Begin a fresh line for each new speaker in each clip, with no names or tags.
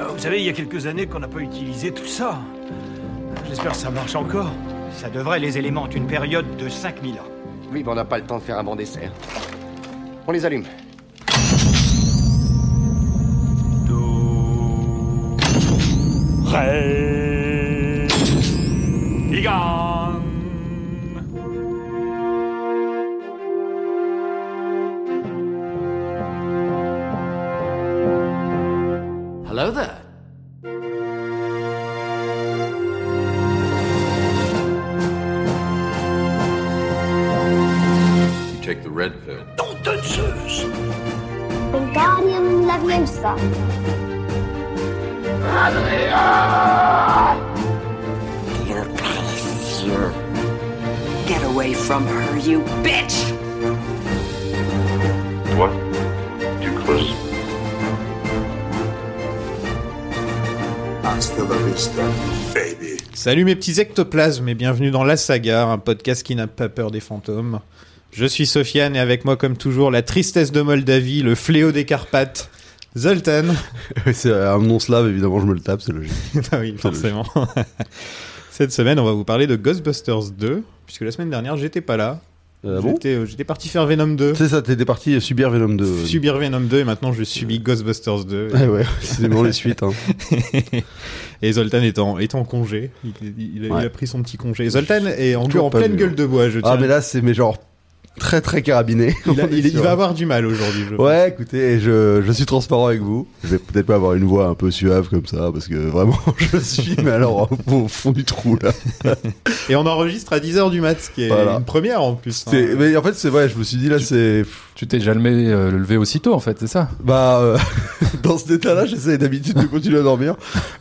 Euh, Vous savez, il y a quelques années qu'on n'a pas utilisé tout ça. J'espère que ça marche encore.
Ça devrait les éléments d'une période de 5000 ans.
Oui, mais on n'a pas le temps de faire un bon dessert. On les allume.
Ré. Igan.
Hello there.
You take the red pill.
Wingardium Leviosa.
You're precious. Get away from her, you bitch!
Toi, tu creuses.
Salut mes petits ectoplasmes et bienvenue dans La Saga, un podcast qui n'a pas peur des fantômes. Je suis Sofiane et avec moi comme toujours la tristesse de Moldavie, le fléau des Carpates, Zoltan.
c'est un nom slave, évidemment, je me le tape, c'est logique.
Ah oui, forcément. Cette semaine, on va vous parler de Ghostbusters 2, puisque la semaine dernière, j'étais pas là.
Euh, bon
J'étais- euh, J'étais parti faire Venom 2,
C'est ça, t'étais parti subir Venom 2. euh,
subir Venom 2 et maintenant je subis Ghostbusters 2.
Ah Ouais, ouais, c'est bon les suites. Hein.
Et Zoltan est en, est en congé. Il, il- il a
Ouais.
pris son petit congé. Zoltan est encore en
pas
pleine
vu.
gueule de bois, je
Ah,
tiens.
mais là, c'est mais genre très très carabiné.
il, a-
On est
il- il
sûr.
va avoir du mal aujourd'hui. je pense.
Ouais, écoutez, je, je suis transparent avec vous. Je vais peut-être pas avoir une voix un peu suave comme ça, parce que vraiment, je suis, mais alors, au fond du trou, là.
Et on enregistre à 10h du mat, ce qui est
Voilà.
une première en plus. hein.
C'est- Mais en fait, c'est vrai, je me suis dit, là, c'est.
Tu t'es jamais euh, levé aussitôt en fait, c'est ça
Bah, euh, dans cet état-là, j'essaie d'habitude de continuer à dormir.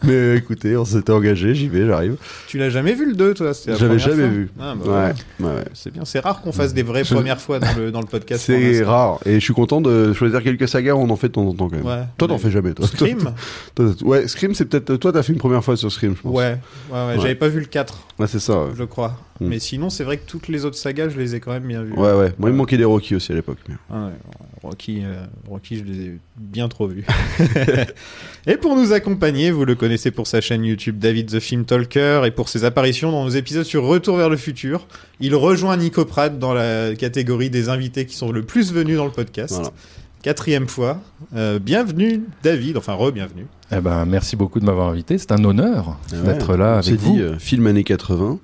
Mais écoutez, on s'était engagé, j'y vais, j'arrive.
Tu l'as jamais vu le 2, toi c'était la
J'avais
première
jamais
fois
vu.
Ah, bah ouais.
Ouais, ouais, ouais.
C'est bien, c'est rare qu'on fasse des vraies
Je-
premières fois dans le, dans le podcast. pour
C'est
l'instant.
rare. Et je suis content de choisir quelques sagas, on en fait de temps en temps quand même.
Ouais.
Toi, t'en
Mais-
fais jamais, toi. Toi,
Scream
toi, toi, ouais, Scream, c'est peut-être. Toi, t'as fait une première fois sur Scream, je pense.
Ouais, ouais, ouais,
Ouais.
j'avais pas vu le 4,
Ouais, c'est ça. Ouais,
je crois.
Mm.
Mais sinon, c'est vrai que toutes les autres sagas, je les ai quand même bien vues.
ouais. ouais. Moi, il me manquait des Rocky aussi à l'époque. mais-
Ah ouais, Rocky, euh, Rocky, je les ai bien trop vus. et pour nous accompagner, vous le connaissez pour sa chaîne YouTube David the Film Talker et pour ses apparitions dans nos épisodes sur Retour vers le futur. Il rejoint Nico Pratt dans la catégorie des invités qui sont le plus venus dans le podcast.
Voilà.
Quatrième fois. Euh, bienvenue David, enfin re-bienvenue.
Eh ben, merci beaucoup de m'avoir invité. C'est un honneur
Ah Ouais.
d'être là
On s'est
avec vous.
dit, euh, film années 80.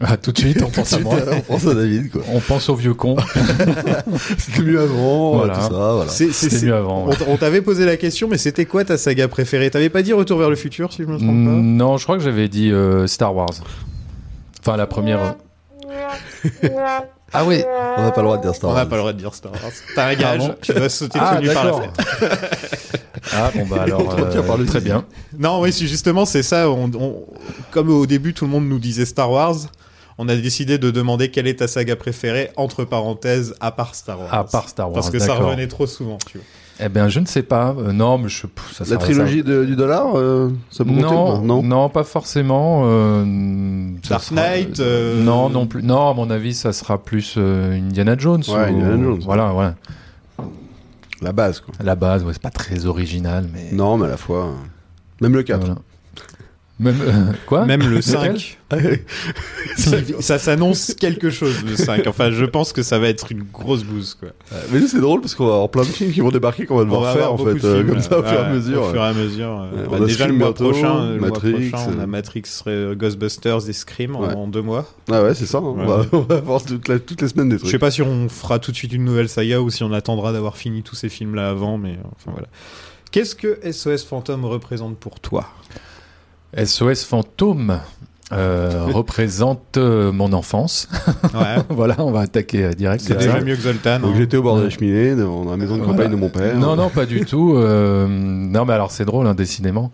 Ah, tout de suite, on
Tout de
pense à
suite, euh,
moi.
on pense à David, quoi.
On pense au vieux con.
C'était mieux avant,
Voilà.
tout ça, voilà.
C'est- c'est-
C'était
c'est-
mieux avant.
On
ouais.
t- on t'avait posé la question, mais c'était quoi ta saga préférée T'avais pas dit Retour vers le futur, si je me trompe
Mm,
pas
Mm, Non, je crois que j'avais dit euh, Star Wars. Enfin, la première. euh. Ah oui.
On n'a pas le droit de dire Star
On n'a
Wars.
pas le droit de dire Star Wars. T'as un gage,
Pardon
tu dois sauter
Ah
tout nu par la
d'accord.
fenêtre.
ah bon bah alors.
On tient par le
très
tissu.
bien.
Non, oui, c'est- justement, c'est ça. On, on- comme au début, tout le monde nous disait Star Wars, on a décidé de demander quelle est ta saga préférée, entre parenthèses, à part Star Wars.
À part Star Wars.
Parce que ça
d'accord.
revenait trop souvent, tu vois.
Eh bien, je ne sais pas. Euh, non, mais je, pff, ça
La
sert à ça.
trilogie de- du dollar, euh, ça peut compter ou
Non,
pas
non, pas forcément. euh, ça
Dark Knight, euh,
Non, non plus. Non, à mon avis, ça sera plus euh, Indiana Jones.
Ouais,
ou-
Indiana Jones.
Voilà, voilà.
La base, quoi.
La base, ouais, c'est pas très original, mais.
Non, mais à la fois. euh, Même le 4.
Voilà. Même euh, quoi
Même le
Lequel
5, ça, ça s'annonce quelque chose, le 5. Enfin, je pense que ça va être une grosse bouse, quoi.
Mais nous, c'est drôle parce qu'on va avoir plein de films qui vont débarquer qu'on va
On
devoir
va
faire,
avoir
en
beaucoup
fait,
de
euh,
films,
comme ça, au
ouais,
fur et à mesure.
Au
ouais.
fur et à mesure. euh,
Ouais,
bah,
on a
déjà, le
Scream
mois,
bientôt,
prochain, le mois
Matrix,
prochain, on a
euh.
Matrix, euh, Ghostbusters et Scream en-
Ouais.
en deux mois.
Ah ouais, c'est ça. hein. On, va, on va avoir toute la- toutes les semaines des
Je
trucs.
sais pas si on fera tout de suite une nouvelle saga ou si on attendra d'avoir fini tous ces films-là avant, mais euh, enfin voilà. Qu'est-ce que SOS Fantôme représente pour toi
SOS Fantôme euh, représente euh, mon enfance.
Ouais,
voilà, on va attaquer euh, direct.
c'est
comme
déjà
ça.
mieux que Zoltan.
Donc
hein.
j'étais au bord de la
Ouais.
cheminée, devant la
Euh,
maison de
Voilà.
campagne de mon père.
Non, non, pas du tout. euh, non, mais alors c'est drôle, hein, décidément.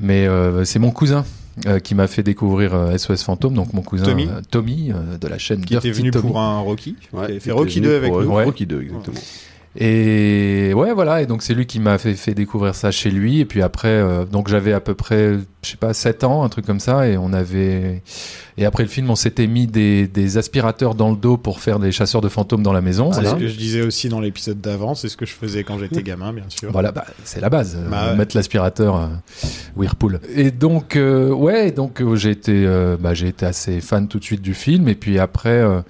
Mais euh, c'est mon cousin euh, qui m'a fait découvrir euh, SOS Fantôme, donc mon cousin
Tommy.
euh, Tommy, euh, de la chaîne
Qui était
Dirty
venu
Tommy.
pour un Rocky. qui
Ouais,
avait fait
il
Rocky
était
2
venu
avec
pour, euh,
nous.
Ouais.
Rocky 2, exactement.
Et ouais, voilà. Et donc, c'est lui qui m'a fait, fait découvrir ça chez lui. Et puis après, euh, donc j'avais à peu près, je sais pas, 7 ans, un truc comme ça. Et on avait. Et après le film, on s'était mis des, des aspirateurs dans le dos pour faire des chasseurs de fantômes dans la maison.
C'est
Voilà.
ce que je disais aussi dans l'épisode d'avant, c'est ce que je faisais quand j'étais gamin, bien sûr.
Voilà, bah, c'est la base. euh,
Bah ouais.
Mettre l'aspirateur euh, Whirlpool. Et donc, euh, ouais, donc euh, j'ai été, euh, bah, j'ai été assez fan tout de suite du film. Et puis après, euh,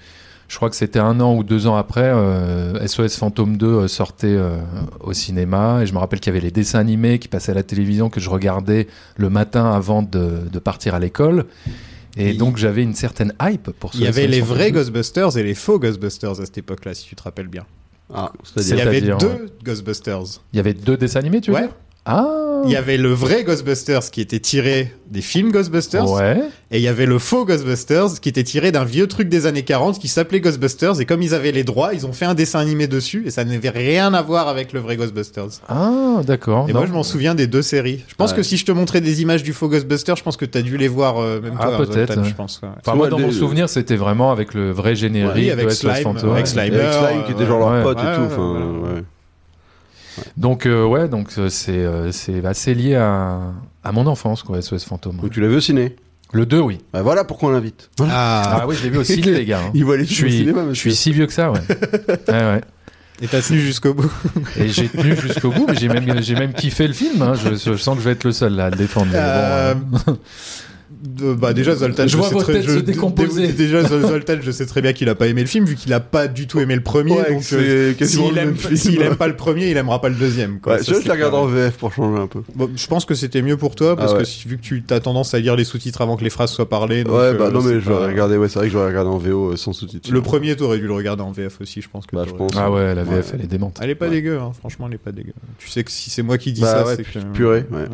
je crois que c'était un an ou deux ans après, euh, SOS Fantôme 2 euh, sortait euh, au cinéma. Et je me rappelle qu'il y avait les dessins animés qui passaient à la télévision que je regardais le matin avant de, de partir à l'école. Et,
Et
donc j'avais une certaine hype pour ce
Il y avait
SOS
les
Fantôme
vrais
2.
Ghostbusters et les faux Ghostbusters à cette époque-là, si tu te rappelles bien.
Ah,
Il y
c'est-à-dire.
avait
C'est-à-dire,
deux
ouais.
Ghostbusters.
Il y avait deux dessins animés, tu veux
Ouais.
dire Ah
Il y avait le vrai Ghostbusters qui était tiré des films Ghostbusters
Ouais.
et il y avait le faux Ghostbusters qui était tiré d'un vieux truc des années 40 qui s'appelait Ghostbusters et comme ils avaient les droits, ils ont fait un dessin animé dessus et ça n'avait rien à voir avec le vrai Ghostbusters.
Ah, d'accord.
Et
Non.
moi je m'en souviens des deux séries. Je pense
Ouais.
que si je te montrais des images du faux Ghostbusters, je pense que t'as dû les voir euh, même
Ah,
toi, Zoltan,
peut-être, ouais.
je pense. ouais.
Enfin,
Parce que
moi,
moi,
dans
le-
mon souvenir, c'était vraiment avec le vrai générique
Oui, avec
de SOS
Slime,
Fantôme.
avec Slimer,
Avec Slime qui était genre
Ouais.
leur pote
Ouais, Ah,
et tout.
ouais,
enfin,
ouais.
ouais.
Donc, euh, ouais, donc euh, c'est euh, c'est assez lié à, à mon enfance, quoi, SOS Fantôme.
Donc tu l'as vu au ciné
Le 2, oui.
Bah, Voilà pourquoi on l'invite.
Ah,
Ah,
oui, je l'ai vu au ciné, les gars. hein.
Il voit les
Je
films au
suis,
cinéma,
je
monsieur.
suis si vieux que ça, ouais. Ouais, ouais.
et t'as tenu jusqu'au bout.
Et j'ai tenu jusqu'au bout, mais j'ai même, j'ai même kiffé le film. hein. Je, je sens que je vais être le seul là, à le défendre. mais bon,
Euh,
euh,
de- bah déjà Zoltan,
Je vois
sais
vos
très-
têtes se
dé- dé-
décomposer.
Déjà Zol- Zoltan, je sais très bien qu'il a pas aimé le film vu qu'il a pas du tout aimé le premier.
Ouais,
donc
c'est
euh,
quasiment
s'il
le
aime,
même film.
s'il aime pas le premier, il aimera pas le deuxième. Quoi.
Ouais,
Ça,
celui-là,
c'est
je la regarde
clair.
en VF pour changer un peu.
Bon, je pense que c'était mieux pour toi parce
Ah ouais.
que si- vu que tu as tendance à lire les sous-titres avant que les phrases soient parlées. donc,
ouais,
euh,
bah non,
c'est
mais je
pas-
vais regarder, ouais, c'est vrai que j'aurais regardé en VO euh, sans sous-titres.
Le premier, t'aurais dû le regarder en VF aussi, je pense que.
Bah, je
t'aurais-
pense.
Ah ouais, la VF,
Ouais.
elle est démente.
Elle est pas
Ouais.
dégueu, hein. franchement, elle est pas dégueu. Tu sais que si c'est moi qui dis
Bah
ça,
ouais,
c'est que.
purée, ouais.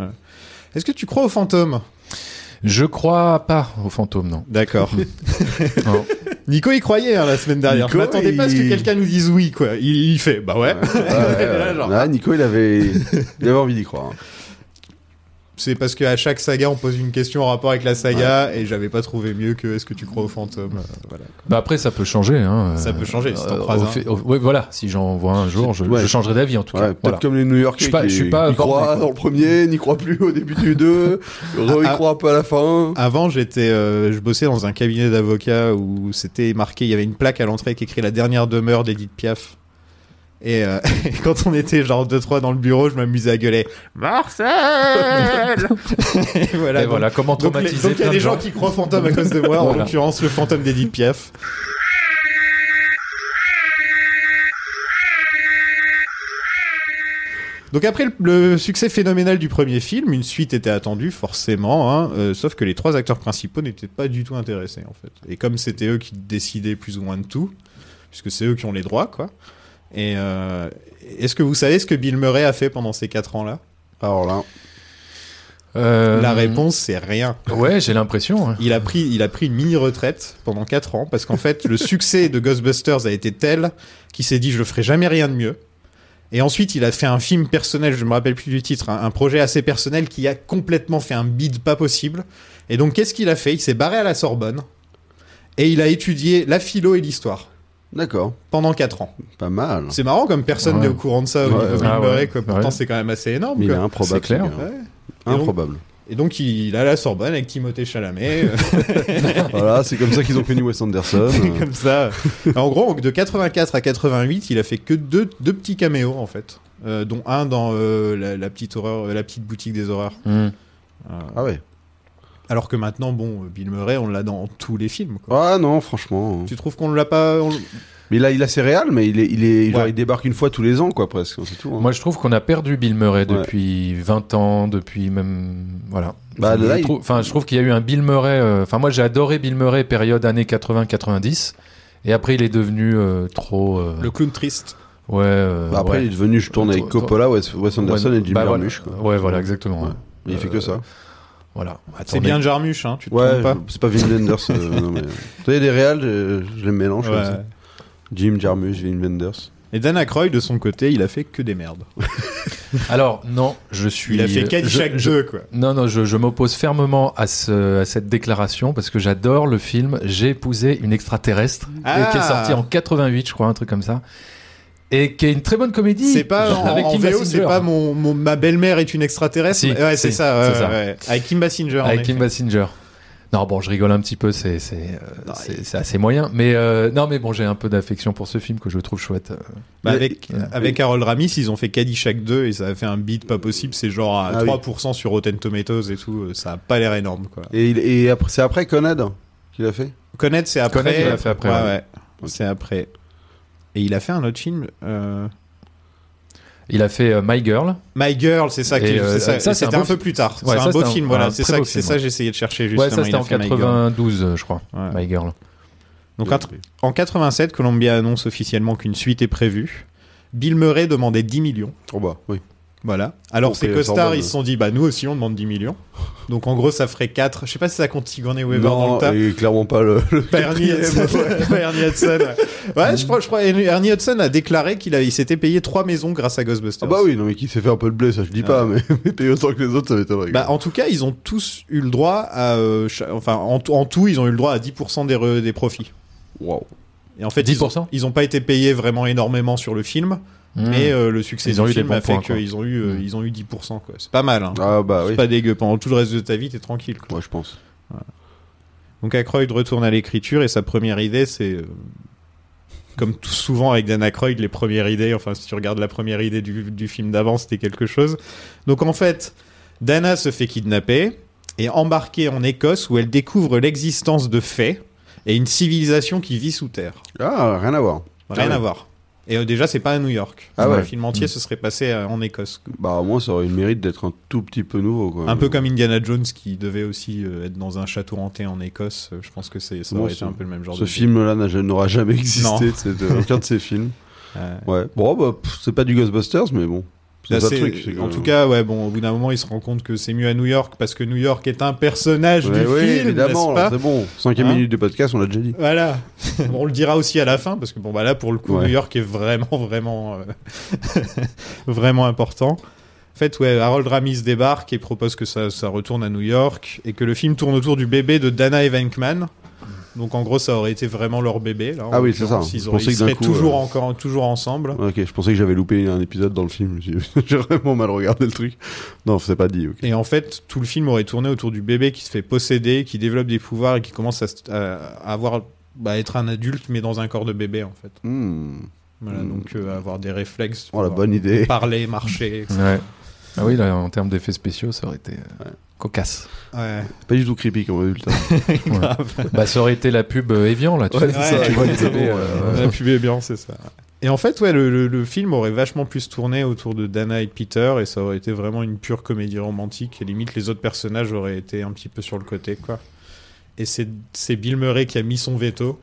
Est-ce que tu crois aux fantômes
Je crois pas aux fantômes, non.
D'accord.
Non.
Nico y croyait hein, la semaine dernière.
Nico,
je m'attendais pas à ce que
il-
quelqu'un nous dise oui, quoi. Il, il fait, bah ouais.
Ouais, ouais, ouais. Ah, Nico, il avait, il avait envie d'y croire. hein.
C'est parce qu'à chaque saga, on pose une question en rapport avec la saga, et j'avais pas trouvé mieux que est-ce que tu crois aux fantômes Euh, voilà.
Bah après, ça peut changer. Hein.
Ça
Euh,
peut changer, si t'en
euh,
croises
au
un.
fait- au- ouais, voilà, si j'en vois un jour, je,
Ouais.
je changerai d'avis en tout
Ouais,
cas.
peut-être
Voilà.
comme les New Yorkais.
Je suis pas- je
qui-
suis pas
Ils
formé,
croient
quoi.
dans le premier, n'y croient plus au début du deux, re,
Ah,
ils
ah.
croient pas à la fin.
Avant, j'étais, euh, je bossais dans un cabinet d'avocats où c'était marqué, il y avait une plaque à l'entrée qui écrit la dernière demeure d'Edith Piaf. Et euh, quand on était genre 2-3 dans le bureau, je m'amusais à gueuler Marcel Et voilà,
Et
Bah, donc-
voilà, comment
Donc les-
traumatiser
donc il y
plein
a
de
des gens
gens.
qui croient fantômes à cause de moi, en
Voilà.
l'occurrence le fantôme d'Edith Piaf. Donc après le, le succès phénoménal du premier film, une suite était attendue forcément, hein, euh, sauf que les trois acteurs principaux n'étaient pas du tout intéressés en fait. Et comme c'était eux qui décidaient plus ou moins de tout, puisque c'est eux qui ont les droits quoi. Et euh, est-ce que vous savez ce que Bill Murray a fait pendant ces quatre ans là
Alors là,
Euh,
La réponse c'est rien.
Ouais, j'ai l'impression. hein.
Il a pris, il a pris une mini retraite pendant 4 ans parce qu'en fait, le succès de Ghostbusters a été tel qu'il s'est dit je ne ferai jamais rien de mieux. Et ensuite, il a fait un film personnel, je me rappelle plus du titre, hein, un, un projet assez personnel qui a complètement fait un bide pas possible. Et donc, qu'est-ce qu'il a fait Il s'est barré à la Sorbonne et il a étudié la philo et l'histoire
d'accord,
pendant 4 ans.
pas mal.
C'est marrant comme personne
Ouais.
n'est au courant de ça au
Ouais.
niveau Bill
Ah ouais.
Murray, quoi. Pourtant,
Ouais.
c'est quand même assez énorme.
Mais il est
quoi.
improbable.
C'est clair.
ce gars.
Ouais. donc-
Improbable.
Et donc, il, il a la Sorbonne avec Timothée Chalamet.
voilà, c'est comme ça qu'ils ont connu Wes Anderson.
C'est comme ça. en gros, de 84 à 88, il a fait que deux, deux petits caméos en fait, Euh, dont un dans euh, la, la petite horreur, euh, la petite boutique des horreurs.
Hmm.
Euh,
Ah ouais.
alors que maintenant, bon, euh, Bill Murray, on l'a dans tous les films. Quoi.
Ah non, franchement.
Tu trouves qu'on l'a pas on-
Mais là, il a ses réals, mais il est, il est, genre,
Ouais.
il débarque une fois tous les ans, quoi, presque. C'est tout. hein.
Moi, je trouve qu'on a perdu Bill Murray
Ouais.
depuis 20 ans, depuis même. Voilà.
Bah,
je,
là, il-
trouve, enfin, je trouve qu'il y a eu un Bill Murray. euh, Enfin, moi, j'ai adoré Bill Murray, période années 80-90. Et après, il est devenu euh, trop. euh,
le clown triste
Ouais. euh,
Bah, après,
ouais.
il est devenu, je tourne avec
Toi- toi-
Coppola, Wes, Wes Anderson
Ouais,
et Jim
bah, voilà.
Jarmusch. quoi.
Ouais, voilà, Euh, exactement.
Ouais. Il fait que ça.
Voilà.
C'est
Attendez.
bien Jarmusch, hein, tu te
Ouais,
trompes pas.
je- c'est pas Vin Wenders. euh, non, mais... Tu sais, il y a des réals, je, je les mélange. comme
Ouais.
ça. Jim Jarmusch, Vin Wenders.
Et Dan Aykroyd, de son côté, il a fait que des merdes.
Alors, non, je suis.
Il a fait Caddyshack
euh, je-
2,
je-
quoi.
Non, non, je, je m'oppose fermement à, ce- à cette déclaration parce que j'adore le film J'ai épousé une extraterrestre et qui est
Ah
sorti en 88, je crois, un truc comme ça. et qui est une très bonne comédie.
C'est pas en,
avec
en
Kim
VO,
Basinger.
c'est pas mon, mon- ma belle-mère est une extraterrestre.
Si,
ouais, c'est
si,
ça. ouais,
c'est ça.
ouais. Avec Kim Basinger. en
Avec
effet.
Kim Basinger. Non, bon, je rigole un petit peu, c'est c'est, euh,
Non,
c'est- c'est assez moyen. Mais euh, non, mais bon, j'ai un peu d'affection pour ce film que je trouve chouette. Euh,
Bah, avec avec Harold Ramis, ils ont fait Caddyshack 2 et ça a fait un beat pas possible. C'est genre à
Ah oui.
3% sur Rotten Tomatoes et tout. euh, Ça a pas l'air énorme quoi.
Et, il- et après, c'est après Conad qu'il a fait
Connaître, c'est après.
Connaître, il l'a fait après,
Ouais,
ouais.
ouais. C'est après. Et il a fait un autre film. euh,
Il a fait euh, My Girl.
My Girl, c'est ça.
Et,
qui-
euh,
c'est ça,
ça, c'est
c'était
un
un,
beau
peu
film.
plus tard.
Ouais,
c'est un
ça,
beau
c'est un-
film, voilà.
un
C'est
très
ça,
beau
c'est
film,
ça
ouais.
j'essayais de chercher justement.
Ouais, ça
il
c'était
a
en
fait My Girl.
92, euh, je crois.
Ouais.
My Girl.
Donc un tr- en 87, Columbia annonce officiellement qu'une suite est prévue. Bill Murray demandait 10 millions.
Oh bah, oui.
Voilà. Alors
Pour
ces
que
costards,
Sorbonne-
ils se sont dit, bah nous aussi on demande 10 millions. Donc en gros, ça ferait 4. Je sais pas si ça compte Sigourney Weaver dans
non, euh,
le tas.
et clairement pas le. le-
Pas Ernie Hudson. Pas Ernie Hudson. Ouais, je crois, je crois Ernie Hudson a déclaré qu'il avait- il s'était payé trois maisons grâce à Ghostbusters.
Ah bah oui, non mais qui s'est fait un peu de blé, ça je dis pas, mais, mais payer autant que les autres, ça m'étonnerait.
Ah. Bah, en tout cas, ils ont tous eu le droit à. euh, cha- enfin, en, tout- en tout, ils ont eu le droit à 10% des, re- des profits.
Waouh.
Et en fait, ils ont-
10%
ils n'ont pas été payés vraiment énormément sur le film,
Mm.
mais euh, le succès
Ils ont
du
eu des
film
bons
a fait
points, quoi.
qu'ils ont, eu, euh,
Mm.
ils ont eu 10%. quoi. C'est pas mal. hein.
Ah bah
C'est
oui.
pas dégueu. Pendant tout le reste de ta vie, t'es tranquille. quoi.
Moi je pense.
Donc Aykroyd retourne à l'écriture et sa première idée, c'est euh, comme tout souvent avec Dan Aykroyd, les premières idées. Enfin, si tu regardes la première idée du, du film d'avant, c'était quelque chose. Donc en fait, Dana se fait kidnapper et embarquer en Écosse où elle découvre l'existence de faits et une civilisation qui vit sous terre.
Ah, rien à voir.
Rien
Ah ouais.
à voir. Et euh, déjà, c'est pas à New York.
Ah
Le
ouais.
film entier se serait passé euh, en Écosse.
Bah au moins ça aurait eu le mérite d'être un tout petit peu nouveau quoi.
Un peu comme Indiana Jones qui devait aussi euh, être dans un château hanté en Écosse. Euh, Je pense que c'est ça
Bon,
aurait
ce-
été un peu le même genre
Euh, Ce
de
film-là n'a- n'aura jamais
Non.
existé, c'est de- aucun de ces films.
Euh,
Ouais. Bon, bah, pff, c'est pas du Ghostbusters, mais bon. C'est
Là,
ça
Bah, c'est-
le truc. c'est que-
en tout cas, ouais, bon, au bout d'un moment, il se rend compte que c'est mieux à New York parce que New York est un personnage
Ouais,
du
oui,
film,
évidemment,
n'est-ce pas
alors c'est bon. Cinquième
Hein
minute du podcast, on l'a déjà dit.
Voilà. Bon, on le dira aussi à la fin parce que bon, bah là, pour le coup,
Ouais.
New York est vraiment, vraiment, euh, vraiment important. En fait, ouais, Harold Ramis débarque et propose que ça, ça retourne à New York et que le film tourne autour du bébé de Dana Evankman. Donc, en gros, ça aurait été vraiment leur bébé. Là, en
Ah oui, c'est
l'occurrence,
ça.
Ils,
Je
auraient-
pensais
ils
que d'un
seraient
coup,
toujours
euh,
encore, toujours ensemble.
Ok, je pensais que j'avais loupé un épisode dans le film. J'ai j'ai vraiment mal regardé le truc. Non, c'est pas dit. ok.
Et en fait, tout le film aurait tourné autour du bébé qui se fait posséder, qui développe des pouvoirs et qui commence à, se- à- à avoir, bah, être un adulte mais dans un corps de bébé en fait.
Hmm.
Voilà,
Mm.
donc euh, avoir des réflexes,
Oh, la
pouvoir
bonne idée.
parler, marcher. etc.
Ouais. Ah oui, là, en termes d'effets spéciaux, ça aurait été euh, cocasse.
Ouais.
C'est Pas du tout creepy comme résultat.
bah, ça aurait été la pub euh, Evian, là, tu
Ouais,
sais.
c'est ça,
tu vois le
exactement,
bébé,
ouais.
euh,
La pub est bien, c'est ça. Et en fait, ouais, le, le- le film aurait vachement plus tourné autour de Dana et Peter, et ça aurait été vraiment une pure comédie romantique, et limite les autres personnages auraient été un petit peu sur le côté, quoi. Et c'est c'est Bill Murray qui a mis son veto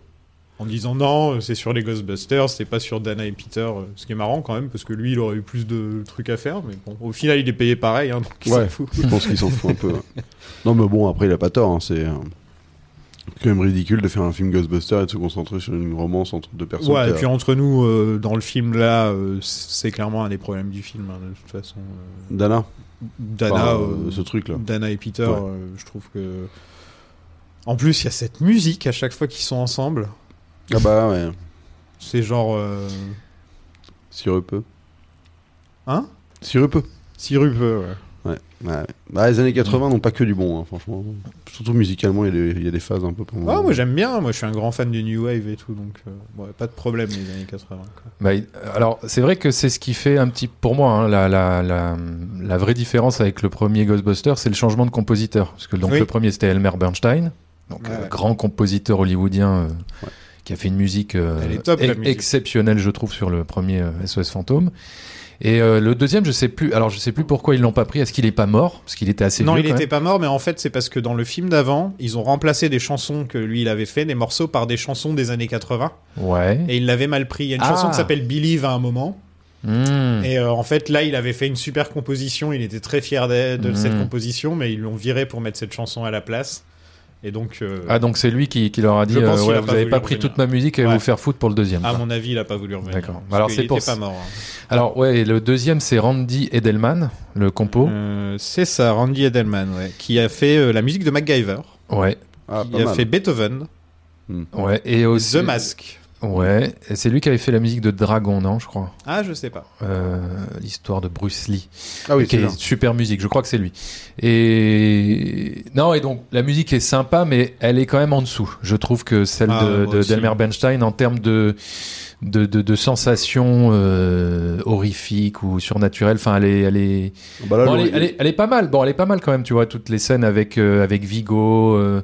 en disant non, c'est sur les Ghostbusters, c'est pas sur Dana et Peter, euh, ce qui est marrant quand même, parce que lui, il aurait eu plus de trucs à faire, mais bon, au final, il est payé pareil, hein, donc il s'en
Ouais.
fout.
Je pense qu'il s'en fout un peu. ouais. Non, mais bon, après, il a pas tort. hein, C'est euh, quand même ridicule de faire un film Ghostbuster et de se concentrer sur une romance entre deux personnes.
Ouais, et
T'as-
puis entre nous, euh, dans le film là, euh, c'est clairement un des problèmes du film, hein, de toute façon. euh,
Dana,
Dana,
Enfin,
euh,
euh, ce truc-là.
Dana et Peter,
Ouais.
euh, je trouve que. En plus, il y a cette musique à chaque fois qu'ils sont ensemble.
Ah bah ouais,
C'est genre. Euh...
sirupeux.
Hein
Sirupeux.
Sirupeux, euh, ouais.
Ouais, ouais. Bah, les années 80 n'ont pas que du bon, hein, franchement. Surtout musicalement, il y, a des- il y a des phases un peu. pour moi.
Ah, moi j'aime bien, moi je suis un grand fan du New Wave et tout, donc euh, ouais, pas de problème les années 80. quoi.
Bah, il- alors, c'est vrai que c'est ce qui fait un petit, pour moi, hein, la, la, la, la vraie différence avec le premier Ghostbuster, c'est le changement de compositeur. Parce que donc,
Oui.
le premier, c'était Elmer Bernstein, donc
Ouais.
euh, grand compositeur hollywoodien euh,
Ouais.
qui a fait une musique, euh,
Elle est top, la
ex-
musique.
exceptionnelle, je trouve, sur le premier euh, SOS Fantôme. Et euh, le deuxième, je sais plus. Alors, je sais plus pourquoi ils l'ont pas pris. Est-ce qu'il est pas mort Parce qu'il était assez
Non,
vieux,
il
quand
était pas mort, mais en fait c'est parce que dans le film d'avant, ils ont remplacé des chansons que lui il avait fait, des morceaux par des chansons des années 80,
même. Ouais.
et il l'avait mal pris. Il y a une
Ah.
chanson qui s'appelle Believe à un moment,
Hmm.
Et euh, en fait, là, il avait fait une super composition. Il était très fier de, de
Mhm.
cette composition, mais ils l'ont viré pour mettre cette chanson à la place. Et donc, euh,
Ah, donc c'est lui qui, qui leur a dit
Je pense
euh,
qu'il
ouais,
a
vous
pas
avez
voulu
pas pris
revenir.
toute ma musique et
Ouais.
vous faire foutre pour le deuxième.
à
quoi.
mon avis, il a pas voulu revenir.
D'accord.
Parce
Alors,
qu'il
c'est pour
était pas
ça.
mort. hein.
Alors ouais, et le deuxième c'est Randy Edelman, le compo.
Euh, c'est ça, Randy Edelman, ouais, qui a fait euh, la musique de MacGyver.
Ouais,
Ah,
il
pas
a
mal.
fait Beethoven,
ouais, et aussi
The Mask.
Ouais, et c'est lui qui avait fait la musique de Dragon, non, je crois.
Ah, je sais pas.
Euh, L'histoire de Bruce Lee.
Ah oui,
qui
c'est
est
bien.
super musique, je crois que c'est lui. Et non, et donc la musique est sympa, mais elle est quand même en dessous. Je trouve que celle
Ah,
de,
moi
de-
aussi.
d'Elmer Bernstein en termes de de, de, de sensations euh, horrifiques ou surnaturelles, enfin elle est elle est
Bah là,
Bon,
le-
elle, est, elle est- elle est pas mal. Bon, elle est pas mal quand même. Tu vois toutes les scènes avec euh, avec Vigo. euh,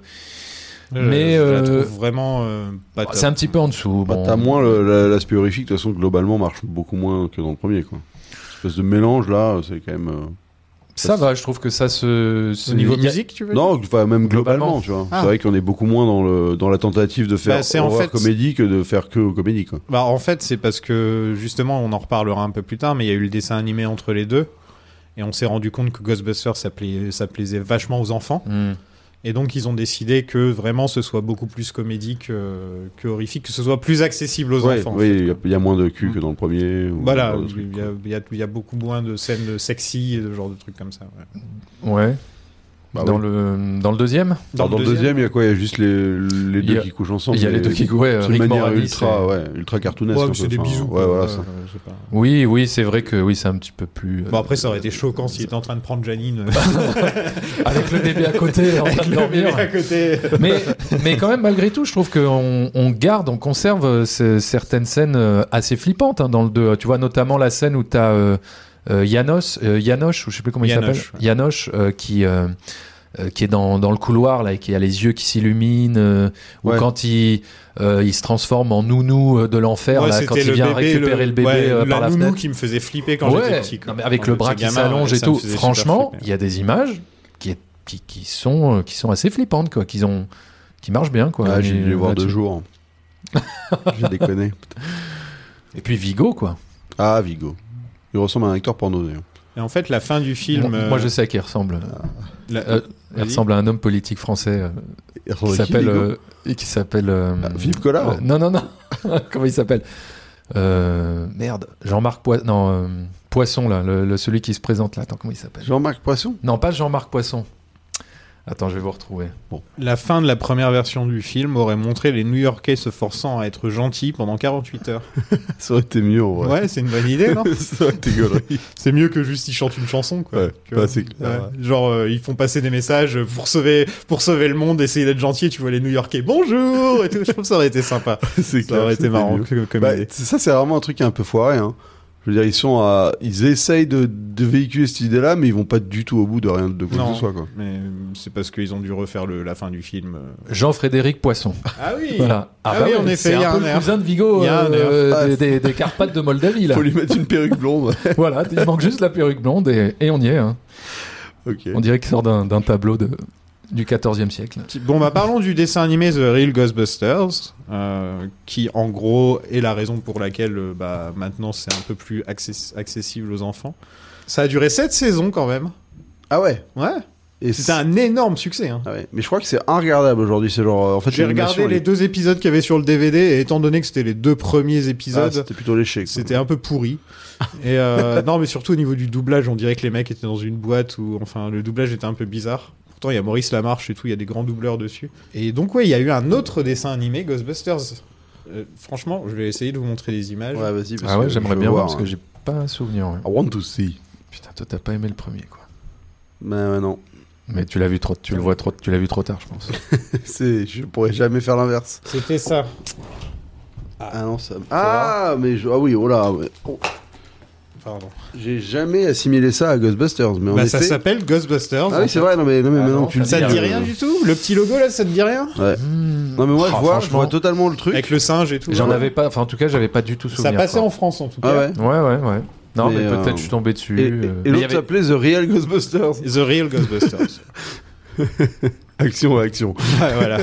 Mais,
je la
euh,
trouve vraiment euh, pas top.
c'est un petit peu en dessous.
bah,
bon.
t'as moins le- la- l'aspect horrifique, de toute façon, globalement, marche beaucoup moins que dans le premier, quoi. Espèce de mélange, là, c'est quand même. euh,
Ça va, je trouve que ça se. se-
Au niveau
il y a-
musique, tu veux dire
Non, enfin, même globalement,
Globalement.
tu vois.
Ah.
C'est vrai qu'on est beaucoup moins dans, le, dans la tentative de faire
Bah, c'est en
horror
fait-
comédie que de faire que comédie, quoi.
Bah, en fait, c'est parce que justement, on en reparlera un peu plus tard, mais il y a eu le dessin animé entre les deux. Et on s'est rendu compte que Ghostbusters, ça, pla- ça plaisait vachement aux enfants.
Hmm.
Et donc, ils ont décidé que vraiment, ce soit beaucoup plus comédique que, que horrifique, que ce soit plus accessible aux
Ouais,
enfants. en
oui,
fait.
il y a- il y, a moins de cul que dans le premier. ou
Voilà,
dans le truc,
il y, a, il y a- il y a beaucoup moins de scènes sexy et de genre de trucs comme ça. ouais.
Ouais.
Bah
dans
oui.
le dans le deuxième.
Alors, Dans, le deuxième, il y a quoi Il y a juste les, les
Il y
deux
a-
qui couchent ensemble.
il y a les
mais
deux qui- ouais,
c'est
Rick
une manière
Moranis,
ultra, euh, ouais, ultra cartoonesque.
Ouais,
un
mais
peu,
c'est des
enfin,
bisous.
Ouais,
quoi,
voilà,
ouais,
ça.
je sais pas.
Oui, oui, c'est vrai que oui, c'est un petit peu plus. euh,
Bon, après, ça aurait été choquant s'il était en train de prendre Janine
Avec le bébé à côté, en train de dormir.
à côté.
mais, mais quand même, malgré tout, je trouve qu'on on garde, on conserve euh, ce- certaines scènes euh, assez flippantes hein, dans le 2. Tu vois, notamment la scène où tu as Janos, euh, Janosch, ou je sais plus comment il s'appelle,
Janosch, ouais.
Janosch, euh, qui. euh, euh, qui est dans, dans le couloir là et qui a les yeux qui s'illuminent euh, ou
Ouais.
quand il euh, il se transforme en nounou euh, de l'enfer
Ouais,
là, quand il vient récupérer le, bébé
ouais,
euh,
la
par la
nounou
fenêtre
qui me faisait flipper quand j'étais petit. quoi.
non, mais avec
Quand
le bras
j'étais
qui
gamin,
s'allonge et
ça me
tout.
faisait super
Franchement,
flipper.
il y a des images qui, est- qui, qui sont, euh, qui sont assez flippantes, quoi, qui, ont, qui marchent bien. Quoi,
Ah, j'ai
Et,
dû les voir deux
là-dessus.
jours. J'ai déconné.
Et puis Vigo, quoi.
Ah, Vigo. Il ressemble à un acteur porno, d'ailleurs.
Et en fait, la fin du film.
moi,
euh,
moi, je sais à qui il ressemble.
Ah,
la-
Euh, il
vas-y.
ressemble à un homme politique français euh,
Il
qui
ressemble à qui,
s'appelle.
Vigo
euh, et qui s'appelle. euh,
Ah, Philippe Collard
euh, Non, non, non. Comment il s'appelle Euh, Merde. Jean-Marc Poisson. Non, euh, Poisson, là. Le, le- celui qui se présente, là. Attends, comment il s'appelle
Jean-Marc Poisson
Non, pas Jean-Marc Poisson. Attends, je vais vous retrouver.
La fin de la première version du film aurait montré les New Yorkais se forçant à être gentils pendant 48 heures.
Ça aurait été mieux, en
Ouais,
vrai.
c'est une bonne idée, non
Ça aurait été gueule.
C'est mieux que juste ils chantent une chanson, quoi.
Ouais,
Tu vois
bah, c'est clair,
Ouais. Genre, euh, ils font passer des messages euh, pour sauver, pour sauver le monde, essayer d'être gentil, et tu vois les New Yorkais, bonjour et tout. Je trouve que ça aurait été sympa.
C'est
Ça
clair,
aurait été
c'était
marrant
mieux.
que- comme
Bah,
idée.
c'est- ça, c'est vraiment un truc qui est un peu foiré. Hein. Je veux dire, ils sont à... ils essayent de, de véhiculer cette idée-là, mais ils vont pas du tout au bout de rien de quoi que
Non.
ce soit. Quoi.
Mais euh, c'est parce qu'ils ont dû refaire le- la fin du film. euh.
Jean-Frédéric Poisson.
Ah oui
Voilà. bah
Ah oui, en effet,
c'est
il y a
un peu
un
le
air.
cousin de Vigo
Il y a un
euh,
air.
des,
Ah,
des- des Carpates de Moldavie là.
Faut lui mettre une perruque blonde.
Voilà, il manque juste la perruque blonde et, et on y est. hein.
ok.
On dirait qu'il sort d'un d'un tableau de, du 14e siècle.
Bon, bah parlons du dessin animé The Real Ghostbusters, euh, qui en gros est la raison pour laquelle euh, bah, maintenant c'est un peu plus access- accessible aux enfants. Ça a duré 7 saisons quand même.
Ah ouais.
Ouais,
Et
c'était un énorme succès. hein.
Ah ouais. Mais je crois que c'est regardable aujourd'hui. C'est genre. euh, En fait,
J'ai
l'animation,
regardé les
elle est-
deux épisodes qu'il y avait sur le DVD, et étant donné que c'était les deux premiers
Ah,
épisodes,
C'était plutôt léché. quoi.
c'était un peu pourri. Et euh, non, mais surtout au niveau du doublage, on dirait que les mecs étaient dans une boîte où, enfin, le doublage était un peu bizarre. Pourtant, il y a Maurice Lamarche et tout, il y a des grands doubleurs dessus. Et donc, ouais, il y a eu un autre dessin animé, Ghostbusters. Euh, franchement, je vais essayer de vous montrer des images.
Ouais, vas-y. parce
Ah ouais,
que je
j'aimerais
veux
bien voir
voir,
parce
hein.
que j'ai pas un souvenir. ouais.
I want to see.
Putain, toi t'as pas aimé le premier quoi.
Mais Bah, ouais, non.
Mais tu l'as vu trop, tu le vois trop, tu l'as vu trop tard, je pense.
C'est. Je pourrais jamais faire l'inverse.
C'était ça.
Ah non, ça. Ah mais je... ah oui. Oh là. ouais. Oh.
Pardon.
J'ai jamais assimilé ça à Ghostbusters, mais en
Bah, ça
effet-
s'appelle Ghostbusters.
Ah oui, c'est vrai, non mais, non, mais
Ah
maintenant
non,
que tu le dis.
ça te dit
euh,
rien du tout Le petit logo là, ça te dit rien
Ouais. Non mais moi,
Oh,
je, vois, je
franchement.
vois totalement le truc.
Avec le singe et tout.
J'en
Ouais.
avais pas, enfin en tout cas j'avais pas du tout
Ça
souvenir.
passait
quoi.
en France en tout
Ah
cas.
ouais.
Ouais ouais ouais. Non mais,
Mais, euh,
peut-être je suis tombé dessus.
Et, et-
euh,
et
mais il y
l'autre
avait-
s'appelait The Real Ghostbusters.
The Real Ghostbusters.
Action, action.
Ouais, voilà.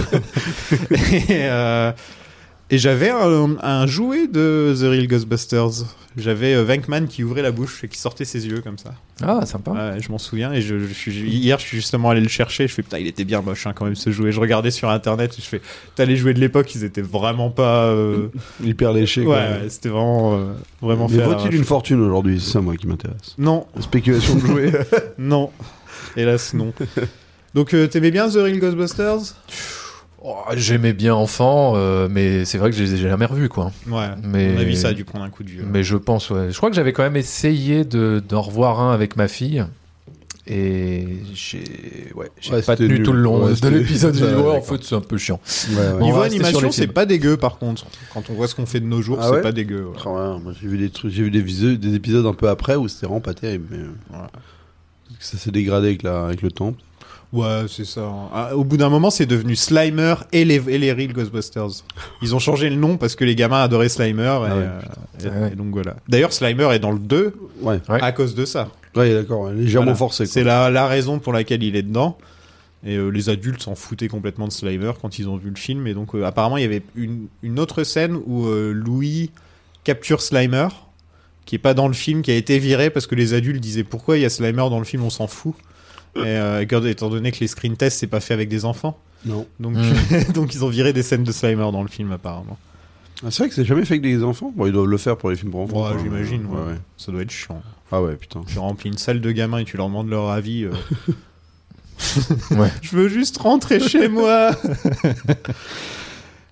et euh, et j'avais un, un jouet de The Real Ghostbusters. J'avais euh, Venkman qui ouvrait la bouche et qui sortait ses yeux comme ça.
Ah sympa.
Ouais, je m'en souviens. Et je, je suis, hier, je suis justement allé le chercher. Je fais putain, il était bien moche hein, quand même ce jouet. Je regardais sur internet. Et je fais, t'as les jouets de l'époque, ils étaient vraiment pas. euh,
Hyper léché.
Ouais,
quoi.
ouais, c'était vraiment, euh, vraiment
Mais
fait à la
vaut-il
rage.
une fortune aujourd'hui C'est ça moi qui m'intéresse.
Non,
Spéculation de jouer.
non. Hélas, non. Donc, euh, t'aimais bien The Real Ghostbusters
Oh, J'aimais bien enfant, euh, mais c'est vrai que je les ai jamais revus, quoi.
Ouais,
Mais-
on a vu ça a dû prendre un coup de vieux.
Mais je pense, ouais. Je crois que j'avais quand même essayé de, d'en revoir un avec ma fille. Et j'ai, ouais, j'ai
Ouais,
pas
c'était
tenu
nul.
tout le long
Ouais,
de
c'était-
l'épisode. J'ai dit,
Ouais,
ouais, en
d'accord.
fait, c'est un peu chiant.
Ouais, ouais.
Bon, on
Niveau
va rester sur
animation,
les
c'est
films.
pas dégueu par contre. Quand on voit ce qu'on fait de nos jours,
Ah
c'est
ouais
pas dégueu. ouais.
Ah ouais, moi j'ai vu des trucs, j'ai vu des, visu- des épisodes un peu après où c'était vraiment pas terrible. Mais... euh,
Voilà.
peut-être que Ça s'est dégradé avec, la, avec le temps.
Ouais, c'est ça. Ah, Au bout d'un moment, c'est devenu Slimer et les, et les Real Ghostbusters. Ils ont changé le nom parce que les gamins adoraient Slimer. Et,
ouais,
euh, et-
Ah ouais.
et donc voilà. D'ailleurs, Slimer est dans le 2
Ouais,
Ouais.
à cause de ça.
ouais d'accord, ouais, légèrement
Voilà.
forcé. quoi.
C'est la, la raison pour laquelle il est dedans. Et euh, les adultes s'en foutaient complètement de Slimer quand ils ont vu le film. Et donc, euh, apparemment, il y avait une, une autre scène où euh, Louis capture Slimer, qui est pas dans le film, qui a été viré parce que les adultes disaient pourquoi il y a Slimer dans le film, on s'en fout. Et euh, étant étant donné que les screen tests, c'est pas fait avec des enfants.
Non.
Donc,
Mm.
Hmm.
donc ils ont viré des scènes de Slimer dans le film, apparemment.
Ah, c'est vrai que c'est jamais fait avec des enfants. Bon, ils doivent le faire pour les films pour enfants.
Ouais,
quoi.
j'imagine, ouais.
Ouais, ouais.
Ça doit être chiant.
Ah ouais, putain.
Tu remplis une salle de gamins et tu leur demandes leur avis. euh.
Ouais.
Je veux juste rentrer chez moi.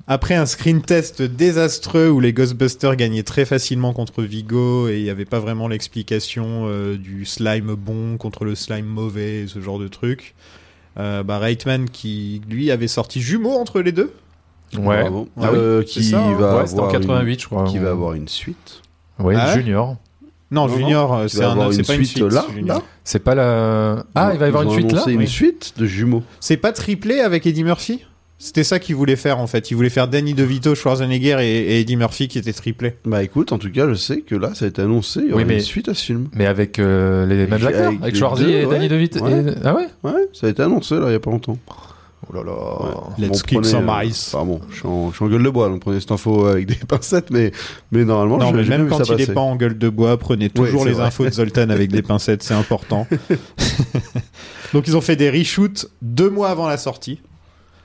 Après un screen test désastreux où les Ghostbusters gagnaient très facilement contre Vigo et il n'y avait pas vraiment l'explication euh, du slime bon contre le slime mauvais, ce genre de truc. Euh, bah, Reitman qui lui avait sorti jumeau entre les deux.
Ouais.
Bravo.
Ah
Euh,
oui, c'est
qui
ça, hein.
va
ouais, c'était en
avoir
88, je
une-
crois.
Qui va
On-
avoir Hein une suite.
Ouais,
Ah ouais
Junior.
Non,
Non,
Junior, euh,
Qui
c'est
va
un-
avoir
c'est
une
pas une
suite,
suite.
là,
Junior.
là
C'est pas la. Ah,
Ils
il va y avoir
ont
une suite là
annoncé
Oui.
une suite de jumeaux.
C'est pas triplé avec Eddie Murphy C'était ça qu'il voulait faire en fait. Il voulait faire Danny DeVito, Schwarzenegger et, et Eddie Murphy qui étaient triplés.
Bah écoute, en tout cas, je sais que là, ça a été annoncé. Il y
Oui,
aura
mais-
une suite à ce film.
Mais avec euh, les mêmes
avec
acteurs,
les
avec Schwarzy
deux,
et
ouais.
Danny DeVito.
Ouais.
et- Ah ouais
Ouais, ça a été annoncé là, il y a pas longtemps.
Oh là là.
Bon,
Let's kick
prenez,
some
euh,
ice.
Enfin bon, je suis, en, je suis en gueule de bois, donc prenez cette info avec des pincettes, mais, mais normalement,
non,
je-
mais
j'ai
même
bien vu
quand
ça
il est
passer.
pas en gueule de bois, prenez toujours
c'est
les
vrai.
infos de Zoltan avec des pincettes, c'est important. Donc ils ont fait des reshoots deux mois avant la sortie.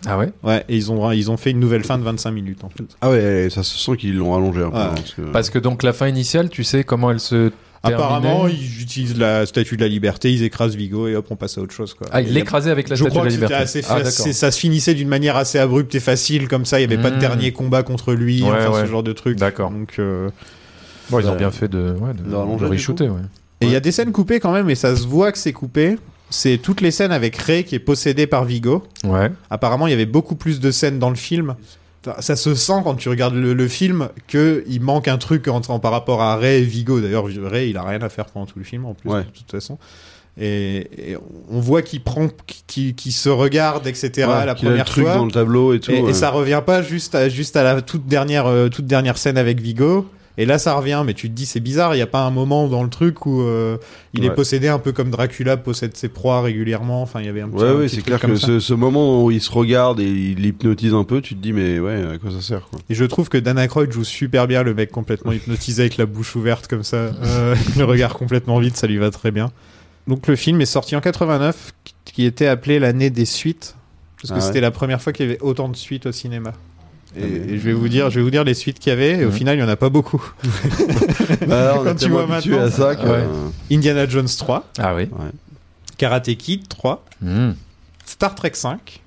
Ah ouais
Ouais, et ils ont, ils ont fait une nouvelle fin de 25 minutes en fait.
Ah ouais, ça se sent qu'ils l'ont allongé un peu.
Ouais.
hein, parce que-
Parce que donc la fin initiale, tu sais comment elle se. terminait
Apparemment, ils utilisent la statue de la liberté, ils écrasent Vigo et hop, on passe à autre chose quoi.
Ah,
Et
il
y a
l'écrasait avec la
Je
statue
crois
de
que
la
c'était
liberté.
assez
ah,
fa-
d'accord.
c'est- ça se finissait d'une manière assez abrupte et facile, comme ça, il n'y avait pas de
Mmh.
dernier combat contre lui,
Ouais,
enfin,
ouais.
ce genre de truc.
D'accord.
Donc, euh,
Bon, ils ont
Euh,
bien fait de, ouais, de,
de rallonger,
de
du
re-shooter, ouais.
Et il y a des scènes coupées quand même, et ça se voit que c'est coupé. C'est toutes les scènes avec Ray qui est possédé par Vigo.
Ouais.
Apparemment, il y avait beaucoup plus de scènes dans le film. Enfin, Ça se sent quand tu regardes le, le film que il manque un truc en, en- par rapport à Ray et Vigo. D'ailleurs, Ray, il a rien à faire pendant tout le film en plus,
Ouais.
de toute façon. Et, et on voit qu'il prend, qu'il qu'il se regarde, etc.
Ouais,
la
qu'il a le
première
truc
fois.
dans le tableau et tout.
Et, et
ouais.
ça revient pas juste à, juste à la toute dernière, euh, toute dernière scène avec Vigo. Et là, ça revient, mais tu te dis, c'est bizarre, il n'y a pas un moment dans le truc où euh, il est
Ouais.
possédé un peu comme Dracula possède ses proies régulièrement. Enfin, il y avait un petit,
Ouais,
un
ouais,
petit
c'est
truc
clair
comme
que
ça.
ce, ce moment où il se regarde et il hypnotise un peu, tu te dis, mais ouais, à quoi ça sert quoi
Et je trouve que Dan Aykroyd joue super bien, le mec complètement hypnotisé avec la bouche ouverte comme ça, euh, le regard complètement vide, ça lui va très bien. Donc le film est sorti en 89, qui était appelé l'année des suites, parce que
Ah ouais.
c'était la première fois qu'il y avait autant de suites au cinéma. Et,
Ah ouais.
et je vais vous dire, je vais vous dire les suites qu'il y avait. Et au
Mhm.
final, il y en a pas beaucoup.
Bah, on
Quand
est
tu
tellement
vois
habitué à
maintenant-
ça que.
Ouais.
euh,
Indiana Jones 3,
Ah oui.
Karate Kid 3,
Hmm.
Star Trek 5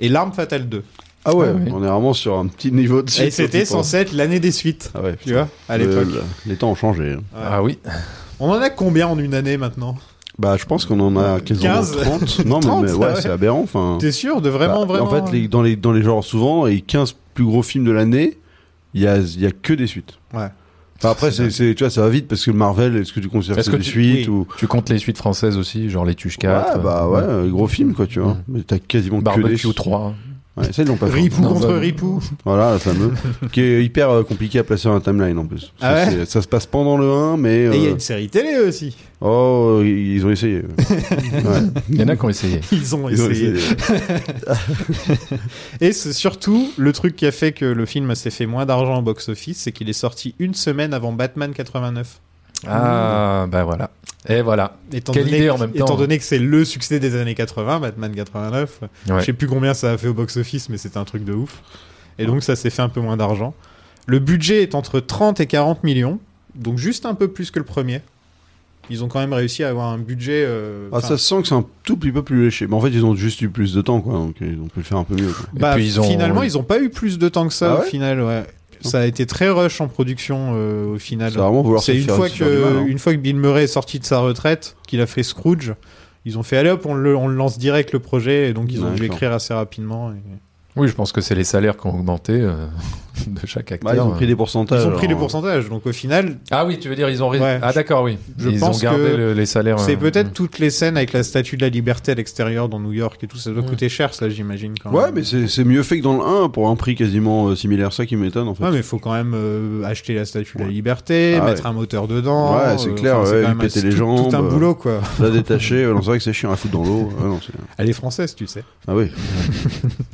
et L'Arme Fatale 2.
Ah ouais,
Ouais, ouais.
on est vraiment sur un petit niveau de suite.
et c'était
surtout,
censé être l'année des suites.
hein. Ah ouais,
Tu vois, à l'époque.
Le- le- les temps ont changé. hein.
Ah oui.
On en a combien en une année maintenant
Bah, je pense qu'on en a quasiment
15.
30. Non, mais-
30,
mais, ouais,
ah ouais.
c'est aberrant. Enfin,
T'es sûr de vraiment,
Bah,
vraiment
En fait, les- dans, les, dans les genres souvent, les 15 plus gros films de l'année, il y a, il y a que des suites.
hein Ouais.
Enfin, après, c'est, c'est- tu vois, ça va vite parce que le Marvel, est-ce que tu considères que
Est-ce
c'est
que
des
tu-
suites ou.
Tu comptes les suites françaises aussi, genre les Tuches
Ouais,
4.
bah ouais,
euh,
euh, gros film quoi, tu vois.
Mhm.
Mm.
Mais t'as quasiment que des
Barbecue
suites.
3.
Ouais, ça, ils l'ont pas fait.
Ripou
Non,
contre
bah-
Ripou
Voilà, la fameuse. qui est hyper euh, compliqué à placer dans la timeline en plus. ça,
Ah ouais
c'est- ça se passe pendant le 1, mais.
Et il y a
euh,
une série télé aussi.
Oh, ils ont essayé. Ouais,
Il y en a qui ont essayé.
Ils ont
ils ont
essayé.
essayé.
Et c'est surtout le truc qui a fait que le film s'est fait moins d'argent au box-office, c'est qu'il est sorti une semaine avant Batman 89.
Ah, bah voilà. Et voilà.
Étant
Quelle
donné,
idée en même temps. hein.
Étant donné que c'est le succès des années 80, Batman 89,
Ouais.
je sais plus combien ça a fait au box-office, mais c'était un truc de ouf. Et donc ça s'est fait un peu moins d'argent. Le budget est entre 30 et 40 millions, donc juste un peu plus que le premier. ils ont quand même réussi à avoir un budget. euh,
Ah,
enfin,
ça se sent que c'est un tout petit peu plus léché. Mais en fait, ils ont juste eu plus de temps, quoi. Donc, ils ont pu le faire un peu mieux. quoi.
bah,
puis, ils ont-
Finalement, ils n'ont pas eu plus de temps que ça
Ah
au
ouais Ah.
final. ouais. Ça a été très rush en production euh, au final.
C'est vraiment vouloir se
C'est une
faire-
fois
se faire du mal,
que
hein.
une fois que Bill Murray est sorti de sa retraite, qu'il a fait Scrooge, ils ont fait allez hop, on le, on le lance direct le projet et donc ils ont dû
D'accord.
écrire assez rapidement. et-
Oui, je pense que c'est les salaires qui ont augmenté euh, de chaque
Bah,
acteur.
ils ont pris des pourcentages.
Ils ont pris
alors,
les pourcentages. Donc au final,
Ah oui, tu veux dire ils ont ré-
Ouais.
ah d'accord oui.
Je
ils
pense
ont gardé
que
le- les salaires.
c'est
euh,
Mm.
peut-être toutes les scènes avec la Statue de la Liberté à l'extérieur dans New York et tout. Ça doit
Ouais.
coûter cher, ça j'imagine. Quand
Ouais,
même.
mais c'est c'est mieux fait que dans le 1 pour un prix quasiment euh, similaire. Ça qui m'étonne en fait.
Ouais, mais il faut quand même euh, acheter la statue de la liberté,
Ah
mettre
ouais.
un moteur dedans. euh,
Ouais, c'est clair,
c'est
ouais,
quand même
péter
un-
les
tout-
jambes,
Tout un
euh.
boulot, quoi.
La détacher, ouais, non, c'est vrai que c'est chiant à foutre dans l'eau. Ouais, non, c'est-
Elle est française, tu sais.
ah oui.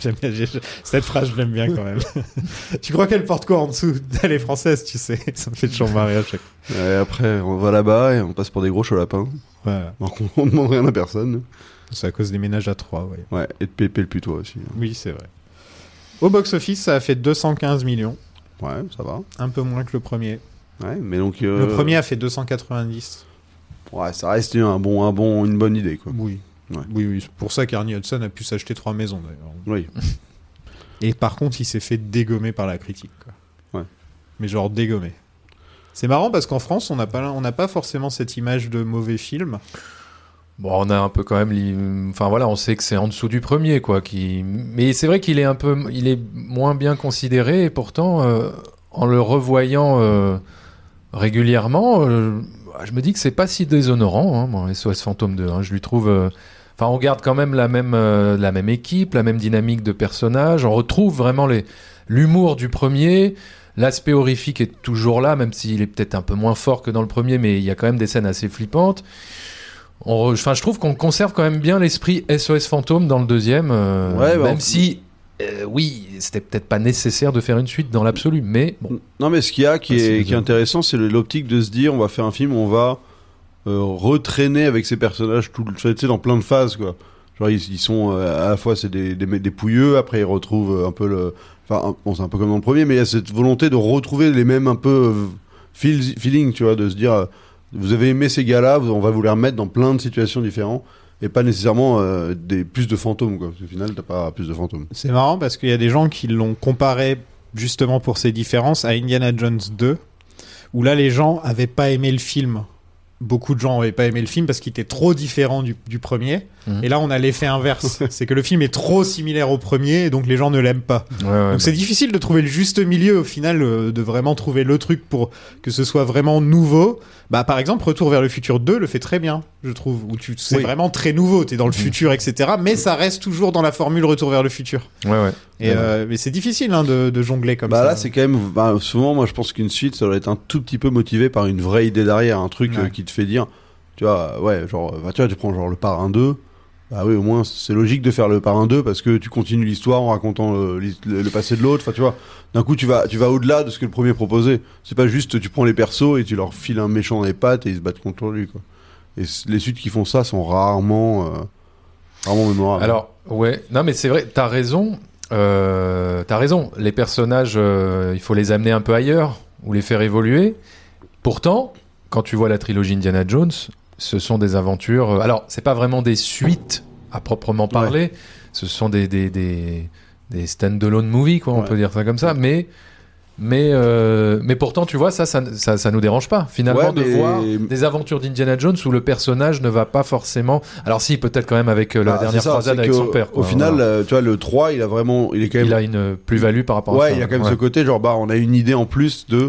J'aime bien- j'ai- Cette phrase, je l'aime bien quand même. tu crois qu'elle porte quoi en dessous Elle est française, tu sais. Ça me fait toujours marrer à chaque fois.
Et après, on va là-bas et on passe pour des gros cholapins.
Voilà.
Donc on on demande rien à personne.
C'est à cause des ménages à trois, ouais.
Ouais, et de pépé le putois aussi.
Oui, c'est vrai. Au box-office, ça a fait 215 millions.
Ouais, ça va.
Un peu moins que le premier.
Ouais, mais donc.
Le
euh,
premier a fait 290.
Ouais, ça reste un bon, un bon, une bonne idée, quoi.
Oui.
Ouais.
Oui, oui. C'est pour ça qu'Ernie Hudson a pu s'acheter trois maisons, d'ailleurs.
Oui.
Et par contre, il s'est fait dégommer par la critique. Quoi.
Ouais.
Mais genre dégommer. C'est marrant parce qu'en France, on n'a pas, on n'a pas forcément cette image de mauvais film.
Bon, on a un peu quand même. li- Enfin voilà, on sait que c'est en dessous du premier, quoi. Qui... Mais c'est vrai qu'il est un peu, il est moins bien considéré. Et pourtant, euh, en le revoyant euh, régulièrement, euh, je me dis que c'est pas si déshonorant. Hein, moi, SOS Fantôme 2, hein. je lui trouve. euh, Enfin, on garde quand même la même, euh, la même équipe, la même dynamique de personnages. On retrouve vraiment les l'humour du premier. L'aspect horrifique est toujours là, même s'il est peut-être un peu moins fort que dans le premier, mais il y a quand même des scènes assez flippantes. On re- Enfin, je trouve qu'on conserve quand même bien l'esprit SOS fantôme dans le deuxième, euh,
Ouais, bah,
même
on-
si, euh, oui, c'était peut-être pas nécessaire de faire une suite dans l'absolu, mais bon.
Non, mais ce qu'il y a qui
Ah, c'est
est, qui est
désolé.
intéressant, c'est le- l'optique de se dire on va faire un film où on va euh, retraîner avec ces personnages tout le tu sais, dans plein de phases, quoi. Genre, ils, ils sont euh, à la fois c'est des, des, des pouilleux, après ils retrouvent euh, un peu le. Enfin, un- bon, c'est un peu comme dans le premier, mais il y a cette volonté de retrouver les mêmes un peu euh, feel- feeling, tu vois, de se dire euh, vous avez aimé ces gars-là, vous- on va vous les remettre dans plein de situations différentes. Et pas nécessairement euh, des, plus de fantômes, quoi. Parce que Au final, t'as pas plus de fantômes.
C'est marrant parce qu'il y a des gens qui l'ont comparé justement pour ses différences à Indiana Jones 2, où là les gens avaient pas aimé le film. Beaucoup de gens avaient pas aimé le film parce qu'il était trop différent du, du premier.
Mhm.
Et là, on a l'effet inverse. c'est que le film est trop similaire au premier et donc les gens ne l'aiment pas.
bah,
Donc c'est difficile de trouver le juste milieu au final, euh, de vraiment trouver le truc pour que ce soit vraiment nouveau. Bah par exemple, Retour vers le futur 2 le fait très bien, je trouve, où tu c'est
Oui.
vraiment très nouveau, t'es dans le futur, etc. Mais ça reste toujours dans la formule Retour vers le futur.
Ouais, ouais.
Et euh, mais c'est difficile hein, de, de jongler comme
bah
ça. hein.
là c'est quand même bah, souvent moi je pense qu'une suite ça doit être un tout petit peu motivé par une vraie idée derrière un truc
Ouais.
euh, qui te fait dire tu vois ouais genre bah, tu vois tu prends genre le parrain 2 bah oui au moins c'est logique de faire le parrain 2 parce que tu continues l'histoire en racontant euh, l'his- le, le passé de l'autre enfin tu vois d'un coup tu vas tu vas au-delà de ce que le premier proposait c'est pas juste tu prends les persos et tu leur files un méchant dans les pattes et ils se battent contre lui quoi et c- les suites qui font ça sont rarement euh, rarement mémorables
Alors, ouais, non, mais c'est vrai, t'as raison. Euh, t'as raison, les personnages, euh, il faut les amener un peu ailleurs ou les faire évoluer. Pourtant, quand tu vois la trilogie Indiana Jones, ce sont des aventures. euh, alors, c'est pas vraiment des suites à proprement parler, ce sont des, des, des, des stand-alone movies, quoi, on
Ouais.
peut dire ça comme ça, mais. Mais, euh, mais pourtant, tu vois, ça, ça, ça, ça nous dérange pas, finalement,
Ouais, mais-
de voir des aventures d'Indiana Jones où le personnage ne va pas forcément. Alors, si, peut-être quand même avec euh, la
Bah,
dernière
c'est ça,
croisade
c'est
avec
que,
son père.
au
quoi,
final
voilà.
euh, tu vois le 3 il a vraiment il est quand même
il a une euh, plus-value par rapport à
Ouais,
ça.
il y a quand même ce côté, genre, bah, on a une idée en plus de.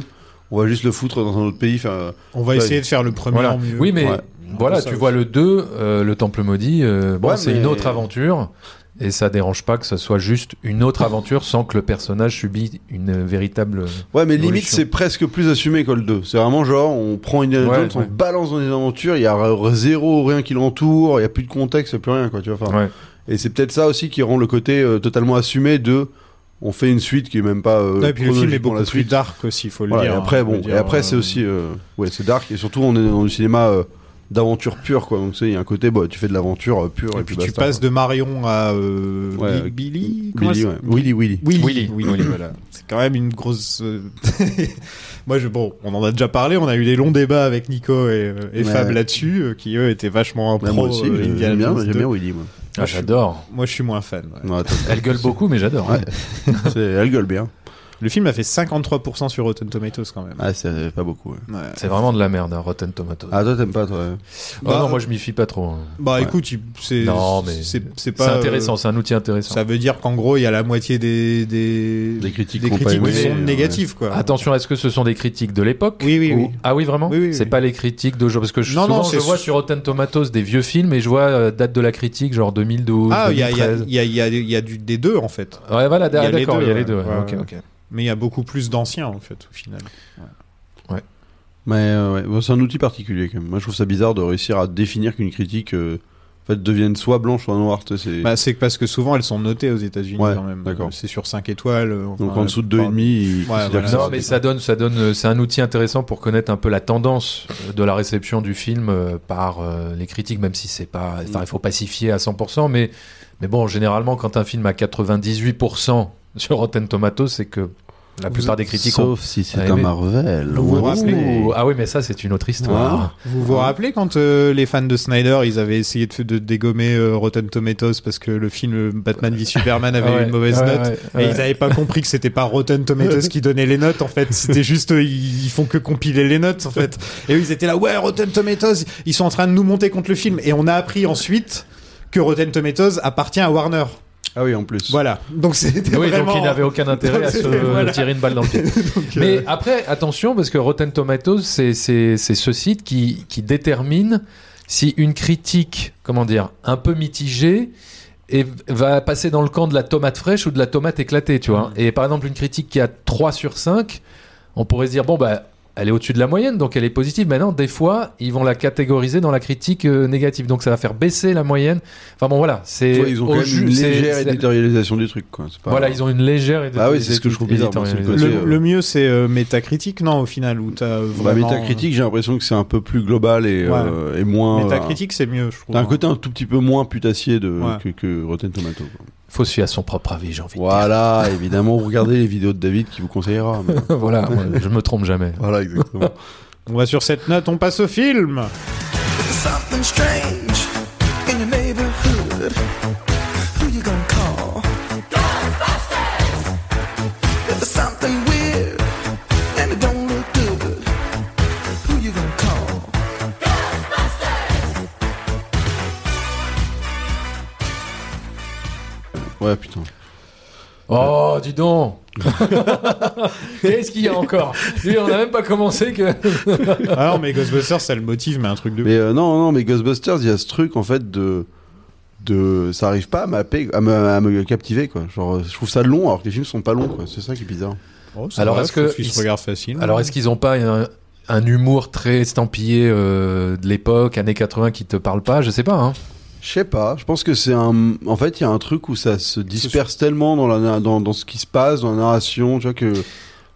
On va juste le foutre dans un autre pays. Enfin,
on va
Ouais.
essayer de faire le premier
Voilà.
en mieux.
Oui, mais
Ouais.
voilà,
Un peu ça
tu vois le 2, euh, le Temple Maudit, euh, bon,
Ouais,
c'est
mais-
une autre aventure. Et ça dérange pas que ce soit juste une autre aventure sans que le personnage subit une euh, véritable.
Ouais, mais
Évolution.
limite, c'est presque plus assumé que le 2. C'est vraiment genre, on prend Indiana
Ouais,
Jones, on
ouais.
balance dans des aventures, il y a r- zéro ou rien qui l'entoure, il y a plus de contexte, il y a plus rien, quoi, tu vois. Enfin,
Ouais.
Et c'est peut-être ça aussi qui rend le côté euh, totalement assumé de. On fait une suite qui est même pas. euh,
Non, et puis le film est
chronologiquement
beaucoup
la
plus
suite.
dark aussi, il faut le
Voilà,
dire.
et après,
hein, faut
bon,
le dire,
et après, c'est
euh,
aussi. euh, ouais, c'est dark, et surtout, on est dans du cinéma. euh, d'aventure pure, quoi. Donc, tu sais, il y a un côté, bah, tu fais de l'aventure euh, pure.
Et, puis, tu passes de Marion à euh,
Ouais,
Bi- Billy Comment
Willy,
ça-
ouais. Willy, Willy.
Willy.
Willy.
Oui, Willy, voilà. C'est quand même une grosse. euh, Moi, je, bon, on en a déjà parlé, on a eu des longs débats avec Nico et, euh,
Ouais.
et Fab là-dessus, euh, qui eux étaient vachement un
Ouais,
pro
moi aussi,
euh,
j'aime
Indiana
bien,
Jones
j'aime
2.
bien Willy, moi.
Ah, j'adore.
Moi, je suis moins fan. ouais.
Non, attends,
Elle gueule beaucoup, mais j'adore.
Ouais. c'est- elle gueule bien.
Le film a fait 53% sur Rotten Tomatoes quand même.
Ah, c'est pas beaucoup. ouais.
Ouais.
C'est vraiment de la merde, hein, Rotten Tomatoes.
Ah, toi, t'aimes pas, toi. ouais.
Ah
bah,
non, moi je m'y fie pas trop. hein.
Bah
Ouais.
écoute, il- c'est
Non, mais
c'est c'est
C'est
pas
intéressant,
euh,
c'est un outil intéressant.
ça veut dire qu'en gros, il y a la moitié des des,
Des critiques
des
qu'on
critiques
pas
qui
aimé, euh,
sont
ouais.
négatives quoi.
Attention, est-ce que ce sont des critiques de l'époque
Oui, oui,
ou-
oui.
Ah oui, vraiment
Oui, oui,
C'est
oui.
pas les critiques d'aujourd'hui Parce que je,
Non,
souvent,
non,
je
c'est-
vois sur Rotten Tomatoes des vieux films et je vois euh, date de la critique, genre 2012,
Ah, il y a il y a
2013.
il y a, il y a- il y a du, des deux en fait.
Ouais, voilà,
il y a
ah,
les
d'accord,
deux,
il y a
ouais.
les deux. ouais,
Ouais,
ok,
ouais.
ok.
Mais il y a beaucoup plus d'anciens en fait au final.
Mais euh, ouais, bon, c'est un outil particulier quand même. Moi, je trouve ça bizarre de réussir à définir qu'une critique euh, en fait, devienne soit blanche, soit noire. tu sais, c'est-
Bah c'est que parce que souvent elles sont notées aux États-Unis
Ouais,
quand même.
d'accord.
C'est sur 5 étoiles. euh, enfin,
Donc en dessous de
la plupart
2,5, ils
Ouais,
considèrent
voilà.
que
Non,
c'est-
mais ça donne, ça donne, euh, c'est un outil intéressant pour connaître un peu la tendance euh, de la réception du film euh, par euh, les critiques, même si c'est pas, enfin, il faut pacifier à 100%, mais, mais bon, généralement, quand un film a 98% sur Rotten Tomatoes, c'est que la plupart des critiques ont...
Sauf si c'est
Ah,
un
mais-
Marvel.
Vous vous
Ouh.
rappelez
Ouh, Ah oui, mais ça, c'est une autre histoire.
Vous vous rappelez quand euh, les fans de Snyder, ils avaient essayé de, de dégommer euh, Rotten Tomatoes parce que le film euh, Batman v Superman avait
Ah Ouais,
eu une mauvaise
ouais,
note
ouais, Ah
et
ouais.
ils n'avaient pas compris que c'était pas Rotten Tomatoes qui donnait les notes en fait, c'était juste euh, ils ils font que compiler les notes en fait. Et eux, ils étaient là ouais Rotten Tomatoes, ils sont en train de nous monter contre le film et on a appris ensuite que Rotten Tomatoes appartient à Warner.
Ah oui, en plus.
Voilà. Donc c'était
Oui,
vraiment
donc il n'avait aucun intérêt à se
Voilà.
tirer une balle dans le pied.
euh,
Mais après, attention, parce que Rotten Tomatoes, c'est c'est- c'est ce site qui, qui détermine si une critique, comment dire, un peu mitigée, et va passer dans le camp de la tomate fraîche ou de la tomate éclatée, tu
Mm.
vois. Et par exemple, une critique qui a 3 sur 5, on pourrait se dire, bon, bah, elle est au-dessus de la moyenne, donc elle est positive. Maintenant, des fois, ils vont la catégoriser dans la critique euh, négative, donc ça va faire baisser la moyenne. Enfin bon, voilà, c'est...
Tu vois, ils ont
au
quand même
ju-
une
c'est-
légère
c'est-
éditorialisation du truc. Quoi. C'est pas-
Voilà, ils ont une légère... édi-
Ah oui, c'est ce que je trouve bizarre, moi, c'est le
éditorialisation.
côté,
Le, le mieux c'est euh, métacritique non au final où t'as
Bah,
vraiment
euh,
euh,
Metacritic, j'ai l'impression que c'est un peu plus global et, euh, et moins.
Métacritique, c'est mieux, je trouve.
T'as un côté un tout petit peu moins putassier de,
Ouais.
que, que Rotten Tomato. quoi.
faut se fier à son propre avis, j'ai envie
Voilà, évidemment, regardez les vidéos de David qui vous conseillera. mais-
de dire. voilà, moi, je me trompe jamais.
Voilà, exactement.
On va sur cette note, on passe au film.
Something strange in your neighborhood. Who you gonna call? Ghostbusters! If there's something weird and it don't look good, who you gonna call?
Ouais, putain.
Oh, dis donc Qu'est-ce qu'il y a encore Lui, on n'a même pas commencé que...
Ah non, mais Ghostbusters, ça le motive, mais un truc de.
Mais euh, non, non, mais Ghostbusters, il y a ce truc en fait de. de ça arrive pas à, m'appeler- à, me, à me captiver, quoi. Genre, euh, je trouve ça long alors que les films sont pas longs, quoi. C'est ça qui est bizarre.
Oh, ça
Alors,
va,
est-ce
je
que
trouve qu'il
il-
se regarde facile
Alors, est-ce qu'ils n'ont pas un, un humour très estampillé euh, de l'époque, années 80, qui te parle pas Je sais pas. hein.
Je sais pas, je pense que c'est un. En fait, il y a un truc où ça se disperse tellement dans, la, na- dans, dans ce qui se passe, dans la narration, tu vois, que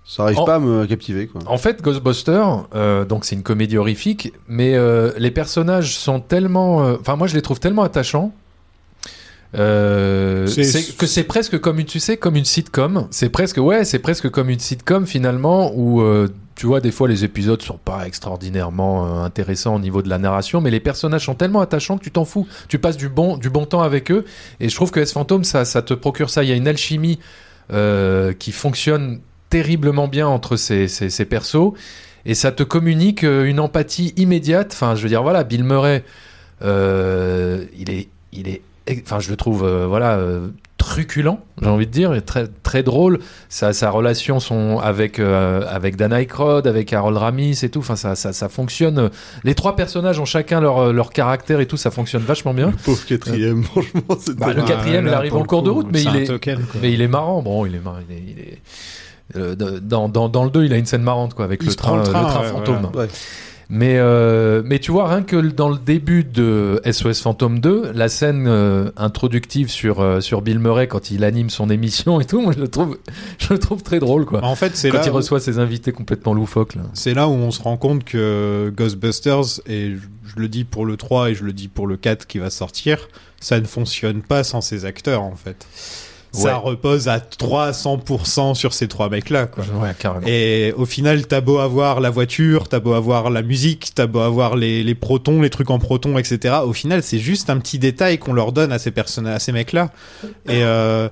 ça arrive
En-
pas à me captiver, quoi.
En fait, Ghostbusters, euh, donc c'est une comédie horrifique, mais euh, les personnages sont tellement... euh, Enfin, moi, je les trouve tellement attachants. euh,
C'est-
c'est que c'est presque comme une tu sais comme une sitcom c'est presque ouais c'est presque comme une sitcom finalement où euh, tu vois des fois les épisodes sont pas extraordinairement euh, intéressants au niveau de la narration mais les personnages sont tellement attachants que tu t'en fous tu passes du bon du bon temps avec eux et je trouve que S Phantom ça ça te procure ça il y a une alchimie euh, qui fonctionne terriblement bien entre ces, ces, ces persos et ça te communique euh, une empathie immédiate. Enfin, je veux dire, voilà, Bill Murray, euh, il est, il est, enfin, je le trouve, euh, voilà, euh, truculent, j'ai envie de dire, et très, très drôle. Sa, sa relation son avec, euh, avec Dan Aykroyd, avec Harold Ramis et tout, enfin, ça, ça, ça fonctionne. Les trois personnages ont chacun leur, euh, leur caractère et tout, ça fonctionne vachement bien.
Pauvre quatrième, franchement, c'est
Bah, le
Ah,
quatrième,
là,
il arrive
pour
en
le
cours de
coup,
route, mais
c'est
il
un
est,
token, quoi.
mais il est marrant. Bon, il est marrant. Il est, il est- euh, de- dans, dans, dans le 2, il a une scène marrante quoi, avec
Il
le
se prend
train,
le
le
train,
train
ouais,
fantôme.
voilà. Ouais.
Mais, euh, mais tu vois, rien que dans le début de SOS Fantôme 2, la scène euh, introductive sur, euh, sur Bill Murray quand il anime son émission et tout, moi je le trouve, je le trouve très drôle. Quoi.
En fait, c'est
Bah, Quand
là
il
où-
reçoit ses invités complètement loufoques. Là.
C'est là où on se rend compte que Ghostbusters, et je- je le dis pour le 3 et je le dis pour le 4 qui va sortir, ça ne fonctionne pas sans ces acteurs en fait. Ça
Ouais.
repose à 300% sur ces trois mecs-là. quoi.
Ouais, carrément.
Et au final, t'as beau avoir la voiture, t'as beau avoir la musique, t'as beau avoir les, les protons, les trucs en protons, etc. Au final, c'est juste un petit détail qu'on leur donne à ces personnes, à ces mecs-là. Et, euh,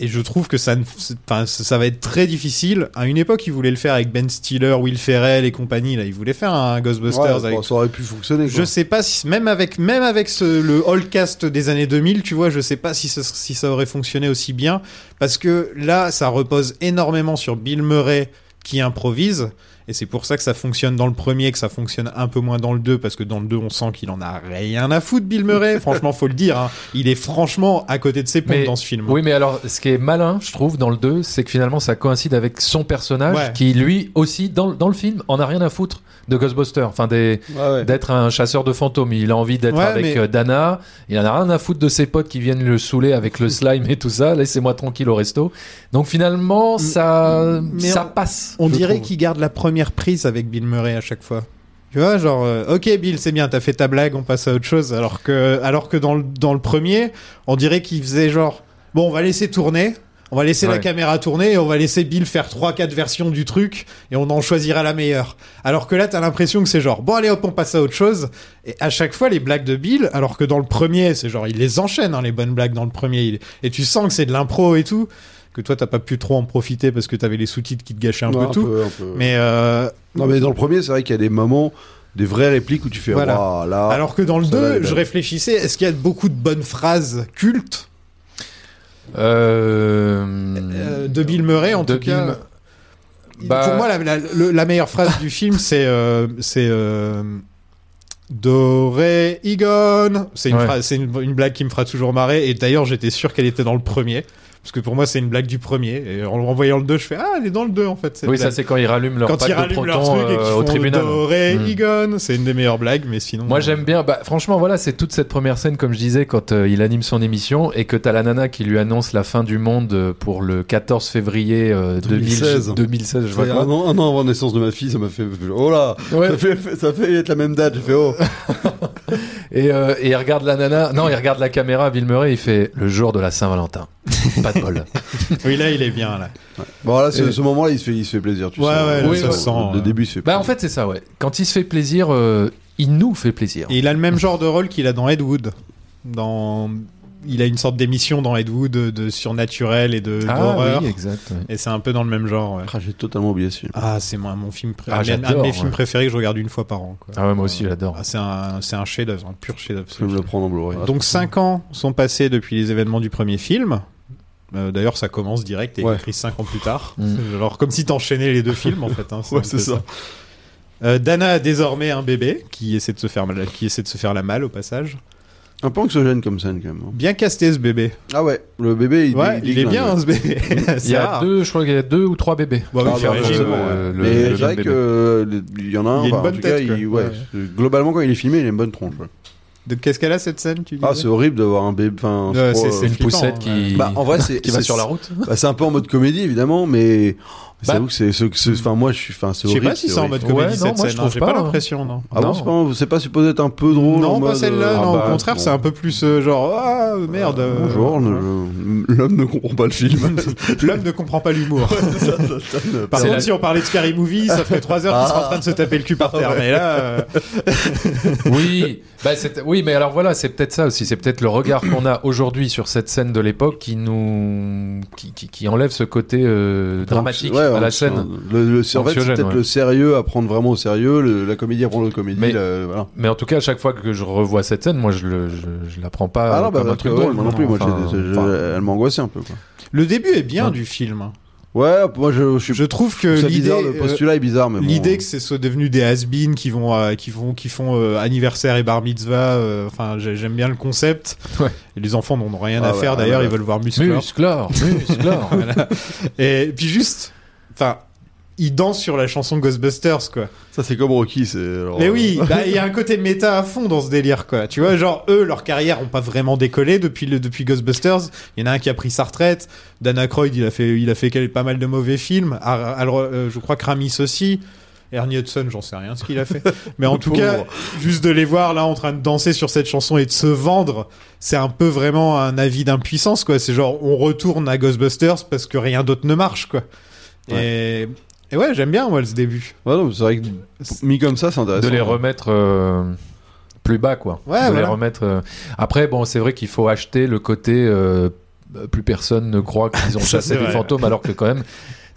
et je trouve que ça, ne, c'est- enfin, ça ça va être très difficile. À une époque, ils voulaient le faire avec Ben Stiller, Will Ferrell et compagnie. Là, ils voulaient faire un Ghostbusters.
Ouais,
avec...
bon, ça aurait pu fonctionner. quoi.
Je sais pas si même avec même avec ce- le all cast des années 2000, tu vois, je sais pas si ça, si ça aurait fonctionné aussi bien parce que là, ça repose énormément sur Bill Murray qui improvise et c'est pour ça que ça fonctionne dans le premier, que ça fonctionne un peu moins dans le 2 parce que dans le 2 on sent qu'il en a rien à foutre Bill Murray. franchement, faut le dire, hein. il est franchement à côté de ses pompes
Mais-
dans ce film.
Oui, mais alors, ce qui est malin, je trouve, dans le 2, c'est que finalement, ça coïncide avec son personnage
Ouais.
qui, lui aussi, dans, le- dans le film, en a rien à foutre de Ghostbuster. Enfin, des-
Ouais, ouais.
d'être un chasseur de fantômes. Il a envie d'être
Ouais,
avec
mais-
euh, Dana. Il en a rien à foutre de ses potes qui viennent le saouler avec le slime et tout ça. Laissez-moi tranquille au resto. Donc, finalement, ça,
mais
ça
on-
passe.
On
je
dirait
trouve.
qu'il garde la première prise avec Bill Murray à chaque fois. Tu vois, genre, euh, ok Bill, c'est bien, t'as fait ta blague, on passe à autre chose. Alors que, alors que dans, le, dans le premier, on dirait qu'il faisait genre, bon, on va laisser tourner, on va laisser la
Ouais.
caméra tourner, et on va laisser Bill faire 3-4 versions du truc, et on en choisira la meilleure. Alors que là, t'as l'impression que c'est genre, bon, allez hop, on passe à autre chose. Et à chaque fois, les blagues de Bill, alors que dans le premier, c'est genre, il les enchaîne, hein, les bonnes blagues dans le premier. Il- Et tu sens que c'est de l'impro et tout, que toi, t'as pas pu trop en profiter parce que t'avais les sous-titres qui te gâchaient un
Ouais,
peu tout.
peu, un peu.
Mais euh,
Non, mais dans le premier, c'est vrai qu'il y a des moments, des vraies répliques où tu fais
Voilà.
Waouh, là.
alors que dans le
ça va,
2,
les
je
dames.
réfléchissais, est-ce qu'il y a beaucoup de bonnes phrases cultes
Euh,
euh, de Bill Murray en
Mmh. de
tout cas
Bill- Bah-
Pour moi, la, la- le- la meilleure phrase du film, c'est euh, c'est euh, Doré Igon. C'est une,
Ouais.
phrase- c'est une, une blague qui me fera toujours marrer. Et d'ailleurs, j'étais sûr qu'elle était dans le premier. Parce que pour moi, c'est une blague du premier. Et en, en voyant le 2, je fais Ah, elle est dans le 2 en fait. cette
Oui, ça,
blague.
c'est quand ils rallument leur
Quand
patte
ils
de
rallument leur
proton,
truc et
euh, au
qu'ils font
tribunal.
Doré
Hmm.
Igon. C'est une des meilleures blagues, mais sinon.
Moi j'aime bien, bah, franchement voilà, c'est toute cette première scène comme je disais quand euh, il anime son émission et que t'as la nana qui lui annonce la fin du monde euh, pour le 14 février euh,
2016.
2016. 2016, je vois
Ouais,
quoi.
un, an, un an ah avant la naissance de ma fille, ça m'a fait. Oh là
Ouais.
ça, fait, ça fait être la même date. J'ai fait Oh
Et, euh, et il regarde la nana, non il regarde la caméra, Bill Murray, il fait le jour de la Saint-Valentin. Pas de bol.
euh, Oui, là, il est bien là.
Bon, là,
Et-
ce, ce moment-là, il se fait, il se fait plaisir. Tu
Ouais,
sais.
ouais,
là, Oui, ça ouais.
sent, hein.
Le
ouais.
début, c'est.
bah en fait c'est ça ouais. Quand il se fait plaisir, euh, il nous fait plaisir.
Et il a le même genre de rôle qu'il a dans Ed Wood. Dans... Il a une sorte d'émission dans Ed Wood de, de surnaturel et de
ah
d'horreur.
oui exact. ouais.
Et c'est un peu dans le même genre. ouais.
Ah, j'ai totalement oublié celui
Ah, c'est moi, mon film pré-
Ah,
un de mes- un de
j'adore,
mes films
ouais.
préférés que je regarde une fois par an. quoi.
Ah ouais moi aussi j'adore.
Ah, c'est un, c'est un chef-d'œuvre, un pur chef-d'œuvre. ce
Je vais me le
film.
prendre en Ah, Blu-ray.
Donc 5 ans sont passés depuis les événements du premier film. Euh, D'ailleurs, ça commence direct et
Ouais.
écrit 5 ans plus tard.
Mm.
Alors, comme si t'enchaînais les deux films en fait. hein,
Ouais,
un
c'est
peu
ça.
Euh, Dana a désormais un bébé qui essaie de se faire mal, qui essaie de se faire la malle au passage.
Un peu anxiogène comme scène, quand même. hein.
Bien casté ce bébé.
Ah ouais, le bébé, il,
ouais, il, est
déglingue.
bien hein, ce bébé.
Il y a deux, je crois qu'il y a deux ou trois bébés.
Ah
Bon, oui,
bah,
c'est un régime.
forcément,
euh,
ouais.
le-
Mais
le
c'est
jeune
vrai
bébé.
qu'il y en a un,
Il y a une
enfin, en
bonne
tout cas,
tête, quoi.
il- ouais,
Ouais.
globalement, quand il est filmé, il a une bonne tronche. ouais.
De- Qu'est-ce qu'elle a cette scène tu
Ah,
disais
c'est horrible d'avoir un bébé. Enfin,
Ouais,
je crois,
c'est-
C'est
euh,
une
flippant,
poussette qui,
Bah, en vrai, c'est
qui va
c'est-
sur la route.
bah, c'est un peu en mode comédie, évidemment, mais
Bah-
j'avoue que c'est. c'est- c'est- Enfin, moi, je suis. Enfin, c'est
Je sais
horrible.
pas si c'est
c'est
en
horrible.
mode comédie
Ouais, non,
cette
moi,
scène.
je
hein,
trouve
J'ai
pas,
pas,
hein.
l'impression, non.
Ah
Non.
bon, c'est pas- c'est pas, supposé être un peu drôle en
non, pas
mode,
celle-là.
euh,
non,
ah bah,
au contraire,
bon.
c'est un peu plus euh, genre ah merde. euh,
Bonjour, le- l'homme ne comprend pas le film.
L'homme ne comprend pas l'humour. Par
C'est
contre,
la-
si on parlait de Scary Movie, ça ferait 3 heures qu'il serait en train de se taper le cul
Ah
par terre. Mais là, euh,
Oui, bah, c'est- oui, mais alors voilà, c'est peut-être ça aussi. C'est peut-être le regard qu'on a aujourd'hui sur cette scène de l'époque qui nous, qui, qui- qui enlève ce côté euh, dramatique
Ouais,
à la
on-
scène.
Le, le- c'est- en fait, c'est
Anxiogène,
peut-être
ouais.
le sérieux à prendre vraiment au sérieux, le- la comédie à prendre au comédie.
Mais-
le- voilà.
Mais en tout cas, à chaque fois que je revois cette scène, moi, je, le, je, je la prends pas
Ah
euh,
non, bah,
comme un
bah,
truc
ouais,
drôle.
moi non plus, moi,
Enfin,
j'ai- j'ai-
enfin,
elle m'angoissait un peu. Quoi.
le début est bien
Ouais.
du film.
Ouais, moi je, je suis.
Je trouve que
ça
l'idée,
bizarre, le
euh,
postulat est bizarre, mais bon.
L'idée que ce soit devenu des has qui vont, euh, qui vont, qui font euh, anniversaire et bar mitzvah. euh, Enfin, j'ai- j'aime bien le concept.
Ouais.
Et les enfants n'en ont rien
Ah
à
ouais,
faire.
ah
D'ailleurs,
ouais.
ils veulent voir Musclor.
Musclor, Musclor.
Et puis juste, enfin, il danse sur la chanson Ghostbusters, quoi.
Ça, c'est comme Rocky, c'est. alors,
Mais
euh,
oui, bah, il y a un côté méta à fond dans ce délire, quoi. Tu vois, genre, eux, leur carrière ont pas vraiment décollé depuis, le, depuis Ghostbusters. Il y en a un qui a pris sa retraite. Dan Aykroyd, il a fait, il a fait quel- pas mal de mauvais films. Ar- Al- euh, je crois que Ramis aussi. Ernie Hudson, j'en sais rien de ce qu'il a fait. Mais en tout cas, juste de les voir là en train de danser sur cette chanson et de se vendre, c'est un peu vraiment un avis d'impuissance, quoi. C'est genre, on retourne à Ghostbusters parce que rien d'autre ne marche, quoi. Et, et ouais, j'aime bien, moi, ce début.
euh, Ouais, non, c'est vrai que mis comme ça, c'est intéressant.
de les remettre euh, plus bas, quoi.
Ouais,
de les
voilà.
remettre. euh, Après, bon, c'est vrai qu'il faut acheter le côté. euh, plus personne ne croit qu'ils ont
Ça, c'est
chassé les
vrai.
fantômes, alors que quand même,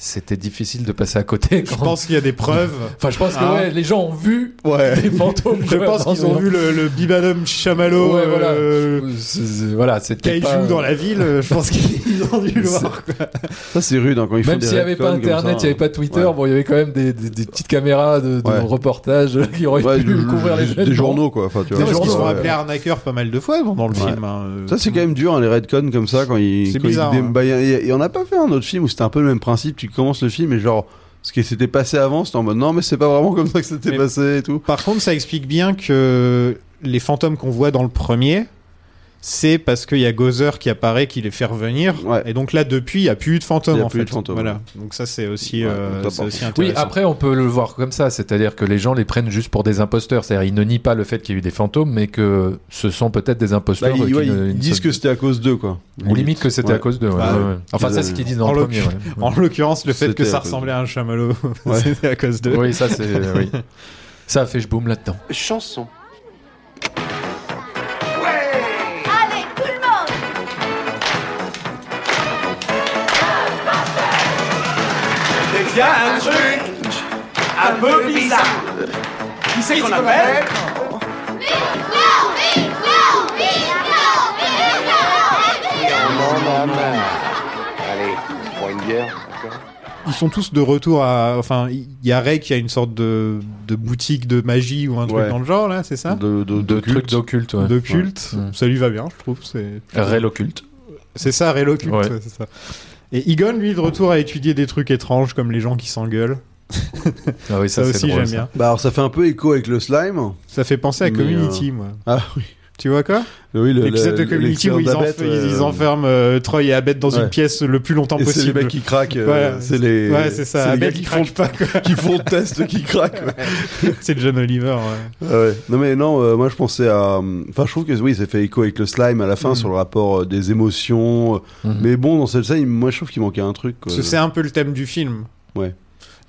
c'était difficile de passer à côté.
Je pense qu'il y a des preuves.
Enfin, je pense que
Hein
ouais, les gens ont vu
Ouais.
des fantômes.
Je
quoi,
pense
dans
qu'ils
les
ont
gens.
vu le, le Bibadum Chamallow
Ouais, voilà.
euh,
C'est- c'est- Voilà, c'était
Kaiju
pas-
dans la ville. euh, Je pense qu'ils ont dû le voir. quoi.
Ça, c'est rude hein, quand ils font
Même
des
s'il n'y avait pas
retcons comme
Internet,
ça.
il
hein.
n'y avait pas Twitter,
Ouais.
bon, il y avait quand même des, des- des petites caméras de, de
Ouais.
reportage qui auraient
Ouais,
pu
du-
couvrir les
des,
événements.
journaux, quoi. Enfin, tu
Non,
vois,
parce qu'ils
ouais.
sont appelés arnaqueurs pas mal de fois dans le
Ouais.
film. hein, euh.
Ça, c'est quand même dur, hein, les redcons comme ça, quand ils.
C'est
quand ils
bizarre,
dé-
hein.
bah, y a- y a- y en a pas fait un autre film où c'était un peu le même principe. Tu commences le film et genre, ce qui s'était passé avant, c'était en mode non, mais c'est pas vraiment comme ça que c'était
Mais-
passé et tout.
Par contre, ça explique bien que les fantômes qu'on voit dans le premier, c'est parce qu'il y a Gozer qui apparaît, qui les fait revenir.
Ouais.
Et donc là, depuis, il n'y a plus eu de fantômes.
Il y a
en
plus
fait.
eu de fantômes,
Voilà. Donc ça, c'est aussi,
Ouais, hein.
euh,
d'accord.
c'est aussi
Oui,
intéressant.
après on peut le voir comme ça, c'est-à-dire que les gens les prennent juste pour des imposteurs, c'est-à-dire ils ne nient pas le fait qu'il y a eu des fantômes, mais que ce sont peut-être des
Là,
imposteurs.
Bah, ils,
euh, qui
ouais,
ne-
ils
ne
disent
se-
que c'était à cause d'eux, quoi.
ou limite que c'était
Ouais.
à cause d'eux. ouais,
Bah,
ouais, ouais. Enfin
ils
ça,
avaient-
c'est ce qu'ils disent dans
en
le premier.
l'occurrence-
ouais.
En l'occurrence, le fait
C'était
que ça
à cause
ressemblait à un chamallow,
Ouais.
c'était à cause d'eux.
Oui, ça c'est euh, oui. ça a fait je boum là-dedans.
Chanson.
Allez, tout le monde
Un peu bizarre. Qui c'est qu'on appelle
Allez, on prend une bière. encore
Ils sont tous de retour à. Enfin, il y a Ray qui a une sorte de, de boutique de magie ou un truc
Ouais.
dans le genre, là, c'est ça
De, de,
De
culte.
trucs d'occulte. Ouais.
De culte.
Ouais. Mm.
Ça lui va bien, je trouve. C'est
Réel occulte.
c'est ça, Ray l'occulte,
Ouais.
ouais, c'est ça. Et Egon, lui, de retour à étudier des trucs étranges comme les gens qui s'engueulent.
Ah oui,
Ça,
ça, c'est
aussi,
drôle,
j'aime
ça.
bien.
Bah, alors, ça fait un peu écho avec le slime.
Ça fait penser à
Mais,
Community, moi.
Ah oui.
Tu vois quoi
Oui, le-
L'épisode de
le-
Community où ils,
l'expert
enf-
d'Abed, ouais.
ils enferment euh, Troy et Abed dans
Ouais.
une pièce le plus longtemps
Et c'est les
possible.
mecs qui craquent. euh,
Voilà.
c'est les.
Ouais, c'est ça.
les gars
Abed,
qui
il
font,
craque pas, quoi.
qui font le test, qui craquent. ouais.
c'est John Oliver, ouais.
Ah ouais. Non mais non, euh, moi je pensais à. Enfin, je trouve que oui, ça fait écho avec le slime à la
Mm.
fin sur le rapport euh, des émotions. euh,
Mhm.
Mais bon, dans celle-là, il- moi je trouve qu'il manquait un truc. Quoi.
Parce que c'est un peu le thème du film.
Euh, Ouais.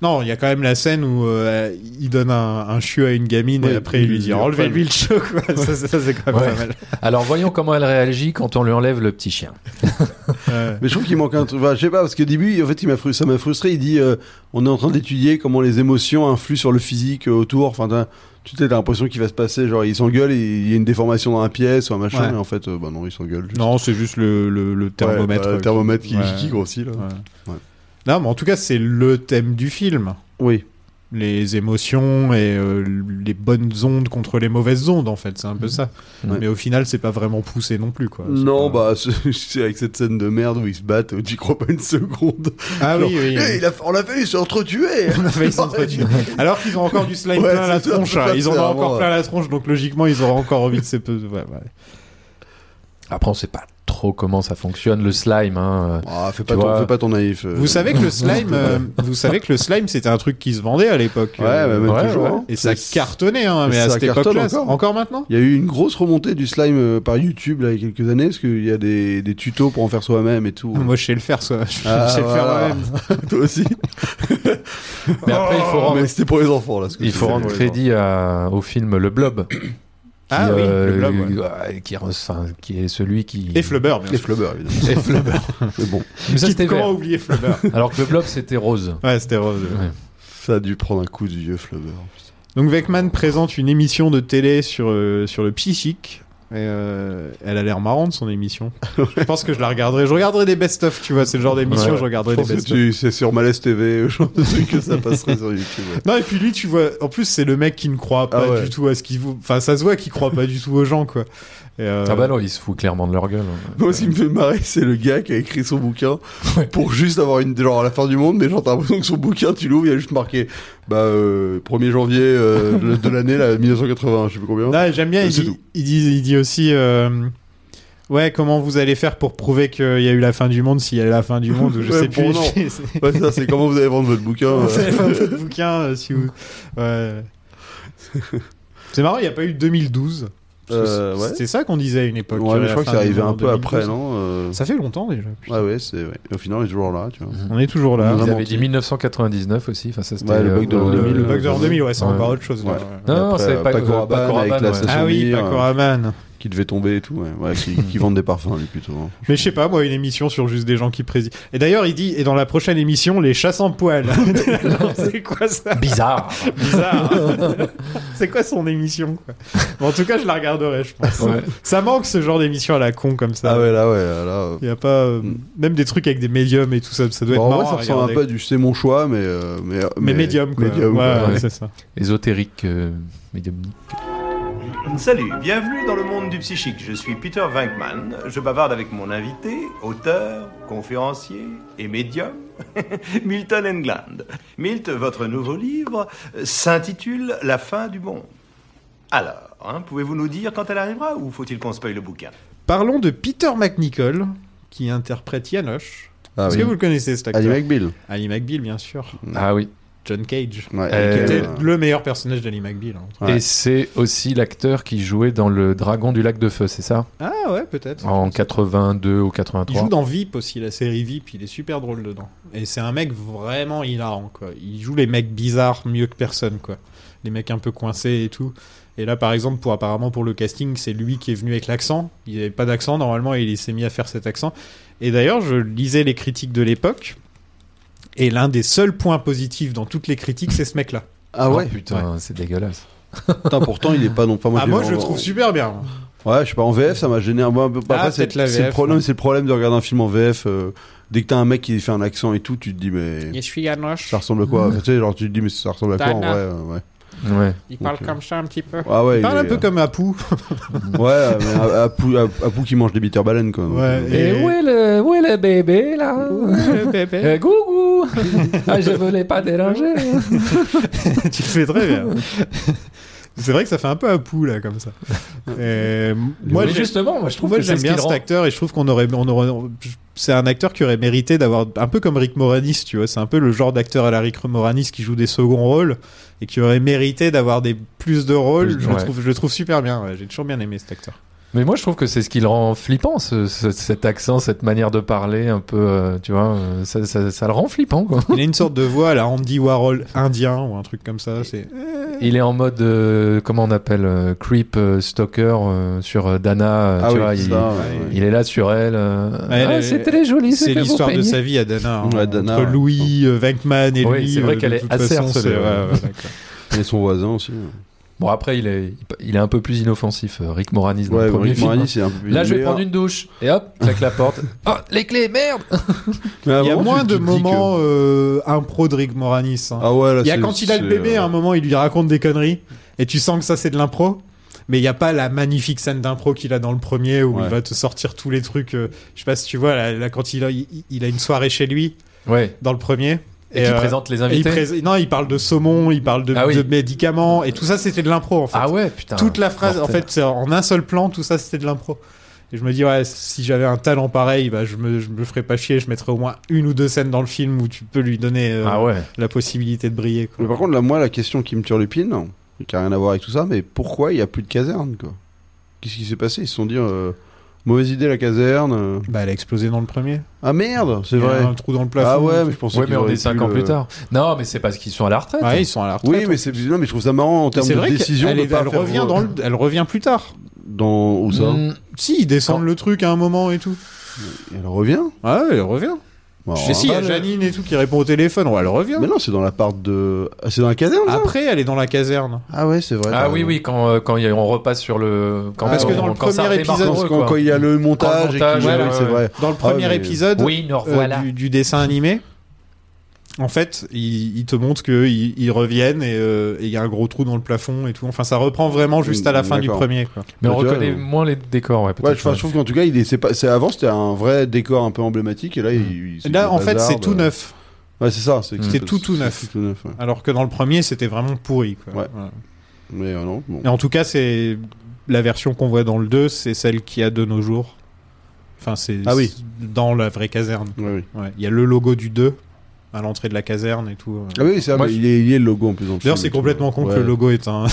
Non, il y a quand même la scène où euh, il donne un, un chiot à une gamine
Ouais,
et après il lui
il-
dit
il-
enlevez-lui le chiot. quoi. ça, ça, ça, c'est quand même
Ouais.
pas mal.
Alors voyons comment elle réagit quand on lui enlève le petit chien.
Ouais.
Mais je trouve qu'il manque un truc. Enfin, je sais pas parce qu'au début, en fait, il m'a fru- ça m'a frustré. Il dit, euh, on est en train d'étudier comment les émotions influent sur le physique euh, autour. Enfin, t'as- tu t'as l'impression qu'il va se passer, genre ils s'engueulent, et il y a une déformation dans la pièce ou un machin.
Ouais.
Mais en fait, euh, bah non, ils s'engueulent. juste.
Non, c'est juste le, le- le thermomètre.
Ouais,
euh,
bah, le
qui-
thermomètre qui,
Ouais.
qui grossit là.
Ouais.
Ouais.
Non, mais en tout cas, c'est le thème du film.
Oui.
Les émotions et euh, les bonnes ondes contre les mauvaises ondes, en fait. C'est
Mmh.
un peu ça.
Ouais.
Mais au final, c'est pas vraiment poussé non plus. Quoi. C'est
Non,
pas-
bah c'est- c'est avec cette scène de merde où ils se battent, euh, j'y crois pas une seconde.
Ah
Genre,
oui, oui. oui.
Eh, il a- on l'a failli s'entretuer
On a failli s'entretuer. Alors qu'ils ont encore du slime
Ouais,
plein la
c'est ça,
tronche.
c'est
hein.
ça,
Ils en
c'est
ont
vraiment,
encore
ouais.
plein la tronche, donc logiquement, ils auront encore envie de ces peu. ouais, ouais.
Après, on sait pas trop comment ça fonctionne le slime. Hein.
Ah, fais, pas
Tu
ton,
vois.
fais pas ton naïf. euh.
Vous savez que le slime, euh, vous savez que le slime, c'était un truc qui se vendait à l'époque.
Ouais, bah,
euh,
même
ouais,
toujours.
ouais.
hein.
Et ça
C'est-
cartonnait, hein,
Et
mais à
ça
cette
cartonne
époque-là. c'est-
encore.
Encore maintenant
Il y a eu une grosse remontée du slime euh, par YouTube là, il y a quelques années, parce qu'il y a des, des tutos pour en faire soi-même et tout.
Moi, je sais le faire, ça. Je
Ah,
sais le faire
voilà.
moi-même.
Toi aussi. Oh,
Mais après, il faut rendre,
mais c'était pour les enfants là. ce que
il
tu
faut
faisais.
rendre crédit à- au film Le Blob.
Ah
qui,
oui,
euh,
le blob. ouais.
ouais, qui, re- enfin, qui est celui qui.
Et Flubber, bien
Les
sûr.
flubber évidemment.
Et Flubber.
Mais bon,
Mais ça, c'était
Comment
vert.
oublier Flubber
Alors que le blob, c'était rose.
Ouais, c'était rose.
ça a dû prendre un coup de vieux flubber.
Donc Vecman présente une émission de télé sur, euh, sur le psychique. Et, euh, elle a l'air marrante son émission. je pense que je la regarderai. Je regarderai des best-of, tu vois. C'est le genre d'émission,
Ouais.
je
Je
regarderai des
pense que
best-of.
tu- C'est sur Malaise TV, genre de truc que ça passerait sur YouTube. ouais.
Non, et puis lui, tu vois, en plus, c'est le mec qui ne croit pas
Ah ouais.
du tout à ce qu'il vous. Enfin, ça se voit qu'il croit pas du tout aux gens, quoi. Et, euh,
Ah bah non, il se fout clairement de leur gueule. hein.
Moi, ce qui me fait marrer, c'est le gars qui a écrit son bouquin pour juste avoir une. Genre à la fin du monde, mais genre t'as l'impression que son bouquin, tu l'ouvres, il y a juste marqué bah, euh, 1er janvier euh, de de l'année là, 1980, je sais plus combien.
Non, j'aime bien,
Euh,
il
c'est
dit,
tout.
il dit, il dit aussi. euh, Ouais, comment vous allez faire pour prouver qu'il y a eu la fin du monde, s'il y a eu la fin du monde, ou je
Ouais,
sais
bon,
plus.
non.
C'est- c'est-
Ouais, ça, c'est comment vous allez vendre votre bouquin. euh.
C'est la fin de votre bouquin, euh, si vous. ouais. C'est marrant, il n'y a pas eu 2012. Parce que
Euh,
c'est-
ouais.
C'était ça qu'on disait à une époque. euh,
Ouais, mais je
la
crois que
fin
c'est
du
arrivé un
monde
peu
2012.
après, non euh,
Ça fait longtemps déjà. putain.
Ouais, ouais, c'est. ouais. Au final, on est toujours là, tu vois.
On est toujours là.
Ils
Ils
Bah, Vraiment,
avaient dit
tu-
1999 aussi. Enfin, ça, c'était,
Ouais, le
euh,
bug de
euh,
l'an 2000.
Le bug de l'an 2000, ouais, c'est
Ouais.
encore autre chose. là,
Ouais.
ouais.
Non, non,
Après,
c'est pas
Paco
euh,
Rabanne
Paco
avec
Rabanne,
la
ouais.
station-
Ah oui,
Souvenir,
Paco
euh.
Rabanne.
Qui devait tomber et tout, ouais. ouais qui, qui vendent des parfums, lui, plutôt. hein.
Mais je sais pas, moi, une émission sur juste des gens qui président. Et d'ailleurs, il dit, et dans la prochaine émission, les chasses en poil. c'est quoi ça
Bizarre.
Bizarre. hein. c'est quoi son émission, quoi Bon, En tout cas, je la regarderai, je pense.
Ouais.
Ça manque ce genre d'émission à la con comme ça.
Ah ouais, là, ouais, là. euh.
Il y a pas. euh,
Mm.
Même des trucs avec des médiums et tout ça, ça doit être
Bon, en vrai,
marrant.
ça
à
ressemble un
regarder.
peu à du c'est mon choix, mais. euh, mais,
Mais médium, quoi.
médium,
ouais,
quoi.
ouais,
Ouais.
c'est ça.
Ésotérique, euh, médiumnique.
Salut, bienvenue dans le monde du psychique. Je suis Peter Venkman. Je bavarde avec mon invité, auteur, conférencier et médium, Milton England. Milt, votre nouveau livre euh, s'intitule La fin du monde. Alors, hein, pouvez-vous nous dire quand elle arrivera ou faut-il qu'on spoil le bouquin
Parlons de Peter McNichol, qui interprète Yanoche.
Ah
Est-ce
oui.
que vous le connaissez, cet acteur
Ali McBeal.
Ali McBeal, bien sûr.
Ah oui.
John Cage.
Ouais,
Euh,
avec,
C'était
euh,
le meilleur personnage d'Ali McBeal. hein.
Ouais.
Et c'est aussi l'acteur qui jouait dans Le Dragon du Lac de Feu, c'est ça
Ah ouais, peut-être.
En 82 ou
Il
83.
joue dans VIP aussi, la série VIP, il est super drôle dedans. Et c'est un mec vraiment hilarant, quoi. Il joue les mecs bizarres mieux que personne, quoi. Les mecs un peu coincés et tout. Et là, par exemple, pour apparemment pour le casting, c'est lui qui est venu avec l'accent. Il n'avait pas d'accent normalement et il s'est mis à faire cet accent. Et d'ailleurs, je lisais les critiques de l'époque. Et l'un des seuls points positifs dans toutes les critiques, c'est ce mec-là.
Ah
Oh,
ouais,
putain, c'est dégueulasse.
putain, pourtant il est pas non pas moi.
ah,
l'ai
moi,
vu
je le
en-
trouve super bien.
Ouais, je sais pas, en VF ça m'a gêné un peu. Après,
Ah,
c'est
peut-être la
c'est le
VF,
problème,
ouais.
c'est le problème de regarder un film en VF. euh, dès que t'as un mec qui fait un accent et tout, tu te dis mais
Je suis Yanoche.
ça ressemble à quoi
Mm.
Enfin, Tu sais, genre tu te dis mais ça ressemble à quoi en vrai
Dana.
euh, ouais.
Ouais.
Il
parle Ok. comme
ça un petit peu.
Ah ouais,
Il parle
est- euh,
un peu comme Apu.
Ouais, mais à, à Pou, à- à Pou qui mange des bitter baleines quoi.
Ouais,
Donc, euh,
Et
Et où est le, où est le bébé là Eh, Gougou ah, Je voulais pas déranger.
tu le fais très bien. C'est vrai que ça fait un peu à pou là comme ça. Euh, moi,
Mais
j'ai-
justement, moi je trouve
moi,
que c'est
j'aime
ce
bien
qu'il
cet
rend.
acteur et je trouve qu'on aurait, on aurait, c'est un acteur qui aurait mérité d'avoir un peu comme Rick Moranis, tu vois. C'est un peu le genre d'acteur à la Rick Moranis qui joue des seconds rôles et qui aurait mérité d'avoir des plus de rôles.
Plus de-
je, le
ouais.
trouve, je le trouve super bien. ouais. J'ai toujours bien aimé cet acteur.
Mais moi je trouve que c'est ce qui le rend flippant, ce- ce- cet accent, cette manière de parler un peu, euh, tu vois, euh, ça, ça- ça le rend flippant quoi.
Il a une sorte de voix à la Andy Warhol indien ou un truc comme ça. C'est
Il est en mode, euh, comment on appelle, euh, creep euh, stalker euh, sur euh, Dana, euh,
Ah
tu
oui,
vois,
c'est
il,
ça,
ouais.
ouais.
il est là sur elle. euh,
Ouais,
ah,
elle-
c'est très joli,
c'est
ce que vous
l'histoire de
peignez.
sa vie à Dana. hein,
Ouais, Dana,
entre
ouais.
Louis, euh, Venkman et
Oui,
lui.
c'est vrai
euh, de
qu'elle est
toute
assez
façon, c'est-
harcelée,
ouais,
ouais.
ouais, d'accord.
Et son voisin aussi.
Bon, après, il est, il est un peu plus inoffensif, euh, Rick Moranis, dans
Ouais,
le premier
Rick
film.
Moranis c'est un peu.
Là, je vais
mais-
prendre une douche. Et hop, claque la porte. Ah, les clés, merde
mais à un
Il y a
moment, tu-
moins
Ah tu
de
te dis
moments
que-
euh, impro de Rick Moranis. hein.
Ah ouais, là,
il y a
c'est-
quand il a le
c'est,
bébé,
euh,
à un moment, il lui raconte des conneries. Et tu sens que ça, c'est de l'impro. Mais il n'y a pas la magnifique scène d'impro qu'il a dans le premier où
Ouais.
il va te sortir tous les trucs. euh, je sais pas si tu vois, là, là, quand il a, il, il a une soirée chez lui
Ouais.
dans le premier.
Et, qui
euh,
présente les
et il
invités.
prés- Non, il parle de saumon, il parle de,
Ah oui.
de médicaments. Et tout ça, c'était de l'impro en fait.
Ah ouais, putain.
Toute la phrase, en
mortel.
fait, c'est en un seul plan, tout ça, c'était de l'impro. Et je me dis, ouais, si j'avais un talent pareil, bah, je, me, je me ferais pas chier, je mettrais au moins une ou deux scènes dans le film où tu peux lui donner euh,
Ah ouais.
la possibilité de briller. quoi.
Mais par contre, là, moi, la question qui me turlupine, qui a rien à voir avec tout ça, mais pourquoi il n'y a plus de caserne, quoi Qu'est-ce qui s'est passé Ils se sont dit, euh, mauvaise idée la caserne. euh.
Bah, elle a explosé dans le premier.
Ah merde, c'est
Il y a
vrai.
Un trou dans le plafond.
Ah ouais, mais je pensais
Ouais, mais
qu'ils
on
auraient
est 5
pu
ans
le- Ah,
plus tard. Non, mais c'est parce qu'ils sont à la retraite.
Ouais, ils sont à la retraite. hein.
Oui, mais c'est non, mais je trouve ça marrant en termes
c'est
de
vrai
décision.
qu'elle
de
est-
pas
elle
faire-
revient dans le- Hmm. elle revient plus tard.
dans où ça
Mm.
Si, ils descendent
Quand-
le truc à un moment et tout. Ah
Elle revient
Ouais, elle revient.
Bon,
Mais si, il y a Janine et tout qui répond au téléphone. Ouais, elle revient.
Ah, Mais non, c'est dans la part de. Ah, c'est dans la caserne ça
Après, elle est dans la caserne.
Ah ouais, c'est vrai.
Ah
t'as
oui,
raison.
oui, quand, euh, quand il y a- on repasse sur le. Quand,
Parce que
on-
dans le
quand ça
premier
redémarre
épisode,
pour eux,
Quand
quoi.
quand il y a le montage, et
montage,
qu'il-
ouais,
oui, c'est
ouais.
vrai.
Dans le
Ah,
premier
mais-
épisode
Oui,
euh,
nous revoilà.
Euh, du, du dessin animé, en fait, ils il te montrent qu'ils ils reviennent et euh, et il y a un gros trou dans le plafond et tout. Enfin, ça reprend vraiment juste à la fin du
Mm, D'accord.
premier. quoi.
Mais on
Tu vois,
reconnaît
euh,
moins les décors, ouais, peut-être.
Ouais, je, enfin, je trouve qu'en tout cas, il est, c'est pas, c'est, avant c'était un vrai décor un peu emblématique et là, il, il- c'est
Là,
du
en fait,
bazar euh, de-
c'est tout neuf.
Ouais, c'est ça. C'est,
C'est tout, tout neuf.
c'est tout neuf, ouais.
Alors que dans le premier, c'était vraiment pourri. Quoi.
Ouais.
Voilà.
Mais euh, non, bon.
Et en tout cas, c'est la version qu'on voit dans le 2, c'est celle qu'il y a de nos jours. Enfin, c'est
Ah oui.
c'est dans la vraie caserne.
Ouais, oui.
Ouais, Il y a le logo du 2 à l'entrée de la caserne et tout. euh.
Ah oui, c'est vrai,
Moi,
mais
je-
il, est, il est le logo en plus. dans le
D'ailleurs,
film
c'est
et tout.
complètement con
Ouais.
que le logo est un.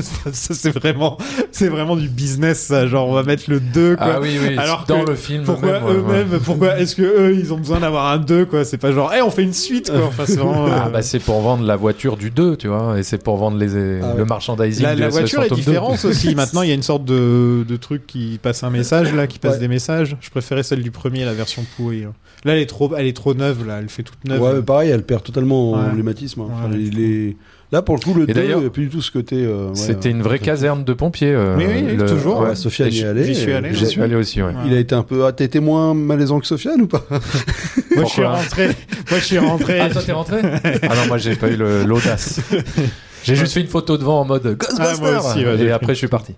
Ça, c'est vraiment, c'est vraiment du business. Ça. Genre, on va mettre le 2 quoi.
Ah oui, oui,
Alors
dans
que
le film
Pourquoi
même, ouais,
eux-mêmes Pourquoi est-ce que eux, ils ont besoin d'avoir un 2 quoi C'est pas genre, eh, on fait une suite quoi. Enfin, c'est vraiment.
Ah
euh,
bah c'est pour vendre la voiture du 2, tu vois, et c'est pour vendre les, le merchandising
Ah La,
de
la
SOS
voiture est
Fantôme 2.
différente aussi. Maintenant, il y a une sorte de, de truc qui passe un message, là, qui passe
Ouais.
des messages. Je préférais celle du premier, la version pourrie. hein. Là, elle est trop, elle est trop neuve, là. Elle fait toute neuve.
Ouais, mais pareil, elle perd totalement en
Ouais.
emblématisme. hein. Enfin,
Ouais,
il est... Là, pour le coup, le 2, il
d'ailleurs,
n'y a plus du tout ce côté. euh, ouais,
C'était une vraie
euh,
caserne de pompiers. euh,
Oui, oui,
le-
toujours.
Ouais, Sofiane
Et
y est
je-
allée.
j'y suis allé,
J'y suis allé aussi, ouais.
Ouais.
Il a été un peu. Ah, t'étais moins malaisant que Sofiane ou pas
Moi, je suis
pourquoi
rentré. Moi, je suis rentré.
Ah toi t'es rentré Ah non moi j'ai pas eu le- l'audace. J'ai juste fait une photo devant en mode Ghostbusters
Ah, moi aussi, ouais, j'ai
et
fait
après je suis parti.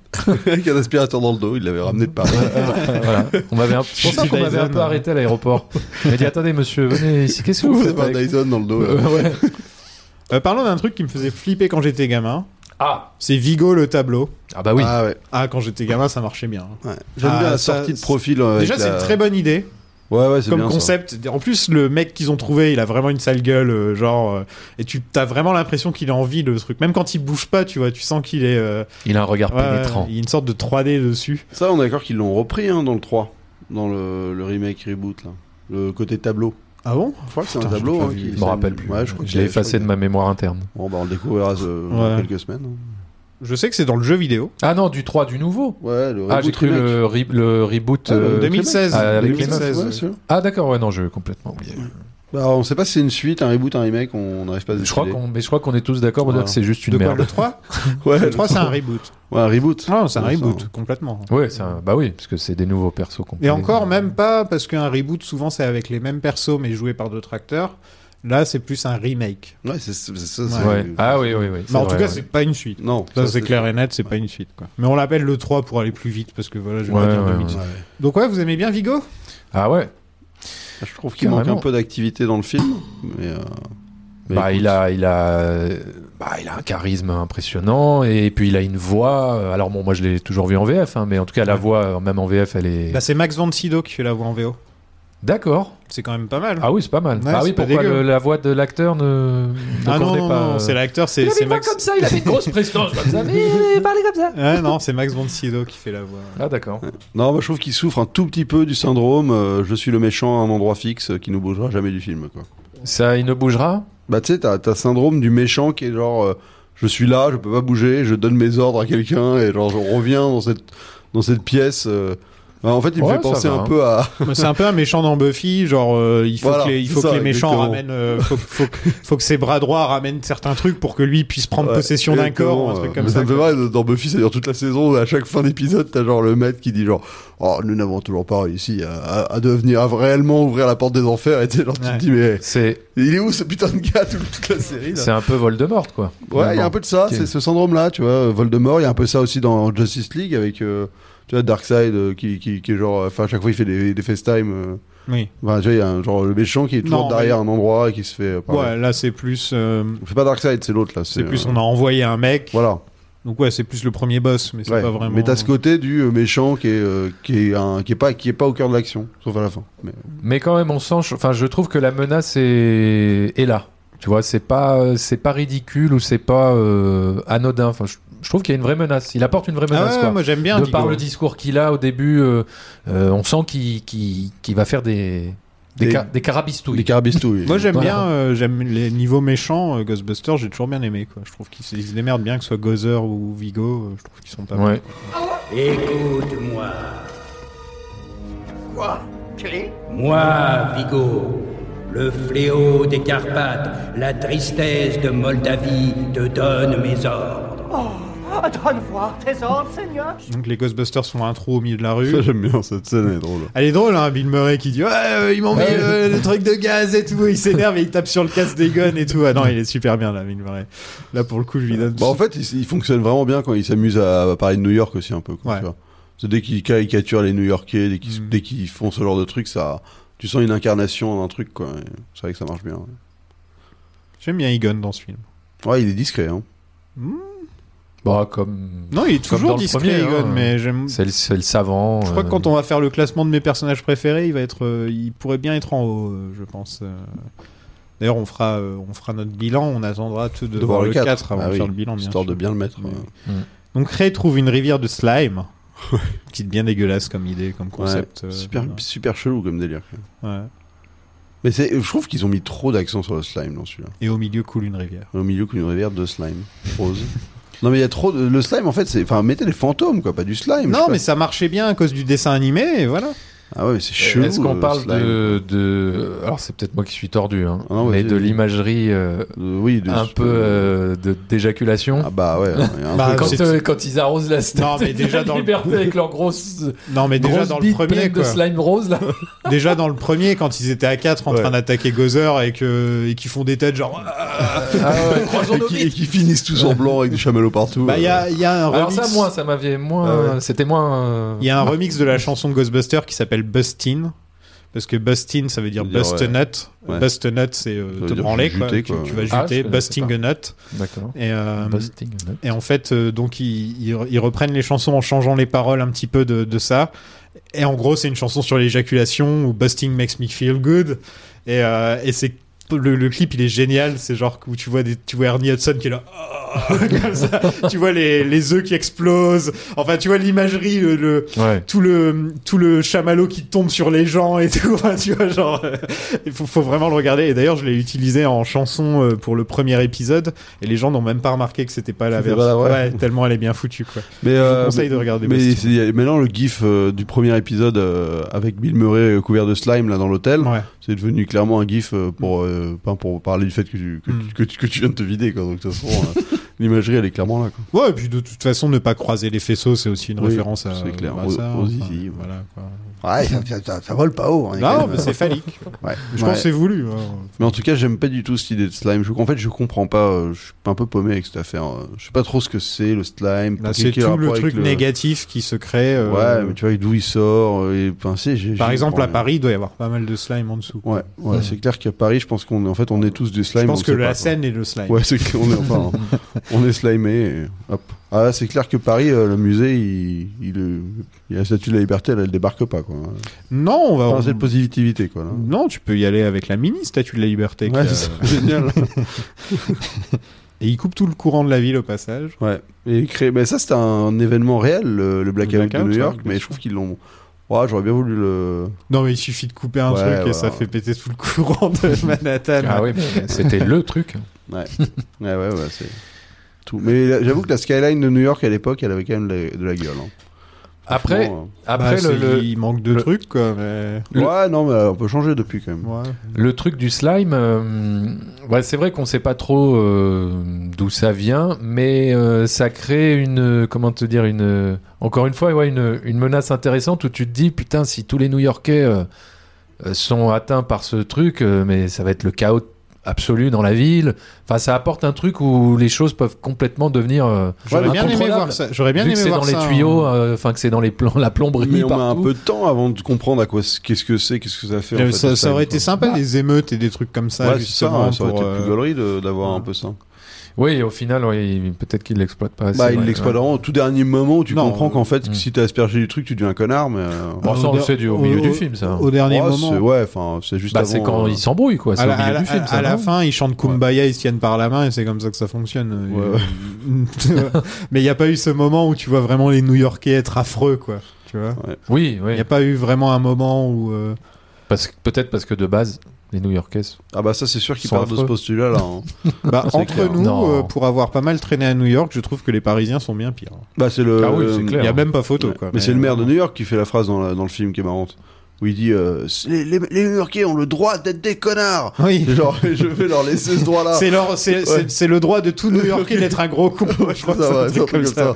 Avec un aspirateur dans le dos, il l'avait ramené de Paris.
voilà. On m'avait un... C'est pour ça
Chez
qu'on m'avait un
Dyson.
peu arrêté à l'aéroport. Il m'a dit attendez monsieur venez ici qu'est-ce que vous
Vous
faites
avez un
avec...
Dyson dans le dos. là.
Euh, ouais.
Euh, parlons d'un truc qui me faisait flipper quand j'étais gamin.
Ah
C'est Vigo le tableau.
ah bah oui.
Ah ouais.
Ah, quand j'étais gamin, ça marchait bien.
ouais. J'aime
Ah,
bien la
ça-
sortie de profil. euh,
Déjà,
avec
c'est
la-
une très bonne idée.
Ouais, ouais, c'est
comme
bien, ça.
concept. En plus, le mec qu'ils ont trouvé, il a vraiment une sale gueule, euh, genre, euh, et tu as vraiment l'impression qu'il a envie le truc. Même quand il bouge pas, tu vois, tu sens qu'il est, euh,
Il a un regard
ouais,
pénétrant.
il y a une sorte de 3D dessus.
Ça, on est d'accord qu'ils l'ont repris hein, dans le 3, dans le, le remake reboot, là. le côté tableau.
Ah bon
Je crois que c'est un
Putain, j'ai
tableau.
pas
hein,
vu.
qui-
Je
c'est
me
une-
rappelle plus.
Ouais, je crois
je
qu'il
l'ai
y a-
effacé
je
de
crois
ma mémoire interne.
qu'il y a- Bon, bah, on le découvrira euh,
Ouais.
dans quelques semaines.
Je sais que c'est dans le jeu vidéo.
Ah non du 3 du nouveau.
Ouais, le reboot
Ah j'ai cru
remake.
le, re- le reboot.
Ah, le
euh,
2016.
Ah, avec les
2016,
ouais,
ouais.
sûr.
Ah d'accord ouais non je complètement oublié.
Bah, on sait pas si c'est une suite, un reboot, un remake, on n'arrive pas à se
Je crois
décider.
qu'on mais je crois qu'on est tous d'accord pour dire
Voilà.
que c'est juste une
De quoi
merde.
Le 3
Ouais,
Le 3, c'est un reboot.
Ouais, un reboot.
Ah.
Non, c'est un
Ouais, ça,
reboot,
ouais.
complètement.
Ouais, c'est un- bah oui, parce que c'est des nouveaux persos qu'on
Et
peut-
encore, même pas, parce qu'un reboot, souvent, c'est avec les mêmes persos, mais joués par d'autres acteurs. Là, c'est plus un remake.
Ouais, c'est c'est- c'est ça.
Ouais.
c'est-
Ouais. Ah oui, oui, oui.
Mais en
vrai,
tout cas,
ouais.
c'est pas une suite.
Non,
Ça, c'est clair et net, c'est pas une suite. Quoi. Mais on l'appelle le 3 pour aller plus vite, parce que voilà, je vais
Ouais,
pas dire
ouais,
2016.
Ouais.
Donc, ouais, vous aimez bien Vigo
Ah ouais.
Je trouve qu'il manque un
Carrément.
peu d'activité dans le film, mais. euh, mais
Bah,
écoute.
il a, il a, euh, bah, il a un charisme impressionnant et puis il a une voix. euh, Alors bon, moi je l'ai toujours vu en VF, hein, mais en tout cas la voix, euh, même en VF, elle est.
Bah, c'est Max von Sydow qui fait la voix en VO.
D'accord.
C'est quand même pas mal.
Ah oui, c'est pas mal.
Ouais,
ah
c'est
oui,
pas
pourquoi
dégueu.
le- la voix de l'acteur ne. ne
Ah non,
convenait
non,
pas,
non,
euh,
c'est l'acteur,
Il
c'est
avait
c'est
une voix
Max.
comme ça, il avait une grosse prestance comme ça, mais il parlait comme ça.
Ah non, c'est Max von Sydow qui fait la voix.
Ah d'accord.
Non, bah, je trouve qu'il souffre un tout petit peu du syndrome euh, je suis le méchant à un endroit fixe euh, qui ne bougera jamais du film. Quoi.
Ça, il ne bougera.
Bah, tu sais, t'as t'as syndrome du méchant qui est genre euh, je suis là, je peux pas bouger, je donne mes ordres à quelqu'un et genre je reviens dans cette, dans cette pièce. euh. Bah, en fait, il me
Ouais,
fait
ça
penser
va,
un
hein.
peu à.
Mais C'est un peu un méchant dans Buffy, genre euh, il faut
Voilà,
que les, il
c'est
faut
ça,
que les méchants
exactement.
ramènent, euh, faut, que- faut que- faut que ses bras droits ramènent certains trucs pour que lui puisse prendre
Ouais,
possession d'un corps ou un
exactement,
truc
euh,
comme
mais
ça.
me fait marrer, dans- dans Buffy, ça dure toute la saison. À chaque fin d'épisode, t'as genre le maître qui dit genre, oh, nous n'avons toujours pas réussi à, à- à devenir, à réellement ouvrir la porte des enfers. Et t'es genre, tu
Ouais.
te dis, mais
C'est,
il est où ce putain de gars tout- toute la série là
c'est un peu Voldemort quoi.
Ouais, il y a
Vraiment.
un peu de ça,
Ok.
c'est ce syndrome-là, tu vois. euh, Voldemort, il y a un peu ça aussi dans Justice League avec, euh, tu vois, Darkseid euh, qui, qui, qui est genre, enfin, à chaque fois il fait des, des FaceTime. euh,
Oui.
enfin, tu vois, il y a un, genre le méchant qui est toujours
Non,
derrière un endroit et qui se fait. euh, parler.
Ouais, là c'est plus, euh,
C'est pas Darkseid, c'est l'autre là.
c'est plus
euh,
on a envoyé un mec.
Voilà.
Donc ouais, c'est plus le premier boss, mais c'est
Ouais,
pas vraiment.
Mais t'as ce côté du euh, méchant qui est, euh, qui est, un, qui est, pas, qui est pas au cœur de l'action, sauf à la fin. Mais,
Mais quand même, on sent. je- Enfin, je trouve que la menace est, est là. Tu vois, c'est pas, euh, c'est pas ridicule ou c'est pas euh, anodin. Enfin, je, je trouve qu'il y a une vraie menace. Il apporte une vraie
Ah
menace.
ouais,
quoi.
moi j'aime bien.
de
Vigo.
par le discours qu'il a au début, euh, euh, on sent qu'il qu'il- qu'il va faire des des,
Des-
ca- des carabistouilles.
Les carabistouilles.
Moi j'aime
Voilà.
bien euh, j'aime les niveaux méchants euh, Ghostbusters, j'ai toujours bien aimé quoi. Je trouve qu'ils se- ils se démerdent bien que ce soit Gozer ou Vigo, euh, je trouve qu'ils sont pas mal.
Ouais.
Écoute-moi. Quoi Moi, Vigo, Le fléau des Carpates, la tristesse de Moldavie te donne mes ordres.
Oh, donne voir tes ordres, Seigneur.
Donc les Ghostbusters font un trou au milieu de la rue.
Ça, j'aime bien cette scène, elle est drôle.
Elle est drôle, hein, Bill Murray qui dit Ouais, euh, ils m'ont mis euh, le truc de gaz et tout. Il s'énerve et il tape sur le casque des guns et tout. Ah non, il est super bien là, Bill Murray. Là, pour le coup, je lui donne.
Bah, en fait, il, il fonctionne vraiment bien quand il s'amuse à, à parler de New York aussi un peu. quoi,
Ouais.
tu vois. C'est dès qu'il caricature les New Yorkais, dès qu'ils dès qu'ils font ce genre de truc, ça, tu sens une incarnation d'un truc. quoi. Et C'est vrai que ça marche bien. ouais.
J'aime bien Egon dans ce film.
Ouais, il est discret. Hein.
Bah, comme.
Non, il est
comme
toujours
dans le
discret,
premier,
Egon,
hein.
mais j'aime-
C'est le, c'est le savant. euh,
Je crois que quand on va faire le classement de mes personnages préférés, il va être, euh, il pourrait bien être en haut, euh, je pense. euh. D'ailleurs, on fera, euh, on fera notre bilan. On attendra tout de, voir le 4, avant
Ah
de
oui,
faire le bilan, bien
histoire
sûr.
de bien le mettre. euh,
Mais- Donc Ray trouve une rivière de slime, qui est bien dégueulasse comme idée, comme concept.
Ouais,
euh,
super,
voilà.
super chelou comme délire. quoi.
Ouais.
Mais c'est- je trouve qu'ils ont mis trop d'accent sur le slime dans celui-là.
Et au milieu coule une rivière.
Au milieu qu'une rivière de slime rose. non mais il y a trop de... le slime en fait c'est enfin mettez des fantômes quoi, pas du slime.
Non, mais ça marchait bien à cause du dessin animé, et voilà.
Ah ouais, mais c'est chelou.
Est-ce qu'on
le
parle
slime.
de, de- Alors, c'est peut-être moi qui suis tordu, hein, mais
vas-y,
de
vas-y.
l'imagerie euh,
oui, de-
un peu euh, de- d'éjaculation. Ah
bah ouais.
Bah,
quand,
c'est-
euh, quand ils arrosent la statue
Non, mais déjà
de
dans
la
le-
liberté avec leur grosse.
Non, mais déjà
grosse
dans le
bite
premier,
pleine
quoi.
de slime rose, là.
Déjà dans le premier, quand ils étaient à 4 en train d'attaquer Gozer et que et qu'ils font des têtes genre.
et, qui, et qui finissent tous en blanc avec du chamallow partout. euh.
Bah, il y a, il y a un
Alors,
remix.
ça, moi, ça m'avait moins.
Ah ouais.
C'était moins. euh,
Il y a un remix de la chanson de Ghostbuster qui s'appelle Bustin. Parce que Bustin, ça veut dire
veut dire,
Bust
ouais.
a Nut.
Ouais.
Bust a Nut, c'est euh,
Ça veut
te
dire
branler,
que
quoi.
juter,
Tu,
quoi.
tu vas
Ah, je
juter,
connaissais
Busting
pas.
a Nut.
D'accord.
Et, euh,
Busting a Nut.
et en fait, euh, donc, ils, ils- ils reprennent les chansons en changeant les paroles un petit peu de, de ça. Et en gros, c'est une chanson sur l'éjaculation où Busting makes me feel good. Et, euh, et c'est. Le, le clip il est génial, c'est genre où tu vois, des, tu vois Ernie Hudson qui est là, comme ça. tu vois les, les œufs qui explosent. Enfin, tu vois l'imagerie, le, le-
Ouais.
tout le tout le chamallow qui tombe sur les gens et tout. Enfin, tu vois, genre, euh, il faut, faut vraiment le regarder. Et d'ailleurs, je l'ai utilisé en chanson euh, pour le premier épisode. Et les gens n'ont même pas remarqué que c'était pas la
C'était
version.
pas la vraie.
Ouais, tellement elle est bien foutue, quoi.
Mais
je
euh,
vous conseille de regarder.
Mais
Bastille.
c'est- il y a- maintenant le gif euh, du premier épisode euh, avec Bill Murray euh, couvert de slime là dans l'hôtel, c'est devenu clairement un gif euh,
Mm.
pour euh, pas pour parler du fait que tu, que, tu- que tu- que tu viens de te vider quoi. Donc de toute façon euh, l'imagerie elle est clairement là. Quoi.
Ouais, et puis de toute façon, ne pas croiser les faisceaux, c'est aussi une
Oui,
référence à.
c'est clair.
à
Aux-
ça,
aux
enfin,
zizi, ouais.
voilà, quoi.
Ouais, ça, ça- ça- ça vole pas haut. hein, quand
Non,
même.
mais c'est phallique.
Ouais.
Je pense
Ouais.
que c'est voulu. hein.
Mais en tout cas, j'aime pas du tout cette idée de slime. Je, en fait, je comprends pas. euh, Je suis un peu paumé avec cette affaire. euh. Je sais pas trop ce que c'est le slime.
Bah,
quel-
c'est
quel
tout
rapport
le
avec
truc négatif qui se crée. euh,
Ouais, mais tu vois d'où il sort. euh, Et, enfin, c'est- j'ai-
Par
j'y
exemple,
comprends
à
rien.
Paris, il doit y avoir pas mal de slime en dessous.
Ouais, ouais,
Mm.
c'est clair qu'à Paris, je pense qu'on est, en fait, on est tous des slimes.
pense
on
que
sait
la
pas, quoi.
scène est le slime.
Ouais, c'est qu'on est, enfin, on est slimé. et hop. Ah, là, c'est clair que Paris, euh, le musée, il, il, euh, il y a la statue de la liberté, elle, elle débarque pas, quoi.
Non, on va.
Enfin, c'est de positivité, quoi. là.
Non, tu peux y aller avec la mini statue de la liberté.
Hein Ouais,
qui a-
c'est génial.
Et il coupe tout le courant de la ville au passage.
Ouais. Et créer, mais ça, c'était un événement réel, le, le Blackout,
Blackout,
de New
ouais,
York,
bien
mais je trouve qu'ils l'ont. Ouais, j'aurais bien voulu le.
Non, mais il suffit de couper un
Ouais,
truc et
voilà.
ça fait péter tout le courant de Manhattan.
Ah oui, mais c'était le truc.
Ouais. ouais, ouais, ouais, c'est tout. Mais là, j'avoue que la skyline de New York à l'époque, elle avait quand même de la, de la gueule. hein.
Après,
Franchement, euh,
après
Bah,
le,
c'est-
le-
il manque de
le-
trucs, quoi. Mais...
Ouais, non, mais euh, on peut changer depuis quand même.
Ouais.
Le truc du slime, euh, ouais, c'est vrai qu'on sait pas trop euh, d'où ça vient, mais euh, ça crée une, euh, comment te dire, une, euh, encore une fois, ouais, une, une menace intéressante où tu te dis, putain, si tous les New-Yorkais euh, euh, sont atteints par ce truc, euh, mais ça va être le chaos absolu dans la ville. Enfin, ça apporte un truc où les choses peuvent complètement devenir. euh,
J'aurais bien aimé
incontrôlables.
voir ça. J'aurais bien
Vu
aimé
que c'est
voir
dans
ça, hein.
les tuyaux, euh, enfin que c'est dans les plans, la plomberie
Mais on
partout.
a un peu de temps avant de comprendre à quoi, c- qu'est-ce que c'est, qu'est-ce que ça fait. en fait,
euh, ça,
le
ça aurait
slime,
été sympa, des émeutes et des trucs comme
quoi.
ça.
Ouais, c'est ça,
justement,
ouais, ça aurait
pour,
été plus
euh,
gaulerie de- d'avoir un peu ça.
Oui, au final, ouais, il- peut-être qu'ils l'exploitent pas. assez,
Bah, ils
ouais,
l'exploitent
ouais.
vraiment au tout dernier moment où tu
Non,
comprends
euh,
qu'en fait, si t'es aspergé du truc, tu deviens un connard, mais. euh,
Bon, ça, on le sait du- au milieu du film, ça. hein.
au dernier
Ouais,
moment.
hein. Oh, c'est- Ouais, enfin, c'est juste
Bah, c'est
avant,
quand
euh,
ils s'embrouillent, quoi. C'est
À
au
la, à
milieu
la-
du film,
à
ça.
la
non
fin, ils chantent Kumbaya, ils se tiennent par la main et c'est comme ça que ça fonctionne. Euh, Mais il n'y a pas eu ce moment où tu vois vraiment les New Yorkais être affreux, quoi. Tu vois
Oui,
Il
oui.
n'y a pas eu vraiment un moment où. euh,
Parce que- peut-être parce que de base, les New Yorkais.
Ah, bah, ça, c'est sûr qu'ils
Sont
partent de ce
affreux.
postulat là. hein.
Bah,
C'est
entre
clair.
nous,
Non.
euh, pour avoir pas mal traîné à New York, je trouve que les Parisiens sont bien pires.
Bah, c'est le.
Ah oui, c'est
euh,
clair. Y a même pas photo, quoi.
Mais
Mais,
c'est le
euh,
maire de New York qui fait la phrase dans la- dans le film qui est marrante. où il dit euh, les, les, les New-Yorkais ont le droit d'être des connards. Oui. Genre, je vais leur laisser ce droit-là.
Ah. C'est leur- c'est- c'est- c'est le droit de tout New-Yorkais d'être un gros con. Je crois que c'est un
ouais,
truc comme ça.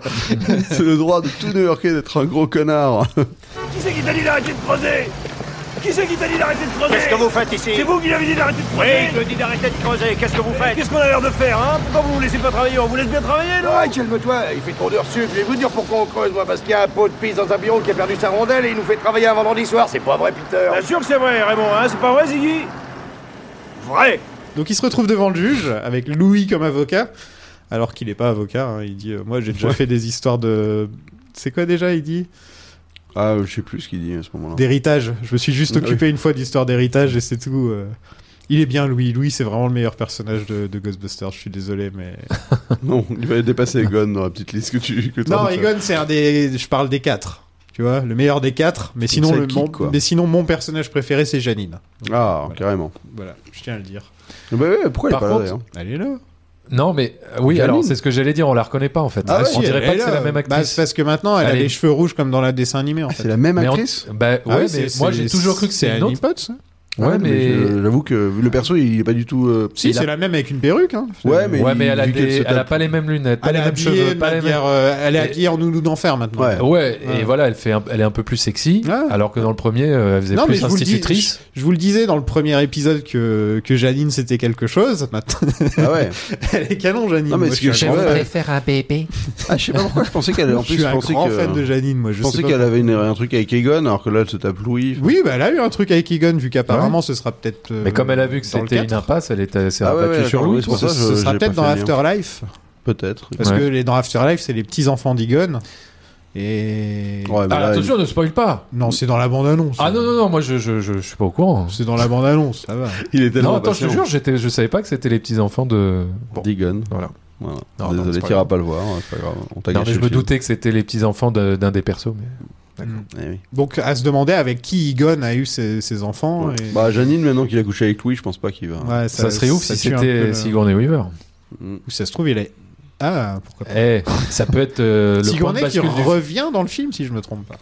c'est le droit de tout New-Yorkais d'être un gros connard.
Qui c'est qui t'a dit d'arrêter de creuser Qui c'est qui t'a dit d'arrêter de creuser
Qu'est-ce que vous faites ici
C'est vous qui l'avez dit d'arrêter de creuser
Oui, je dis d'arrêter de creuser. Qu'est-ce que vous faites
Qu'est-ce qu'on a l'air de faire, hein Pourquoi vous vous laissez pas travailler On vous laisse bien travailler, non
Ouais, Oh, calme-toi, il fait trop d'heures sup. Je vais vous dire pourquoi on creuse, moi, parce qu'il y a un pot de pisse dans un bureau qui a perdu sa rondelle et il nous fait travailler un vendredi soir. C'est pas vrai, Peter
Bien sûr que c'est vrai, Raymond, hein C'est pas vrai, Ziggy Vrai
Donc il se retrouve devant le juge avec Louis comme avocat, alors qu'il n'est pas avocat. hein. Il dit euh, Moi j'ai déjà
Ouais.
fait des histoires de. C'est quoi déjà Il dit
Ah, je sais plus ce qu'il dit à ce moment-là.
D'héritage. Je me suis juste
Ah oui.
occupé une fois d'histoire d'héritage et c'est tout. euh. Il est bien Louis. Louis c'est vraiment le meilleur personnage de, de Ghostbusters. Je suis désolé, mais.
Non, il va dépasser Egon dans la petite liste que tu. Que
non,
t'as.
Egon c'est un des. Je parle des quatre. Tu vois, le meilleur des quatre. Mais sinon,
ça
le,
kick,
mon...
quoi.
mais sinon mon personnage préféré c'est Janine.
Ah, carrément.
Voilà, je tiens à le dire.
Bah ouais, pourquoi
Par
il est pas
contre-
là d'ailleurs
Elle est là.
Non, mais euh, oui,
Janine.
alors c'est ce que j'allais dire, on la reconnaît pas en fait.
Ah ouais, si,
on dirait
elle
pas
est
que c'est
là.
la même
Bah,
actrice.
c'est parce que maintenant, elle,
Elle
a
est-
les cheveux rouges comme dans la dessin animé.
ah, C'est la même
Mais en-
actrice
Bah ouais,
Ah oui,
mais
c'est-
moi
c'est-
j'ai toujours cru que
c'est
c'est une
Annie
autre.
Potts, hein.
Ouais,
Ouais,
mais,
Ah, mais je- j'avoue que vu le perso, il est pas du tout. euh,
Si, c'est la même avec une perruque. hein.
Ouais, mais,
ouais, mais
il-
elle, a
vu qu'elle
des-
se
elle a
tape-
pas les mêmes lunettes, pas
Elle
les
est
mêmes
habillée
cheveux,
de
pas les mêmes.
manière, euh, elle est habillée en nounou d'enfer maintenant.
Ouais, et voilà, elle, fait un- elle est un peu plus sexy, alors que dans le premier, euh, elle faisait
Non, mais
plus
je vous, le dis-
institutrice.
je- je vous le disais dans le premier épisode que, que Janine c'était quelque chose. Maintenant,
Ah ouais.
elle est canon, Janine.
Non, mais
Moi,
ce que
je suis
je
un grand
savais-
fan.
Préfère un bébé.
Ah, je sais pas pourquoi je pensais qu'elle. En
Je
plus,
suis un
pensais
grand
que-
fan de Janine, moi, je
pensais
sais pas
qu'elle avait une- un truc avec Egon, alors que là, elle se tape Louis.
Oui, bah, elle a eu un truc avec Egon, vu qu'apparemment ce sera peut-être. euh,
Mais comme elle a vu que
dans le
c'était une
4.
impasse, elle était- s'est
Ah ouais,
rabattue
ouais,
sur
d'accord,
lui.
oui, c'est pour
Ce
ça, je-
sera
j'ai
peut-être
pas
dans
fait le lien.
Afterlife.
Peut-être.
Parce
Ouais.
que les, dans Afterlife, c'est les petits-enfants d'Egon. Et.
Ouais, mais
Ah,
là,
attention, ne spoil pas
Non, c'est dans la bande-annonce.
Ah non, non, non, moi je, je, je, je suis pas au courant.
C'est dans la bande-annonce, ça va.
Il est tellement
Non, attends, je te
impatient.
jure, j'étais- je savais pas que c'était les petits-enfants de. Bon.
D'Egon.
Voilà.
Voilà.
Non, non,
Désolé,
c'est pas
t'iras
grave.
pas le voir, hein, c'est pas grave. On t'a
Non,
gâché
mais je
le
me
film.
doutais que c'était les petits-enfants de- d'un des persos. Mais...
Eh
Donc à se demander avec qui Egon a eu ses, ses enfants.
Ouais.
et-
Bah, Janine, maintenant qu'il a couché avec Louis, je pense pas qu'il va.
Ouais,
Ça, serait ouf
ça
si
tue un peu
c'était
le-
Sigourney Weaver.
Ou ça se trouve, il est. Ah, pourquoi pas.
Eh, ça peut être euh, le point de
Sigourney qui
bascule du-
revient dans le film, si je me trompe pas.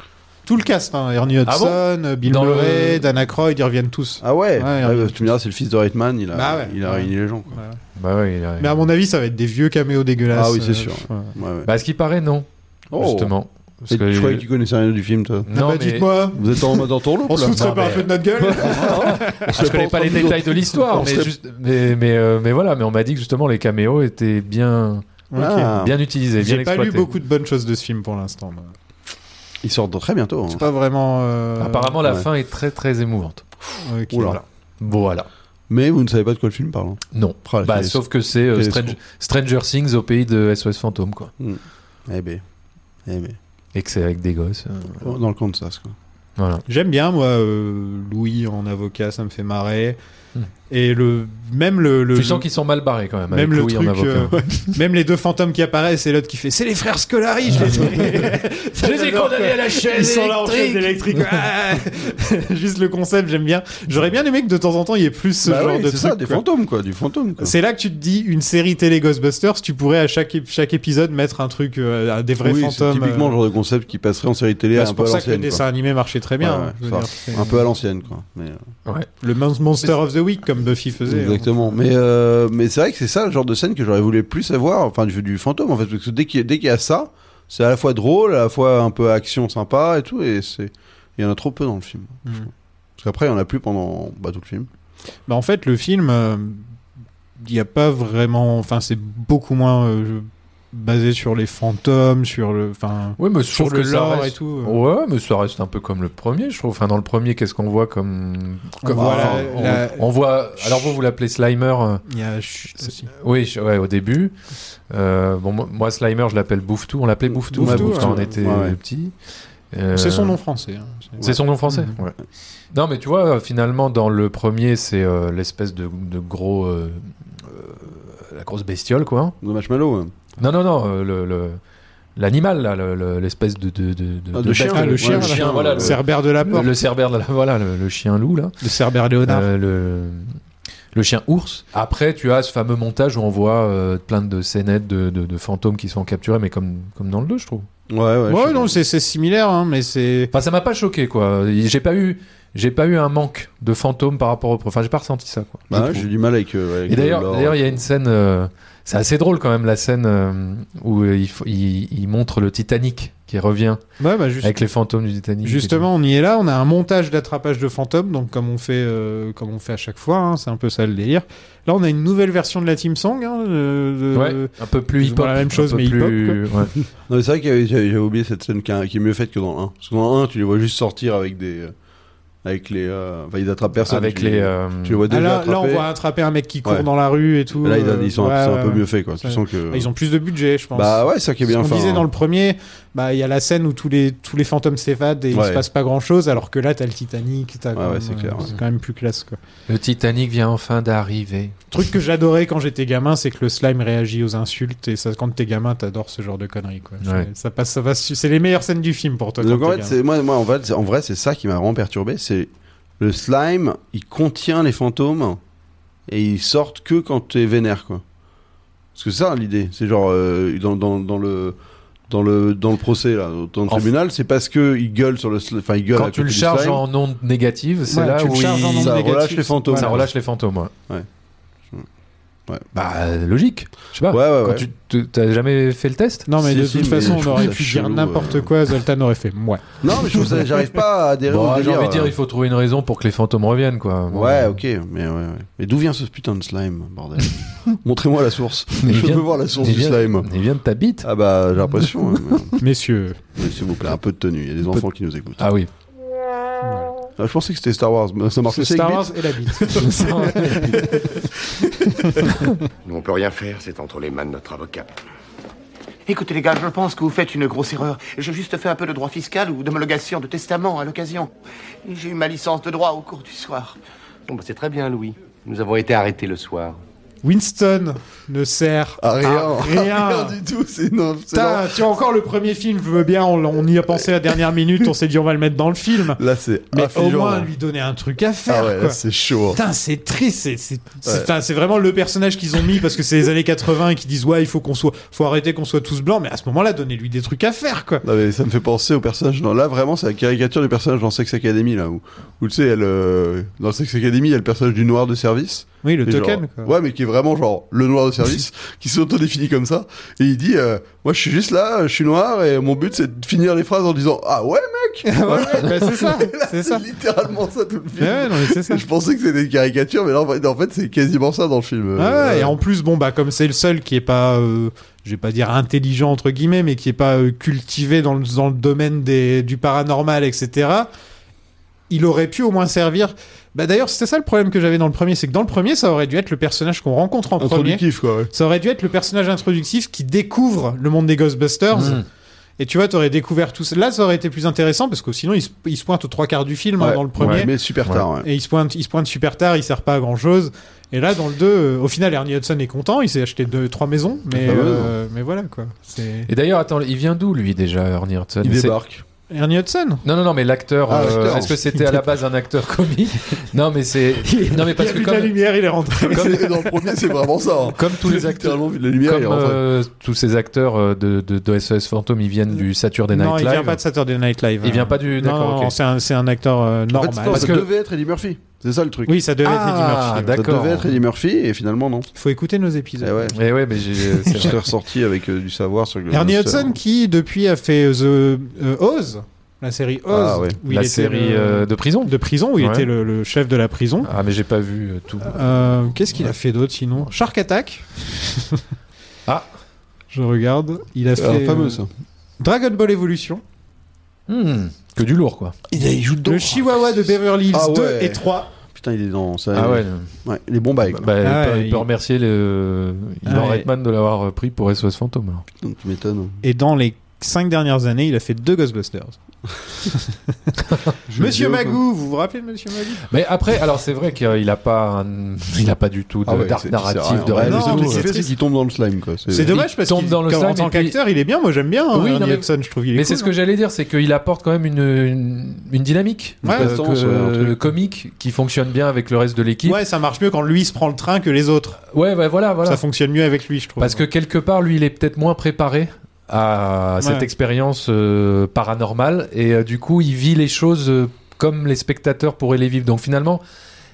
Tout le cast, hein, Ernie Hudson,
Ah bon
Bill
Dans le-
Murray, Dana Croyd, ils reviennent tous.
Ah ouais,
Ouais,
Ah,
il-
bah, Tu me diras, c'est le fils de Reitman, il a,
Bah ouais.
il a
Ouais.
réuni les gens. quoi.
Bah ouais, il a-
Mais à mon avis, ça va être des vieux caméos dégueulasses.
Ah oui, c'est
euh,
sûr.
ouais.
Ouais, ouais.
Bah, à ce qui paraît, non.
Oh.
Justement. Parce
Et
que-
Je croyais que tu connaissais rien du film, toi.
bah,
Non, mais-
dites-moi.
Vous êtes en mode entourloupe
On se
là
foutrait
Non,
pas un
mais-
peu de notre gueule
Ah, je connais pas les détails de l'histoire,
On
mais,
serait-
juste- mais, mais, euh, mais voilà, mais on m'a dit que justement les caméos étaient bien,
Ok.
bien utilisés, bien
Ah. J'ai pas lu
exploités.
beaucoup de bonnes choses de ce film pour l'instant. moi.
Il sort de- très bientôt. hein.
C'est pas vraiment. euh,
Apparemment, la
ouais.
fin est très très émouvante.
ok.
Oula.
Voilà. Voilà.
Mais vous ne savez pas de quoi le film parle. hein.
Non.
Ah,
Bah,
quel est-
sauf que c'est euh,
quel est-
Strange- Stranger Things au pays de SOS Fantôme, quoi.
Hmm. Eh ben. Eh ben.
Et que c'est avec des gosses. euh,
Oh, Dans le Kansas, quoi.
Voilà.
J'aime bien, moi, euh, Louis en avocat, ça me fait marrer. Et le, même le. le-
Hmm. tu sens qu'ils sont mal barrés
Ah,
quand même.
Même
avec
le
Louis en
truc,
avocat.
euh, même les deux fantômes qui apparaissent et l'autre qui fait c'est les frères Scolari, je les, Ça,
Je les ai
j'adore,
condamnés
quoi.
à la chaîne
Ils sont là en
électrique.
chaîne électrique. Ah Juste le concept, j'aime bien. J'aurais bien aimé que de temps en temps il y ait plus ce
Bah
genre
oui,
de
c'est
truc.
ça, des
quoi.
fantômes, quoi. Du fantôme, quoi.
C'est là que tu te dis une série télé Ghostbusters, tu pourrais à chaque, ép- chaque épisode mettre un truc, euh, un- des vrais
oui, c'est
fantômes.
typiquement
euh,
le genre de concept qui passerait en série télé
bah,
un
c'est
peu
pour
à
ça que le
l'ancienne.
dessin
quoi.
animé marchait très bien. hein,
Ouais, ouais,
je veux
enfin,
dire, c'est-
un peu à l'ancienne, quoi. Mais, euh,
Ouais.
Le Mon- Monster of the Week comme Buffy faisait. hein.
Exactement. Mais, euh, mais c'est vrai que c'est ça le genre de scène que j'aurais voulu plus avoir, enfin du, du fantôme en fait, parce que dès qu'il y a- dès qu'il y a ça, c'est à la fois drôle, à la fois un peu action sympa et tout, et c'est il y en a trop peu dans le film.
Mm.
Parce qu'après il y en a plus pendant bah, tout le film.
Bah, en fait, le film, euh, il n'y a pas vraiment. Enfin, c'est beaucoup moins euh, basé sur les fantômes, sur le. Enfin,
Ouais, mais je
sur
trouve
le
que ça
lore
reste...
et tout. euh.
Ouais, mais ça reste un peu comme le premier, je trouve. Enfin, dans le premier, qu'est-ce qu'on voit comme.
On
comme-
voit la-
enfin, on,
la-
on voit. Alors, vous, vous l'appelez Slimer. euh,
Il y a chut aussi.
Oui, je- ouais, au début. Euh, bon, moi- moi, Slimer, je l'appelle Bouffetou. On l'appelait Bouffetou
Bouffetou, ouais.
quand on était
Euh, hein. Ouais, ouais.
petit. Euh,
C'est son nom français. hein.
C'est son nom français.
Mhm.
ouais. Non, mais tu vois, euh, finalement, dans le premier, c'est euh, l'espèce de, de gros. euh, euh, la grosse bestiole, quoi.
Le marshmallow. hein. ouais.
Non, non, non, euh, le- le- l'animal, là, le- le- l'espèce de, de, de, de-
Ah, de
de
chien,
bête,
ah, le chien,
le
là.
chien, voilà, le-
Cerbère de la porte.
Le cerbère de la, voilà, le, le chien loup, là.
Ah, Le Cerbère Léonard.
Euh, le, le chien ours. Après, tu as ce fameux montage où on voit euh, plein de scénettes de, de- de fantômes qui sont capturés, mais comme, comme dans le 2, je trouve.
Ouais, ouais.
Ouais, non, c'est c'est similaire, hein, mais c'est.
Enfin, ça m'a pas choqué, quoi. J'ai pas eu, j'ai j'ai pas eu un manque de fantômes par rapport au prof. Enfin, j'ai pas ressenti ça. Quoi,
Bah,
Je
j'ai
trouve.
du mal avec. euh, avec
Et d'ailleurs,
l'or.
d'ailleurs, il y a une scène, euh, c'est assez drôle quand même, la scène euh, où euh, il, faut- il- il montre le Titanic qui revient
Ouais, bah, juste-
avec les fantômes du Titanic. et
Justement, on y est là. On a un montage d'attrapage de fantômes, donc comme on fait, euh, comme on fait à chaque fois, hein, c'est un peu ça le délire. Là, on a une nouvelle version de la Team Song, hein, de- de-
Ouais, un peu
ou
plus
moins
hip-hop,
la même chose,
un peu
mais hip-hop.
plus-
quoi.
ouais.
Non, mais c'est vrai que j'avais- j'avais oublié cette scène qui, a- qui est mieux faite que dans le 1. Parce que dans le 1, tu les vois juste sortir avec des. euh, Avec les. euh, Enfin, ils attrapent personne.
Avec
tu
les, euh,
Tu les vois
Ah,
déjà.
là, là, on
attrapés.
voit attraper un mec qui court
Ouais.
dans la rue et tout.
Là, ils,
euh,
ils sont,
ouais,
c'est un peu
ouais.
mieux fait, quoi. Tu
Ça-
sens
Bah,
que.
Ils ont plus de budget, je pense.
Bah ouais, c'est ça qui est bien
Ce qu'on
fait,
disait
hein.
dans le premier, bah il y a la scène où tous les tous les fantômes s'évadent et il
Ouais.
se passe pas grand chose, alors que là t'as le Titanic, t'as quand même,
c'est
euh,
clair, ouais.
quand même plus classe quoi.
Le Titanic vient enfin d'arriver.
Truc que j'adorais quand j'étais gamin, c'est que le slime réagit aux insultes et ça quand t'es gamin t'adores ce genre de conneries quoi.
Ouais.
C'est- Ça passe, ça va, su- c'est les meilleures scènes du film pour toi.
Donc
quand
en
t'es
hein.
fait,
gamin.
c'est- moi, moi, en, fait, c'est- en vrai, c'est ça qui m'a vraiment perturbé. C'est le slime, il contient les fantômes et ils sortent que quand tu es vénère, quoi. Parce que c'est ça l'idée. C'est genre euh, dans, dans, dans le dans le dans le procès là, dans le
En-
tribunal, c'est parce que il gueule sur le, sli- enfin il gueule. à
Quand
côté
tu le
du
charges
slime.
en ondes négatives, c'est
Ouais,
là
tu le
où
charges
il-
en ondes Ça relâche négatives, les fantômes.
Ça
voilà.
relâche les fantômes. ouais.
Ouais. Ouais.
Bah logique. Je sais pas.
Ouais, ouais,
Quand
ouais.
tu te- t'as jamais fait le test
Non mais de toute façon, on aurait pu
dire
dire
euh.
n'importe quoi, Zoltan aurait fait moi.
Non mais je trouve ça, j'arrive pas à adhérer.
Bon,
au
j'ai
délire,
envie de dire,
là.
il faut trouver une raison pour que les fantômes reviennent, quoi. Bon,
euh, Ouais,
euh,
ok, mais ouais, ouais. Mais d'où vient ce putain de slime, bordel Montrez-moi la source.
Mais
Je
viens-
veux voir la source
mais
du
viens-
slime.
Il vient de ta bite
Ah bah, j'ai l'impression. hein, mais-
Messieurs.
Mais S'il vous plaît, un peu de tenue. Il y a des enfants qui nous écoutent.
Ah oui.
Ah, je pensais que c'était Star Wars. mais Ça marche
C'est
aussi.
Star
avec
Wars
bite
et la bite.
Nous, on peut rien faire, c'est entre les mains de notre avocat.
Écoutez les gars, je pense que vous faites une grosse erreur. J'ai juste fait un peu de droit fiscal ou d'homologation de testament à l'occasion. J'ai eu ma licence de droit au cours du soir.
Bon, bah, c'est très bien, Louis. Nous avons été arrêtés le soir.
Winston ne sert à
Ah, rien.
rien.
du tout, c'est non. c'est
Putain,
non.
tu vois encore le premier film, je veux bien, on, on y a pensé la dernière minute, on s'est dit on va le mettre dans le film.
Là, c'est
Mais au
affligeant.
moins lui donner un truc à faire.
Ah ouais, là,
quoi.
c'est chaud.
Putain, c'est triste. C'est, c'est, c'est-
Ouais.
putain, c'est vraiment le personnage qu'ils ont mis parce que c'est les années 80 et qui disent ouais, il faut qu'on soit, faut arrêter qu'on soit tous blancs. Mais à ce moment-là, donnez-lui des trucs à faire, quoi.
Non, mais ça me fait penser au personnage. dans- Là, vraiment, c'est la caricature du personnage dans Sex Academy, là. Où, où tu sais, elle, euh, dans Sex Academy, il y a le personnage du noir de service.
Oui, le
Et genre-
token, quoi.
Ouais, mais qui est vraiment genre le noir de service, qui s'auto-définit comme ça. Et il dit euh, Moi, je suis juste là, je suis noir, et mon but, c'est de finir les phrases en disant Ah ouais, mec Voilà.
bah, c'est ça,
Et là,
c'est ça.
littéralement ça tout le film.
Ouais, non, mais c'est ça.
Je pensais que c'était une caricature, mais là, en fait, en fait, c'est quasiment ça dans le film.
Ah
Euh,
ouais, et en plus, bon, bah, comme c'est le seul qui est pas, euh, je vais pas dire intelligent entre guillemets, mais qui est pas euh, cultivé dans le, dans le domaine des, du paranormal, etc., il aurait pu au moins servir. Bah, d'ailleurs, c'était ça le problème que j'avais dans le premier, c'est que dans le premier, ça aurait dû être le personnage qu'on rencontre en premier.
Introductif, quoi. ouais.
Ça aurait dû être le personnage introductif qui découvre le monde des Ghostbusters.
Mm.
Et tu vois, t'aurais découvert tout ça. Là, ça aurait été plus intéressant parce que sinon, il se, il se pointe aux trois quarts du film hein,
Ouais,
dans le premier.
ouais, mais super tard, ouais.
Et il se, pointe, il se pointe super tard, il sert pas à grand chose. Et là, dans le 2, euh, au final, Ernie Hudson est content, il s'est acheté deux, trois maisons, mais,
Ah ouais,
euh, mais voilà quoi. C'est-
Et d'ailleurs, attends, il vient d'où lui déjà, Ernie Hudson
Il
C'est-
débarque.
Ernie Hudson
Non, non, non, mais l'acteur.
Ah,
euh,
l'acteur.
Est-ce que c'était à la base un acteur comique Non, mais c'est. Non, mais parce
il a
que
vu de
comme.
la lumière, il est rentré.
dans le premier, c'est vraiment ça. hein.
Comme tous les acteurs,
littéralement vu de la lumière, il est
comme,
rentré.
euh, tous ces acteurs euh, de, de, de SOS Fantôme, ils viennent du Saturday Night
non,
Live.
il vient pas de Saturday Night Live.
Il vient pas du-
Non,
d'accord,
non,
ok.
c'est un, c'est un acteur euh,
En fait,
normal.
non, ça devait être Eddie Murphy. C'est ça le truc.
Oui, ça devait
Ah,
être Eddie Murphy, ouais.
Ça devait être Eddie Murphy et finalement non.
Faut écouter nos épisodes.
Eh ouais.
Eh ouais, mais j'ai.
Je suis ressorti avec euh, du savoir sur le.
Ernie
le-
Hudson qui depuis a fait The euh, Oz, la série Oz,
Ah ouais. La série, euh, de prison.
de prison où il
Ouais.
était le, le chef de la prison.
Ah, mais j'ai pas vu euh, tout.
Euh, Qu'est-ce qu'il a fait d'autre sinon Shark Attack.
ah,
je regarde. Il a
Ah,
fait
fameux,
euh,
ça.
Dragon Ball Evolution.
Hmm, que du lourd, quoi.
le Chihuahua de Beverly Hills
Ah
2
ouais.
et 3.
Putain, il est dans. Ça,
Ah ouais.
ouais. Il est bon bail. quoi.
Bah,
Ah
il peut,
ouais,
il
il-
peut remercier le... Ivan
Ah ouais.
Reitman de l'avoir euh, pris pour SOS Fantôme. alors.
Donc, tu m'étonnes.
Et dans les 5 dernières années, il a fait deux Ghostbusters. Monsieur
vidéo, quoi.
Magoo, vous vous rappelez de Monsieur Magoo
Mais après, alors c'est vrai qu'il a pas, un- il a pas du tout de
Ah ouais,
d'arc
c'est- c'est
narratif,
rien.
de
Ouais,
réalisme.
Le seul
mais
truc
c'est
qu'il fait, c'est
triste.
qu'il tombe dans le slime, quoi.
C'est dommage
Il
parce
tombe
qu'il
dans le
comme- en
slime
tant
et puis-
qu'acteur, il est bien. Moi, j'aime bien. hein,
Oui, non,
Ernie
mais-
Hudson, je trouve qu'il est
Mais
cool, hein.
c'est ce que j'allais dire, c'est qu'il apporte quand même une, une, une dynamique
Ouais.
euh,
Prestance,
que-
ouais, un truc.
comique qui fonctionne bien avec le reste de l'équipe.
Ouais, ça marche mieux quand lui se prend le train que les autres.
Ouais, ouais, voilà, voilà.
Ça fonctionne mieux avec lui, je trouve.
Parce que quelque part, lui, il est peut-être moins préparé à cette
Ouais.
expérience euh, paranormale et euh, du coup, il vit les choses euh, comme les spectateurs pourraient les vivre. Donc finalement,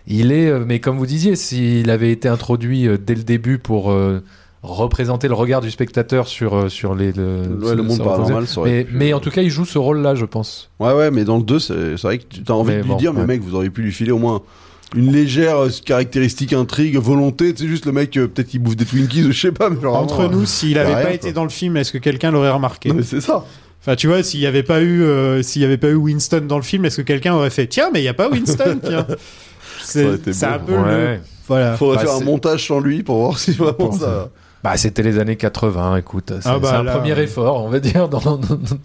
il est, euh, mais comme vous disiez, s'il avait été introduit euh, dès le début pour euh, représenter le regard du spectateur sur, euh, sur les... le-
Ouais, le monde
sur-
paranormal, ça aurait
mais,
pu-
mais en tout cas, il joue ce rôle-là, je pense.
Ouais, ouais, mais dans le 2, c'est c'est vrai que tu as envie
Mais
de lui
bon,
dire, mais
ouais.
mec, vous auriez pu lui filer au moins une légère euh, caractéristique, intrigue, volonté. Tu sais, juste le mec, euh, peut-être il bouffe des Twinkies, ou je sais pas, mais genre.
Entre
vraiment, euh,
nous, s'il avait
rien,
pas
quoi.
été dans le film, est-ce que quelqu'un l'aurait remarqué
Non, mais c'est ça.
Enfin, tu vois, s'il n'y avait pas eu, euh, s'il y avait pas eu Winston dans le film, est-ce que quelqu'un aurait fait Tiens, mais il n'y a pas Winston. tiens.
Ça aurait
C'est
été
c'est
beau.
un peu
Ouais.
le. Voilà.
Faudrait
Bah,
faire un
c'est-
montage sans lui pour voir si vraiment ça.
Bah, c'était les années 80, écoute. C'est
Ah bah,
c'est un
là,
premier
ouais.
effort, on va dire. dans-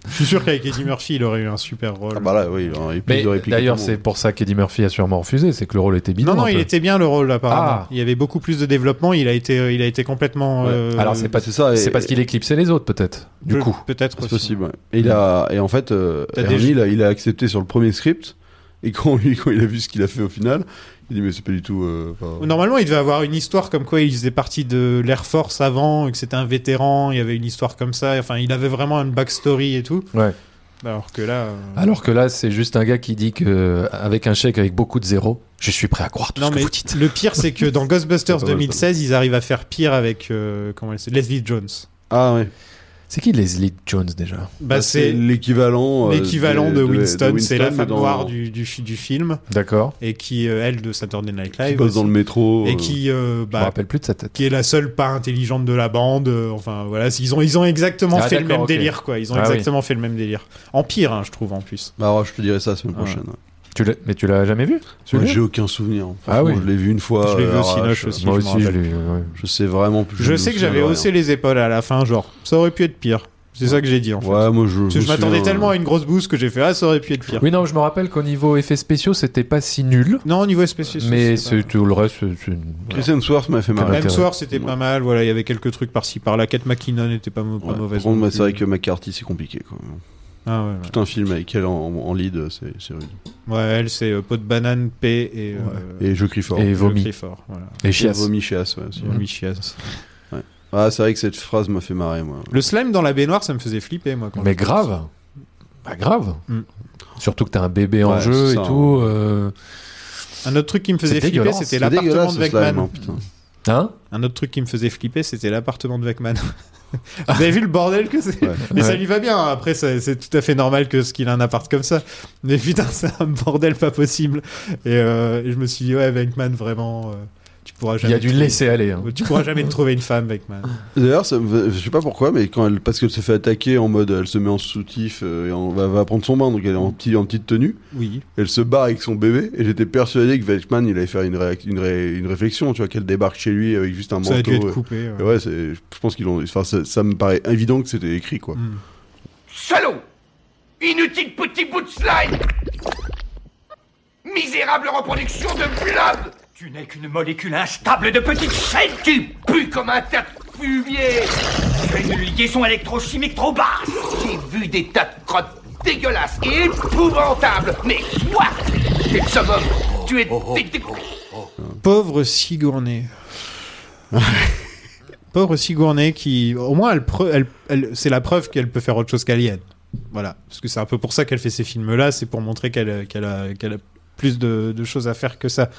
Je suis sûr qu'avec Eddie Murphy, il aurait eu un super rôle.
Ah bah là, oui, hein, et puis
Mais
il aurait pu-
d'ailleurs,
comment-
c'est pour ça qu'Eddie Murphy a sûrement refusé, c'est que le rôle était bidon.
Non, non,
un
il
peu.
était bien le rôle apparemment.
Ah.
Il y avait beaucoup plus de développement. Il a été, il a été complètement. euh,
Alors c'est pas
c'est ça, et-
C'est parce qu'il éclipsait les autres peut-être. Du
Peu-
coup.
Peut-être
C'est
aussi.
possible. ouais. Et, il a, et en fait, euh,
T'as
Ernie,
des-
il, a, il a accepté sur le premier script. Et quand, lui, quand il a vu ce qu'il a fait au final, il dit mais c'est pas du tout. euh, enfin,
Normalement, il devait avoir une histoire comme quoi il faisait partie de l'Air Force avant, et que c'était un vétéran. Il y avait une histoire comme ça. Enfin, il avait vraiment une backstory et tout.
Ouais.
Alors que là. euh,
Alors que là, c'est juste un gars qui dit que avec un chèque avec beaucoup de zéros, je suis prêt à croire tout
Non
ce
mais
que vous dites.
le pire c'est que dans Ghostbusters
C'est pas mal,
2016 ils arrivent à faire pire avec euh, comment elle s'appelle Leslie Jones.
Ah ouais.
C'est qui Leslie Jones déjà
Bah, c'est
l'équivalent. euh,
l'équivalent de, Winston, c'est la
mais
femme
dans-
noire du, du, fi- du film
D'accord.
et qui euh, elle de Saturday Night Live
Qui bosse
aussi.
dans le métro.
et
euh,
qui euh,
Je me
bah,
rappelle plus de sa tête.
qui est la seule pas intelligente de la bande euh, enfin voilà ils ont ils ont exactement
Ah,
fait le
d'accord,
même
ok.
délire quoi ils ont
Ah oui.
exactement fait le même délire en pire hein, je trouve en plus
Bah alors, je te dirai ça la semaine
Ah.
prochaine. ouais.
Tu l'as- mais tu l'as jamais vu
Moi,
celui-là
j'ai aucun souvenir. hein,
Ah
Franchement,
oui.
Je l'ai vu une fois.
Je l'ai
euh,
vu au
arrache,
Cinoche
euh,
aussi,
Moi
je m'en
aussi, je
rappelle.
l'ai. ouais.
Je sais vraiment plus.
je
me
sais que
souviens
j'avais
de rien.
haussé les épaules à la fin genre ça aurait pu être pire c'est ça que j'ai dit en fait
Ouais, moi je. euh,
Parce que je m'attendais tellement à une grosse bouse que j'ai fait ah ça aurait pu être pire
Oui, non, je me rappelle qu'au niveau effets spéciaux, c'était pas si nul.
Non, au niveau spécial.
Mais
c'est
c'est tout le reste. c'est- c'est-
Chris Hemsworth m'a fait
pas-
marrer.
Même soir, c'était pas mal. Voilà, il y avait quelques trucs par-ci par-là. Kate McKinnon n'était pas, mau- pas
Ouais, Par
mauvaise.
contre,
non
bah,
plus.
c'est vrai que McCarthy, c'est compliqué. Quoi.
Ah ouais, ouais.
Tout un film avec elle en, en lead, c'est c'est rude.
Ouais, elle, c'est euh, pot de banane, paix et. euh,
Et je crie fort.
Et
je
vomi.
crie fort, voilà.
Et chiasse.
vomi chiasse, ouais, aussi.
Vomi, chiasse.
Ouais. Ah, c'est vrai que cette phrase m'a fait marrer, moi.
Le slime dans la baignoire, ça me faisait flipper, moi. Quand
Mais
je-
grave. Bah grave.
Mm.
Surtout que t'as un bébé en
Ouais,
jeu
c'est
et
ça,
hein.
tout. euh,
Un autre truc qui me faisait
C'est
flipper,
dégueulasse.
c'était
C'est
l'appartement
dégueulasse,
de
ce slime,
Beckman.
hein, putain.
Hein
Un autre truc qui me faisait flipper, c'était l'appartement de Beckman. Vous avez vu le bordel que c'est
Ouais.
Mais ça
Ouais.
lui va bien. Après, ça- c'est tout à fait normal que ce qu'il a un appart comme ça. Mais putain, c'est un bordel pas possible. Et, euh, et je me suis dit, ouais, Beckman, vraiment, euh, tu pourras
Il
jamais.
y a du
te
laisser aller. hein.
trouver- Tu pourras jamais te trouver une femme, Beckman.
D'ailleurs, ça me- je sais pas pourquoi, mais quand elle, parce qu'elle se fait attaquer en mode, elle se met en soutif euh, et on va, va prendre son bain, donc elle est en, petit, en petite tenue.
Oui.
Elle se barre avec son bébé, et j'étais persuadé que Weichmann, il allait faire une, réac- une, ré- une réflexion, tu vois, qu'elle débarque chez lui avec juste un manteau.
Ça a dû être
euh,
coupé. ouais.
et ouais, c'est- je pense qu'ils ont. Enfin, ça, ça me paraît évident que c'était écrit, quoi.
Mm.
Salaud Inutile petit bout de slime Misérable reproduction de blob Tu n'es qu'une molécule instable de petites chaînes qui pue comme un tas de fumier Tu as une liaison électrochimique trop basse
J'ai vu des tas de crottes dégueulasses et épouvantables. Mais toi, t'es le summum. Tu es...
Oh,
t'es- t'es-
Pauvre Sigourney. Pauvre Sigourney qui, au moins, elle pre- elle- elle- c'est la preuve qu'elle peut faire autre chose qu'Alien. Voilà. Parce que c'est un peu pour ça qu'elle fait ces films-là, c'est pour montrer qu'elle a- qu'elle a, qu'elle a plus de, de choses à faire que ça.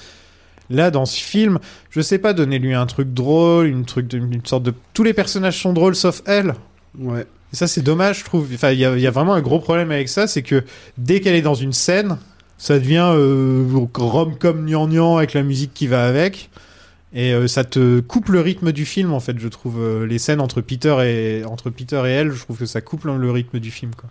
Là, dans ce film, je sais pas, donnez-lui un truc drôle, une, truc de- une sorte de. Tous les personnages sont drôles sauf elle.
Mm. Ouais.
Et ça, c'est dommage, je trouve. Enfin, il y, a- il y a vraiment un gros problème avec ça, c'est que dès qu'elle est dans une scène, ça devient euh, rom-com gnangnan avec la musique qui va avec. Et euh, ça te coupe le rythme du film, en fait, je trouve. Euh, les scènes entre Peter, et, entre Peter et elle, je trouve que ça coupe le rythme du film, quoi.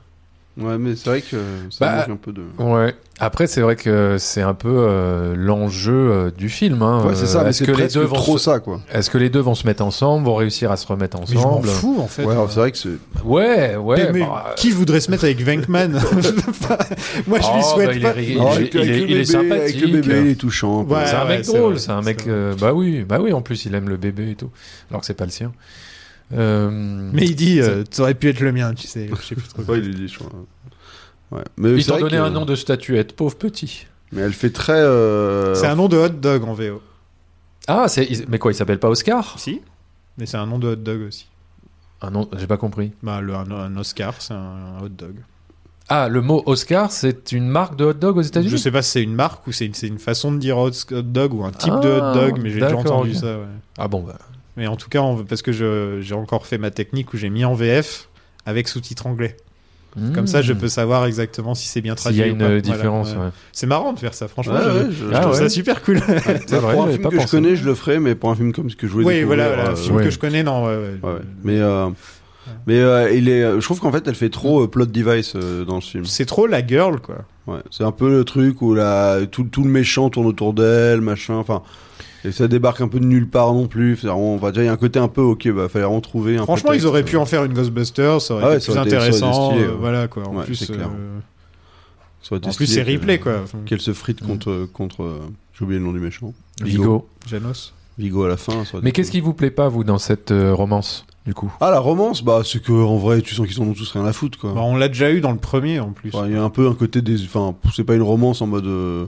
Ouais, mais c'est vrai que ça
Bah,
manque un peu de.
Ouais. Après, c'est vrai que c'est un peu euh, l'enjeu euh, du film. hein.
Ouais, c'est ça,
Euh,
mais
Est-ce
c'est
que les
presque
deux vont
trop
se-
ça, quoi.
Est-ce que les deux vont se mettre ensemble, vont réussir à se remettre
Mais je m'en
ensemble
fous, en fait.
Ouais, alors, c'est vrai que c'est.
Ouais, ouais.
Mais- mais
bah,
qui voudrait se mettre avec Venkman Moi, je lui
Oh, bah,
souhaite
il
pas.
est ri-
Ah,
il
avec
est- il est-
le
il est
bébé, avec le
sympathique. hein.
bébé, il est touchant. quoi.
Ouais,
c'est un
ouais,
mec
c'est
drôle,
vrai,
c'est un
c'est
mec.
vrai.
euh, bah oui, bah oui. En plus, il aime le bébé et tout, alors que c'est pas le sien. Euh,
Mais il dit, euh, t'aurais pu être le mien, tu sais. Je sais plus trop.
Ouais, il est dit, je crois. Ouais. Mais
ils
c'est
t'ont
vrai
donné
que-
un nom de statuette, pauvre petit.
Mais elle fait très. euh,
C'est un nom de hot dog en VO.
Ah, c'est- il- mais quoi, il s'appelle pas Oscar
Si. Mais c'est un nom de hot dog aussi.
Un nom, j'ai pas compris.
Bah, le, un, un Oscar, c'est un, un hot dog.
Ah, le mot Oscar, c'est une marque de hot dog aux États-Unis
Je sais pas si c'est une marque ou c'est une, c'est une façon de dire hot hot dog ou un type de hot
Ah,
dog, mais j'ai déjà
d'accord,
entendu
ok.
ça. ouais.
Ah bon, bah.
Mais en tout cas, on- parce que je- j'ai encore fait ma technique où j'ai mis en VF avec sous-titres anglais. Comme ça, je peux savoir exactement si c'est bien
Hmm. S'il
traduit.
y a
ou
une
pas.
euh,
Voilà,
différence,
ouais.
ouais.
C'est marrant de faire ça, franchement.
Ouais,
je,
ouais,
je
je-
trouve
Ah
ça
ouais.
super cool.
pour un film que je connais, je le ferais, mais pour un film comme ce que je voulais
Oui,
découvrir,
voilà, voilà, un
euh,
film que je connais, non. ouais, ouais.
Ouais, ouais. Mais, euh, mais euh, il est, je trouve qu'en fait, elle fait trop euh, plot device euh, dans le film.
C'est trop la girl, quoi.
Ouais, c'est un peu le truc où la, tout, tout le méchant tourne autour d'elle, machin, enfin. Et ça débarque un peu de nulle part non plus. C'est-à-dire, On va dire, il y a un côté un peu, ok, bah, fallait en trouver un euh,
Franchement, ils auraient pu en faire une Ghostbusters, ça aurait
Ah ouais,
été
ça
plus
aurait été- ça aurait été
intéressant.
stylé,
euh,
ouais.
Voilà, quoi. En
Ouais,
plus,
c'est clair.
euh,
pu.
en plus, c'est replay, quoi. Enfin,
Qu'elle se
Mm.
frite contre, contre euh, j'ai oublié le nom du méchant.
Vigo.
Janos.
Vigo à la fin. ça aurait
Mais
été
qu'est-ce qui vous plaît pas, vous, dans cette euh, romance, du coup
Ah, la romance, bah, c'est que, en vrai, tu sens qu'ils en ont tous rien à foutre, quoi.
bah, on l'a déjà eu dans le premier, en plus.
Enfin, Il y a un peu un côté des. Enfin, c'est pas une romance en mode. euh,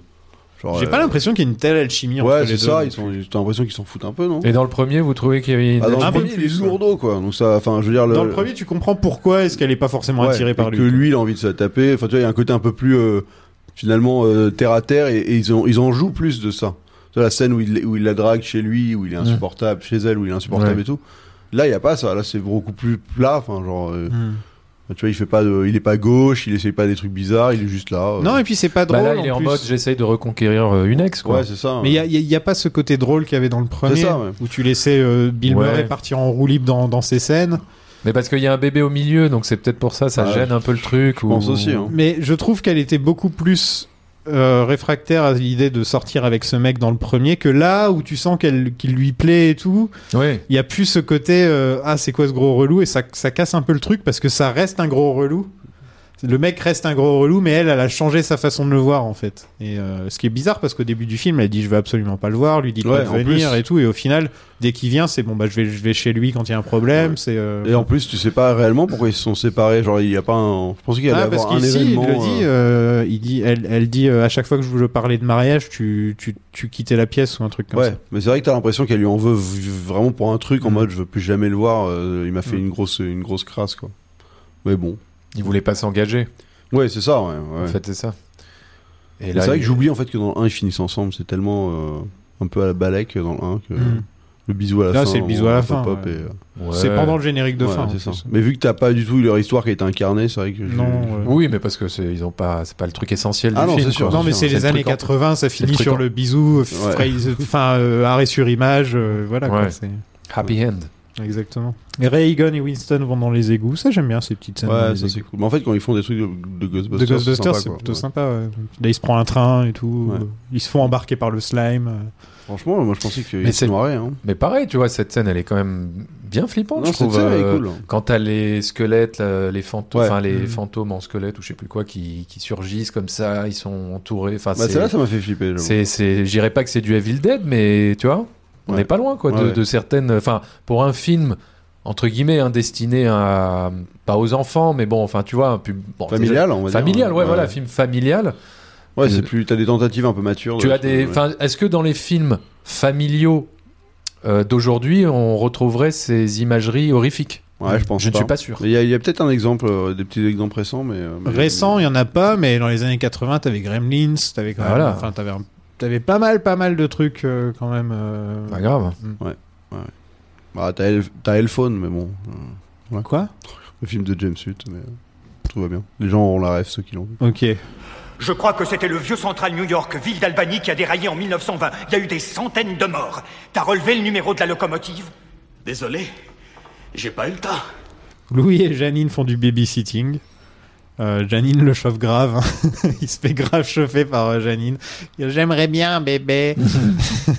genre,
J'ai
euh,
pas l'impression qu'il y ait une telle alchimie entre
Ouais,
les
c'est
deux.
ça, ils sont- t'as l'impression qu'ils s'en foutent un peu, non
Et dans le premier, vous trouvez qu'il y avait une.
Ah, dans le
peu
premier, il est
plus, euh,
lourdeau, quoi. Donc ça, enfin, je veux dire.
Dans le premier, tu comprends pourquoi est-ce qu'elle est pas forcément
Ouais,
attirée
et
par
Que
lui.
lui, il a envie de se la taper. Enfin, tu vois, il y a un côté un peu plus euh, finalement euh, terre à terre, et, et ils, en, ils en jouent plus de ça. Tu vois, la scène où il, où il la drague chez lui, où il est
Mm.
insupportable chez elle, où il est insupportable
Ouais.
et tout. Là, il y a pas ça. Là, c'est beaucoup plus plat. Enfin, genre. euh,
Mm.
Tu vois, il fait pas, de- il est pas gauche, il essaye pas des trucs bizarres, il est juste là. euh.
Non, et puis c'est pas drôle.
Bah là, il est en
plus.
mode j'essaye de reconquérir euh, une ex, quoi.
Ouais, c'est ça. hein.
Mais il n'y a, pas ce côté drôle qu'il y avait dans le premier,
ça, ouais.
où tu laissais euh, Bill
Ouais.
Murray partir en roue libre dans, dans ses scènes.
Mais parce qu'il y a un bébé au milieu, donc c'est peut-être pour ça, ça
Ah,
gêne un peu le truc. Je
pense aussi, hein.
Mais je trouve qu'elle était beaucoup plus euh, réfractaire à l'idée de sortir avec ce mec dans le premier que là où tu sens qu'elle qu'il lui plaît et tout.
Oui.
Il y a plus ce côté euh, ah c'est quoi ce gros relou et ça ça casse un peu le truc parce que ça reste un gros relou. Le mec reste un gros relou, mais elle, elle a changé sa façon de le voir en fait. Et euh, ce qui est bizarre parce qu'au début du film, elle dit je veux absolument pas le voir, lui dit de
Ouais,
pas
en
de venir
plus.
et tout. Et au final, dès qu'il vient, c'est bon bah je vais je vais chez lui quand il y a un problème. C'est euh,
Et en plus, tu sais pas réellement pourquoi ils se sont séparés. Genre, il y a pas un. Je pensais qu'il y allait
Ah, parce
avoir un
qu'ici,
événement.
il le dit,
euh,
euh, il dit elle, elle dit euh, à chaque fois que je vous parlais de mariage, tu, tu, tu quittais la pièce ou un truc comme
ouais,
ça.
mais c'est vrai que t'as l'impression qu'elle lui en veut v- vraiment pour un truc en mode je veux plus jamais le voir. euh, il m'a fait
Mm.
une grosse une grosse crasse quoi. Mais bon.
Il voulait pas s'engager.
Ouais, c'est ça. Ouais, ouais.
En fait, c'est ça. Et
Mais
là,
c'est vrai
il-
que j'oublie en fait que dans le 1 ils finissent ensemble. C'est tellement euh, un peu à la balèque dans le 1 que
Mm.
le bisou à la
Là,
fin.
c'est le
on-
bisou à la
on
fin,
pop
ouais.
et, euh,
Ouais.
C'est pendant le générique de
ouais,
fin. en
c'est ça.
plus.
Mais vu que t'as pas du tout leur histoire qui est incarnée, c'est vrai que j'ai-
Non, euh, ouais.
Oui, mais parce que c'est ils ont pas, c'est pas le truc essentiel
Ah
du
non,
film.
c'est sûr,
quoi.
Non mais c'est
le
les
truc
années
en-
80, ça
c'est
finit
truc
sur
en-
le bisou, f-
Ouais.
phrase- enfin euh, arrêt sur image, euh, voilà quoi,
Ouais.
c'est-
Happy end.
Exactement. Et Reagan et Winston vont dans les égouts, ça j'aime bien ces petites scènes. dans
Ouais,
les
ça
égouts.
c'est cool. Mais en fait, quand ils font des trucs de, de Ghostbusters,
De Ghostbusters, c'est
quoi.
plutôt
Ouais.
sympa. ouais. Là, ils se prennent un train et tout.
Ouais.
Ils se font embarquer par le slime. euh.
Franchement, moi je pensais
Mais
qu'ils
c'est-
se noieraient. Hein.
Oh,
Mais pareil, tu vois, cette scène, elle est quand même bien flippante,
Non,
je
cette
trouve. euh,
scène, elle est
euh,
cool.
Quand t'as les squelettes, là, les fantômes,
Ouais.
enfin les
Mhm.
fantômes en squelette ou je sais plus quoi, qui, qui surgissent comme ça, ils sont entourés. Enfin,
Bah,
c'est-
celle-là, ça m'a fait flipper. j'avoue.
c'est, c'est, j'irais pas que c'est du Evil Dead, mais tu vois, on n'est
Ouais.
pas loin, quoi, de,
Ouais, ouais.
de certaines. Enfin, pour un film entre guillemets hein, destiné à pas aux enfants, mais bon, enfin, tu vois, un pub bon,
Familial, on va dire,
familial,
hein.
ouais,
Ouais.
voilà, film familial.
Ouais, c'est plus. T'as des tentatives un peu matures.
Euh,
euh,
Tu
de-
as des.
ouais.
enfin, Est-ce que dans les films familiaux euh, d'aujourd'hui, on retrouverait ces imageries horrifiques
Ouais, je pense.
Je ne suis pas sûr.
Mais Il y a, il y a peut-être un exemple, euh, des petits exemples récents, mais. euh, mais-
Récent, il y en a pas, mais dans les années 80, t'avais Gremlins, t'avais quand même-
Voilà.
enfin, t'avais un- t'avais pas mal, pas mal de trucs euh, quand même. euh,
Pas grave.
Ouais. ouais. Bah, t'as El- t'as Elphone, mais bon. euh, ouais.
Quoi
Le film de James Hutt, mais euh, tout va bien. Les gens ont la rêve, ceux qui l'ont vu.
Ok.
Je crois que c'était le vieux Central New York, ville d'Albanie, qui a déraillé en 1920. Il y a eu des centaines de morts. T'as relevé le numéro de la locomotive Désolé, j'ai pas eu le temps.
Louis et Janine font du babysitting. Euh, Janine le chauffe grave. hein. il se fait grave chauffer par euh, Janine. Il dit, J'aimerais bien un bébé.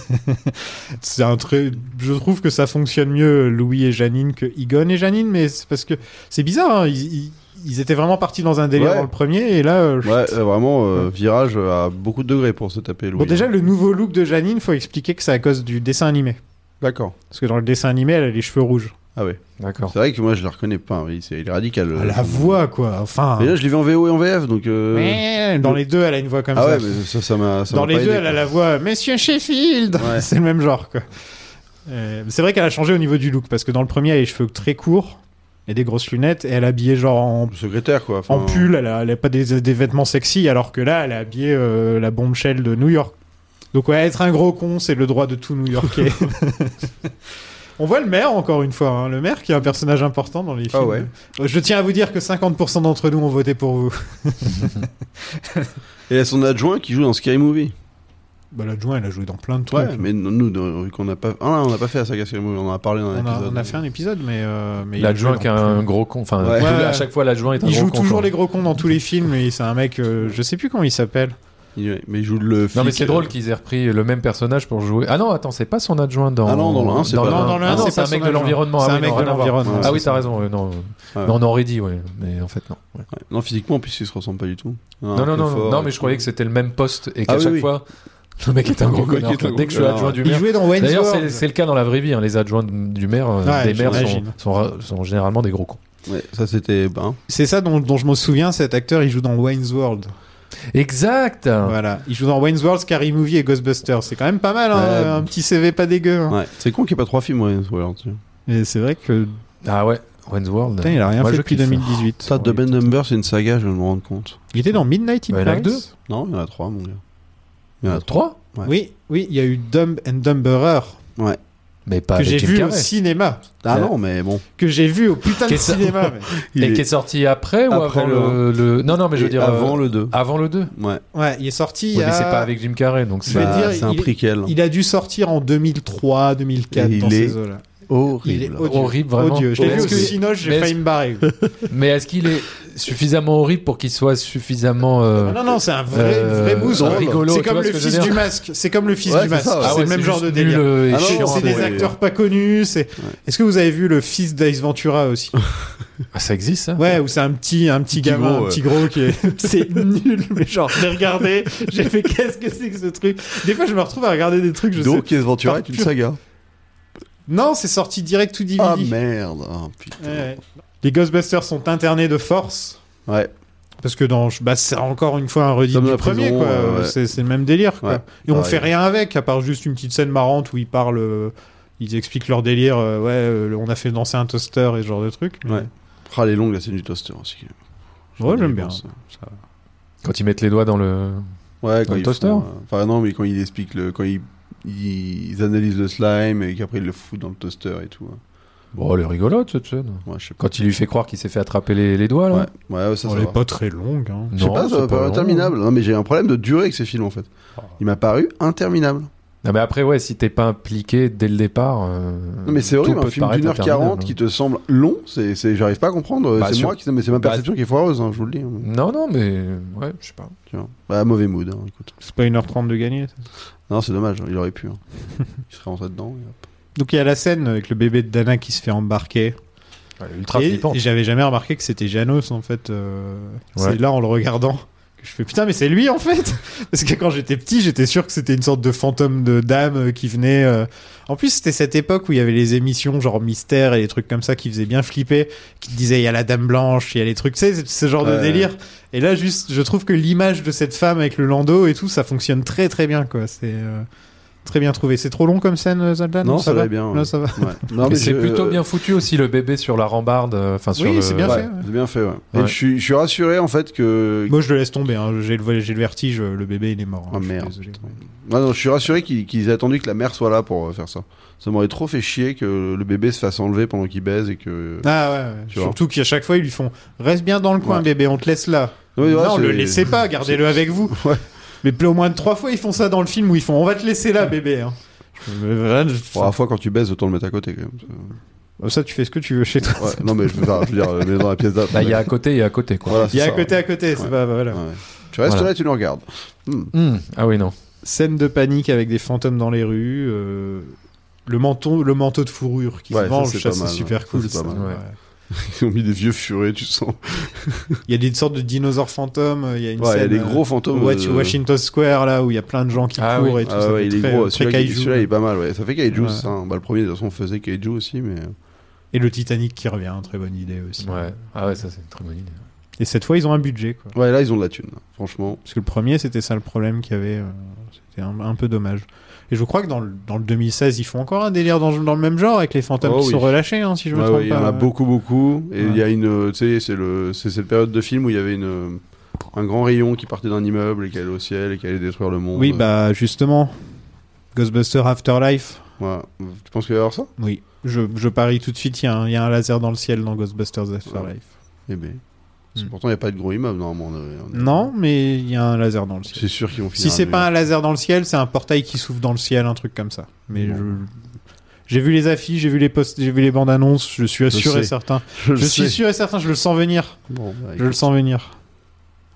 c'est un truc. Je trouve que ça fonctionne mieux euh, Louis et Janine que Igon et Janine, mais c'est parce que c'est bizarre. hein, Ils, ils- ils étaient vraiment partis dans un délire
Ouais.
dans le premier et là. euh,
Ouais, euh, vraiment, euh, virage à beaucoup de degrés pour se taper. Louis.
Bon, déjà, le nouveau look de Janine, faut expliquer que c'est à cause du dessin animé.
D'accord.
Parce que dans le dessin animé, elle a les cheveux rouges.
Ah ouais.
D'accord.
C'est vrai que moi, je la reconnais pas. Il, c'est- il est radical. euh,
Elle Ah, la voix, quoi. Enfin.
Mais là, je l'ai vu en VO et en VF, donc. euh,
Ouais, Dans les deux, elle a une voix comme
ah
ça.
ouais, mais ça, ça m'a. ça
Dans
m'a
les
pas
deux,
aidé,
elle a
quoi.
la voix Monsieur Sheffield.
Ouais.
c'est le même genre, quoi. Euh, c'est vrai qu'elle a changé au niveau du look parce que dans le premier, elle a les cheveux très courts. et des grosses lunettes, et elle est habillée genre en
secrétaire quoi,
en pull, elle a, elle a pas des, des vêtements sexy, alors que là, elle est habillée euh, la bombshell de New York. Donc ouais, être un gros con, c'est le droit de tout New-Yorkais. On voit le maire encore une fois, hein. le maire qui est un personnage important dans les films.
Ah
Euh,
ouais.
Je tiens à vous dire que 50% d'entre nous ont voté pour vous.
Et il y a son adjoint qui joue dans Scary Movie.
bah, l'adjoint, il a joué dans plein de trucs.
Ouais, mais nous, nous, dans- qu'on n'a pas. Ah, non, on n'a pas fait la saga Scary Movie, on en a parlé dans un
on, a,
épisode.
on a fait un épisode, mais, euh, mais il a
L'adjoint
joué
qui a
dans plein-
un gros con. Enfin,
Ouais.
tout-
Ouais.
à chaque fois, l'adjoint est un
Il
gros hein.
joue
con.
toujours
quoi.
les gros cons dans tous les films, et c'est un mec, euh, je sais plus comment il s'appelle.
Mais il joue le. euh,
Non, mais
flic,
c'est drôle qu'ils aient repris le même personnage pour jouer. Ah non, attends, c'est pas son adjoint dans.
Ah non, dans le un, c'est
dans
pas-
le un.
Non, dans le
Ah
un,
non,
c'est
c'est
pas
un
son
mec de
adjoint.
l'environnement.
C'est
Ah
un
oui,
mec
non,
de
rien à voir.
l'environnement,
Ah
c'est
oui,
ça.
t'as raison. ouais, Non,
Ouais.
mais on aurait dit, ouais. Mais en fait, non. ouais.
Ouais. Non, physiquement, en plus, ils se ressemblent pas du tout.
Non, non, non, non,
euh,
non, mais je croyais que c'était le même poste et qu'à
Ah oui,
chaque
oui.
fois, le mec est un
Le
gros
mec
connard.
est un
quoi.
gros
Dès que je suis
connard,
adjoint
ouais.
du
Il
maire.
jouait dans
D'ailleurs,
Wayne's
c'est-
World.
c'est le cas dans la vraie vie. hein. Les adjoints du maire, euh,
Ouais,
des maires sont,
j'imagine.
sont, ra- sont généralement des gros cons.
Ouais, ça c'était. Ben.
C'est ça dont, dont je me souviens, cet acteur, il joue dans Wayne's World.
Exact
Voilà, il joue dans Wayne's World, Scary Movie et Ghostbusters. C'est quand même pas mal, hein,
Ouais.
un petit CV pas dégueu. hein.
Ouais, c'est con qu'il n'y ait pas trois films, ouais, Wayne's World.
Et c'est vrai que.
Ah ouais, Wayne's World.
Putain, il a rien
Moi,
fait
je
depuis
kiffe.
2018.
Ça, The Ben Number, c'est une saga, je viens de me rendre compte.
Il était dans Midnight in
Bah, il y en a
Paris.
que deux. Non, il y en a trois, mon gars. Il y en a
trois
Ouais.
Oui, oui, il y a eu Dumb and Dumberer
Ouais.
Mais pas
que
avec
j'ai
Jim
vu au
Carrey.
cinéma.
Ah non, mais bon.
Que j'ai vu au putain
Qui
de
est sor-
cinéma. mais.
Il
Et
est-
qui est sorti après, ou
Après
avant
le-
le, le- Non, non, mais je veux
Et
dire.
avant
euh, ah,
le deux.
Avant le 2.
Ouais. Bah,
Ouais, il est sorti. il
Ouais,
y
mais
a-
c'est pas avec Jim Carrey, donc
Je vais
c'est
dire, il- Il a dû sortir en 2003, 2004
Et
dans
il
ces
est
eaux-là.
Horrible.
Il est odieux.
Horrible, vraiment.
Odieux. Je l'ai
Mais
vu
est-ce
au
que-
Cinoche, j'ai
mais
failli
est-ce-
me barrer.
Mais est-ce qu'il est suffisamment horrible pour qu'il soit suffisamment. euh,
Ah non, non, c'est un vrai,
euh,
vrai bouse.
rigolo,
C'est
tu
comme
vois ce
le
que je
fils
veux dire
du masque. C'est comme le fils
Ouais,
du
c'est
masque.
ça, ouais.
c'est
Ah ouais,
le même
c'est
genre de
juste
délire.
nul, euh, et
Ah non,
chiant,
c'est
hein,
des
ouais.
acteurs pas connus. C'est. Est-ce que vous avez vu le fils d'Ace Ventura aussi
Ah, ça existe, ça
Ouais, où c'est un petit, un petit gamin,
gros,
un
ouais.
petit gros qui est. c'est nul, mais genre, j'ai regardé, j'ai fait qu'est-ce que c'est que ce truc Des fois, je me retrouve à regarder des trucs, je
Donc,
sais.
Ace Ventura
par
est une
pur-
saga.
Non, c'est sorti direct tout DVD.
Ah merde. Ah, putain.
Ouais, ouais. Les Ghostbusters sont internés de force.
Ouais.
Parce que dans, bah, c'est encore une fois un redit
Comme
du
la
premier,
prison,
quoi.
euh, ouais.
C'est, c'est le même délire, quoi.
Ouais,
Et on
pareil.
fait rien avec, à part juste une petite scène marrante où ils parlent, euh, ils expliquent leur délire. euh, ouais, euh, on a fait danser un toaster et ce genre de truc. mais-
Ouais. Ah, les longues, la scène du toaster aussi.
Ouais, j'aime bien.
Ça.
Quand ils mettent les doigts dans le.
Ouais,
dans
quand
le
ils
toaster.
font, euh, Enfin, non, mais quand ils expliquent le. Quand ils, ils analysent le slime et qu'après ils le foutent dans le toaster et tout. hein.
Bon, elle est Oh, rigolote cette scène.
Ouais, je sais pas.
Quand il lui fait croire qu'il s'est fait attraper les, les doigts, là.
Ouais, ouais, ça,
Bon,
ça
elle est
va.
pas très longue, hein.
Je sais
Oh, Non,
pas,
c'est
ça va
pas
paraître
long. Ah.
interminable. Non, mais j'ai un problème de durée avec ces films en fait. Il m'a paru interminable.
Non, mais après, ouais, si t'es pas impliqué dès le départ. euh,
Non, mais c'est horrible, un film d'une heure
hein.
quarante qui te semble long, c'est, c'est- j'arrive pas à comprendre.
Bah,
c'est
sur-
moi qui, mais c'est ma
bah,
perception qui est foireuse, hein, je vous le dis.
Non, non, mais. Ouais, je sais pas.
Tu vois. Bah, mauvais mood, hein, écoute.
C'est pas 1h30 de gagner. ça.
Non, c'est dommage, hein, il aurait pu. hein. il serait rentré dedans. et hop.
Donc il y a la scène avec le bébé de Dana qui se fait embarquer.
ultra
et
flippante.
j'avais jamais remarqué que c'était Janos en fait. euh,
Ouais.
C'est là en le regardant que je fais putain mais c'est lui en fait parce que quand j'étais petit j'étais sûr que c'était une sorte de fantôme de dame euh, qui venait. euh. En plus c'était cette époque où il y avait les émissions genre mystère et les trucs comme ça qui faisaient bien flipper, qui te disaient il y a la dame blanche, il y a les trucs, tu sais c'est ce genre de
Ouais.
délire. Et là juste je trouve que l'image de cette femme avec le landau et tout ça fonctionne très très bien quoi. C'est euh, Très bien trouvé. C'est trop long comme scène, euh, Zoltan
Non,
ou
ça
va
va bien, ouais.
Non, ça va.
Ouais. Non,
mais
mais
c'est
je-
plutôt bien foutu aussi le bébé sur la rambarde. euh, Enfin, sur
Oui,
le-
c'est bien
Ouais,
fait, ouais.
c'est bien fait, ouais. Et
Ouais.
je suis, je suis rassuré en fait que.
Moi, je le laisse tomber. hein. J'ai le, j'ai le vertige. Le bébé, il est mort. hein.
Ah,
Je suis
merde.
désolé.
Non, Ah non, je suis rassuré qu'ils, qu'ils aient attendu que la mère soit là pour euh, faire ça. Ça m'aurait trop fait chier que le bébé se fasse enlever pendant qu'il baise et que.
Ah ouais, ouais.
Tu vois.
surtout qu'à chaque fois ils lui font reste bien dans le coin bébé, on te laisse là.
Oui, ouais,
non,
c'est-
le laissez pas, gardez-le avec vous. Mais plus au moins de trois fois ils font ça dans le film où ils font on va te laisser là bébé. hein.
Pour la fois quand tu baises, autant le mettre à côté quand même.
Oh, Ça tu fais ce que tu veux chez toi.
Ouais, non mais je veux, enfin, je veux dire, euh, mais dans la pièce d'après.
Bah, il y a à côté, il y a à côté, quoi.
Voilà, c'est
Il y a à
ça.
côté, à côté. c'est pas- bah, voilà.
Tu restes
Voilà.
là, tu nous regardes. Hmm.
Hmm, Ah oui, non.
Scène de panique avec des fantômes dans les rues. euh, Le, menton, le manteau de fourrure qui
Ouais,
se
ça,
mange,
c'est
ça
pas
c'est
mal,
super
ouais. Ça,
cool.
c'est pas
ça.
mal.
Ouais.
Ils ont mis des vieux furets, tu sens.
Il y a des sortes de dinosaures fantômes, il y a une
Ouais, il y a
scène,
des
euh,
gros fantômes,
au Wa-
euh,
Washington Square là où il y a plein de gens qui
Ah
courent
oui.
et tout
Ah
ça.
ouais,
fait
il est
très- euh,
gros.
très
Celui-là, il-
kaiju.
celui-là, il est pas mal. Ouais. Ça fait Kaiju,
Ouais.
ça, hein. Bah, le premier, de toute façon, faisait Kaiju aussi, mais.
Et le Titanic qui revient, hein, très bonne idée aussi.
Ouais. Ah ouais, ça c'est une très bonne idée.
Et cette fois, ils ont un budget. Quoi.
Ouais, là, ils ont de la thune, là, franchement.
Parce que le premier, c'était ça le problème qu'il y avait. euh, c'était un, un peu dommage. Et je crois que dans le, dans le 2016, ils font encore un délire dans, dans le même genre avec les fantômes
Oh
qui
oui.
sont relâchés, hein, si je me
Ouais,
trompe
ouais, Il
pas.
y en a beaucoup, beaucoup. Et il y a
Ouais.
une. euh, Tu sais, c'est le- c'est cette période de film où il y avait une, euh, un grand rayon qui partait d'un immeuble et qui allait au ciel et qui allait détruire le monde.
Oui, bah justement, Ghostbuster Afterlife.
Tu penses qu'il va y avoir ça
Oui, je, je parie tout de suite, il y, a un- il y a un laser dans le ciel dans Ghostbusters Afterlife.
Eh ben. C'est Pourtant, il n'y a pas de gros immeuble, normalement. on est- on est-
Hmm. Non, mais il y a un laser dans le ciel.
C'est sûr qu'ils vont finir.
Si c'est
à
pas un laser dans le ciel, c'est un portail qui s'ouvre dans le ciel, un truc comme ça. Mais
Bon.
je- j'ai vu les affiches, j'ai vu les posts, j'ai vu les bandes annonces, je suis
Je
assuré
sais.
certain.
Je
Je,
le
suis
sais.
sûr et certain, je le sens venir.
Bon, bah,
je le
écoute.
sens venir.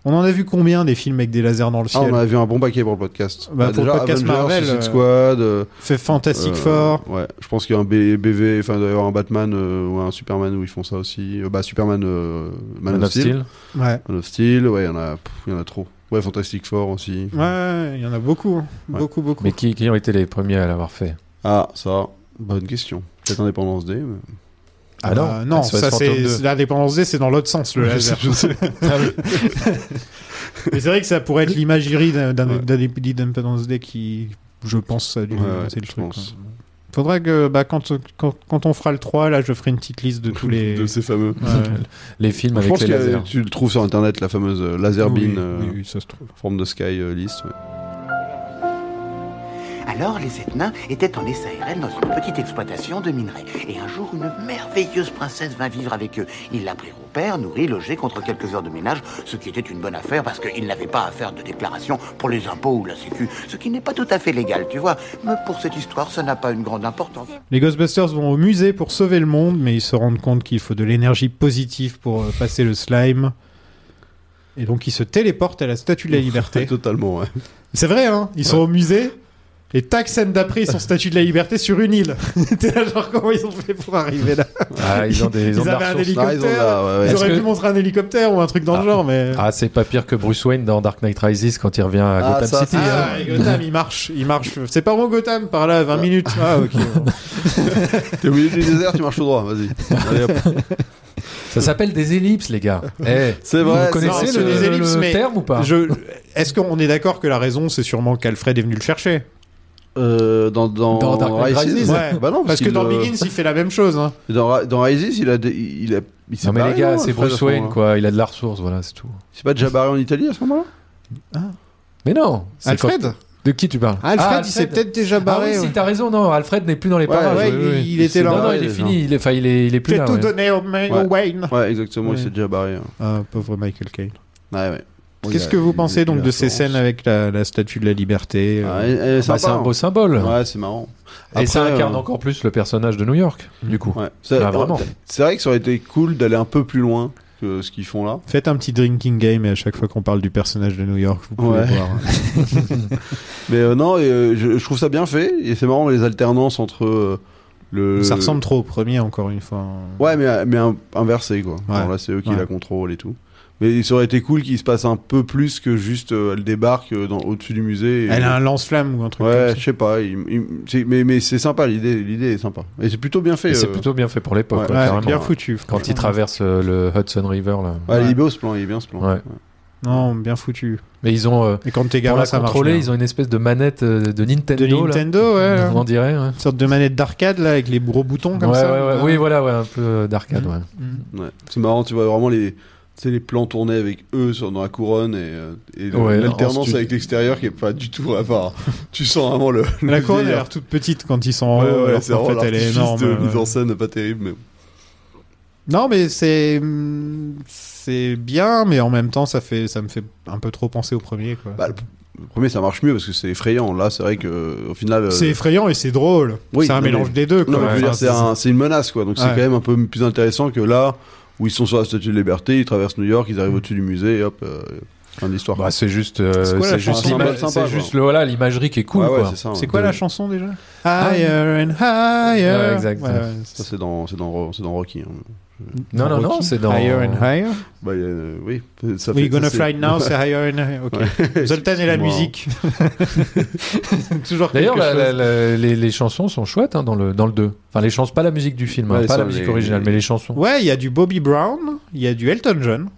On en a vu combien des films avec des lasers dans le
Ah,
ciel
on a vu un bon paquet pour le podcast.
Bah, pour le podcast Marvel,
Suicide
euh,
Squad. euh,
fait Fantastic Four.
Ouais, je pense qu'il y a un B- BV, enfin d'ailleurs un Batman euh, ou un Superman où ils font ça aussi. Euh, bah Superman, euh, Man, of Steel.
Ouais.
Man of Steel, ouais, il y en a, pff, il y en a trop. Ouais, Fantastic Four aussi.
Ouais, il y en a beaucoup. hein.
Ouais.
Beaucoup, beaucoup.
Mais qui, qui ont été les premiers à l'avoir fait
Ah, ça, bonne question. Peut-être Indépendance Day. mais-
Ah bah, non,
SOS
ça
Fantôme
c'est
2.
l'indépendance D, c'est dans l'autre sens le
Je
laser.
sais, je sais.
Mais c'est vrai que ça pourrait être l'imagerie d'un d'un- d'un épisode d'Independence Day qui, je pense, a dû
Ouais, ouais,
influencer le
je
truc.
pense.
quoi. Faudra que bah, quand, quand, quand on fera le 3, là je ferai une petite liste de tous les.
De ces fameux.
Ouais.
Les films
je
avec
pense
les
qu'il y a-
lasers.
Tu le trouves sur internet, la fameuse euh, laser
Oui,
beam.
oui, oui, ça se trouve.
Forme de sky euh, list. ouais.
Alors, les sept nains étaient en SARL dans une petite exploitation de minerais. Et un jour, une merveilleuse princesse vint vivre avec eux. Ils la prirent au père, nourris, logés contre quelques heures de ménage, ce qui était une bonne affaire parce qu'ils n'avaient pas à faire de déclaration pour les impôts ou la sécu, ce qui n'est pas tout à fait légal, tu vois. Mais pour cette histoire, ça n'a pas une grande importance.
Les Ghostbusters vont au musée pour sauver le monde, mais ils se rendent compte qu'il faut de l'énergie positive pour euh, passer le slime. Et donc ils se téléportent à la Statue de la Liberté.
Totalement, ouais.
C'est vrai, hein Ils sont au musée. Et tac, scène d'après, ils sont Statue de la Liberté sur une île. T'es là, genre, comment ils ont fait pour arriver là
Ah, ils ont des- ils ont de la
avaient un
ressource. Ah, ils ont
hélicoptère.
de la- ouais, ouais.
Ils auraient
Est-ce
pu
que-
montrer un hélicoptère ou un truc dans le genre, mais.
Ah, c'est pas pire que Bruce Wayne dans Dark Knight Rises quand il revient à
Ah,
Gotham
ça,
City.
ah,
hein.
et Gotham, il marche, il marche. C'est pas bon Gotham, par là, 20 minutes. Ah, ok.
T'es au milieu du désert, tu marches au droit, vas-y. Allez, hop.
Ça s'appelle des ellipses, les gars. Eh,
C'est vrai,
Vous connaissez
c'est
le,
des ellipses,
le
mais
terme ou pas
je- Est-ce qu'on est d'accord que la raison, c'est sûrement qu'Alfred est venu le chercher
Euh, dans, dans,
Dans Dark Knight
Rises
Rises.
Ouais.
Bah non,
parce, que
qu'il,
dans
euh,
Begins, il fait la même chose. hein.
Dans, Ra- dans Rises, il a. des- Il a il s'est
Non, mais
barré,
les gars,
non,
c'est
Alfred, à
Bruce
ce
Wayne,
moment-là
quoi. Il a de la ressource, voilà, c'est tout.
C'est pas déjà barré en Italie à ce moment-là
Mais non c'est
Alfred
quand- De qui tu parles
Ah, Alfred, il s'est peut-être déjà barré,
Ah oui,
ouais.
si, t'as raison, non, Alfred n'est plus dans les parages.
ouais, il- il était là.
Non, non, il est
Ouais,
fini,
déjà.
il est, enfin, il est, il est plus
J'ai
là.
tout
ouais.
donné au, Ma- au Wayne.
Ouais, exactement,
Ouais.
il s'est déjà barré. hein.
Ah, pauvre Michael Caine.
Ouais, ouais. Bon, il
Qu'est-ce
a-
que vous
il-
pensez
il
donc
a
de ces
son-
scènes avec la, la statue de la liberté euh,
Ah, elle- elle est
Bah,
sympa,
c'est un
hein.
beau symbole.
Ouais, c'est marrant.
Et ça
Après,
incarne
euh,
encore plus le personnage de New York, du coup.
Ouais. C'est
Bah,
Ah, vraiment.
c'est vrai que ça aurait été cool d'aller un peu plus loin que ce qu'ils font là.
Faites un petit drinking game et à chaque fois qu'on parle du personnage de New York, vous pouvez
Ouais.
voir.
Mais euh, non, et, euh, je, je trouve ça bien fait et c'est marrant les alternances entre euh, le.
Ça ressemble trop au premier, encore une fois. hein.
Ouais, mais, mais un- inversé quoi. Genre, là, c'est eux qui
Ouais.
la contrôlent et tout. Mais ça aurait été cool qu'il se passe un peu plus que juste euh, elle débarque euh, dans- au-dessus du musée. et-
Elle a un lance-flamme ou un truc
Ouais,
comme
je
ça.
sais pas. il- il- c'est- mais mais c'est sympa, l'idée l'idée est sympa. Et c'est plutôt bien fait.
Et c'est
euh.
plutôt bien fait pour l'époque,
Ouais,
quoi,
ouais,
carrément.
bien
foutu,
Quand
franchement.
il traverse euh, le Hudson River, là.
Ouais, Il est bien ce plan, il est bien ce plan.
Ouais.
Non, bien foutu.
Mais ils ont. euh,
Et quand t'es
pour
gamin,
la
ça marche
contrôler,
bien.
ils ont une espèce de manette euh, de Nintendo.
De
là.
Nintendo, ouais.
On dirait, ouais.
Une sorte de manette d'arcade, là, avec les gros boutons comme
Ouais,
ça. Mm.
ouais, ouais. Oui, voilà, ouais, un peu euh, d'arcade, ouais.
Ouais. C'est marrant, tu vois vraiment les, tu sais, les plans tournés avec eux sur, dans la couronne et, euh, et le-
Ouais, en
l'alternance
stu-
avec l'extérieur qui est pas du tout à part. tu sens vraiment le.
La
le
couronne a
délire.
l'air toute petite quand ils sont en
hein. Ouais,
haut,
ouais,
alors
c'est
qu'en
vraiment
fait, elle est
l'artifice
énorme.
de mise
ouais.
en scène pas terrible, mais.
Non, mais c'est hum, c'est bien, mais en même temps, ça fait ça me fait un peu trop penser au premier. quoi.
Bah, le, le premier ça marche mieux parce que c'est effrayant. Là, c'est vrai que au final. euh,
c'est effrayant et c'est drôle.
oui,
c'est un
non,
mélange
mais-
des deux.
non,
quoi.
mais je veux dire,
Enfin,
c'est un- c'est une menace, quoi. Donc c'est
Ouais.
quand même un peu plus intéressant que là où ils sont sur la Statue de Liberté, ils traversent New York, ils arrivent au-dessus du musée, et hop, euh, fin de l'histoire.
Bah, c'est juste, euh,
C'est quoi la
c'est juste,
chanson
l'ima-
Symbole sympa,
c'est
quoi.
juste le, voilà, l'imagerie qui est cool,
Ouais, ouais,
quoi.
c'est ça, hein. ouais.
C'est quoi
de-
la chanson déjà Higher and higher.
Ah, Ouais, exact.
Ouais, ouais.
Ça, c'est dans, c'est dans, Ro- c'est dans Rocky. hein.
Non, non, non, c'est dans.
Higher and higher.
Bah, il y a, euh, oui, ça fait.
We're gonna
ça,
fly now, c'est higher and higher. Ok.
Ouais.
Zoltan et la
Excuse-moi.
musique. Toujours
D'ailleurs,
quelque
la- la-
chose.
la- les, les chansons sont chouettes hein, dans le dans le 2. Enfin, les chansons, pas la musique du film, hein,
Ouais,
pas
ça,
la musique
les-
originale, mais les chansons.
Ouais, il y a du Bobby Brown, il y a du Elton John.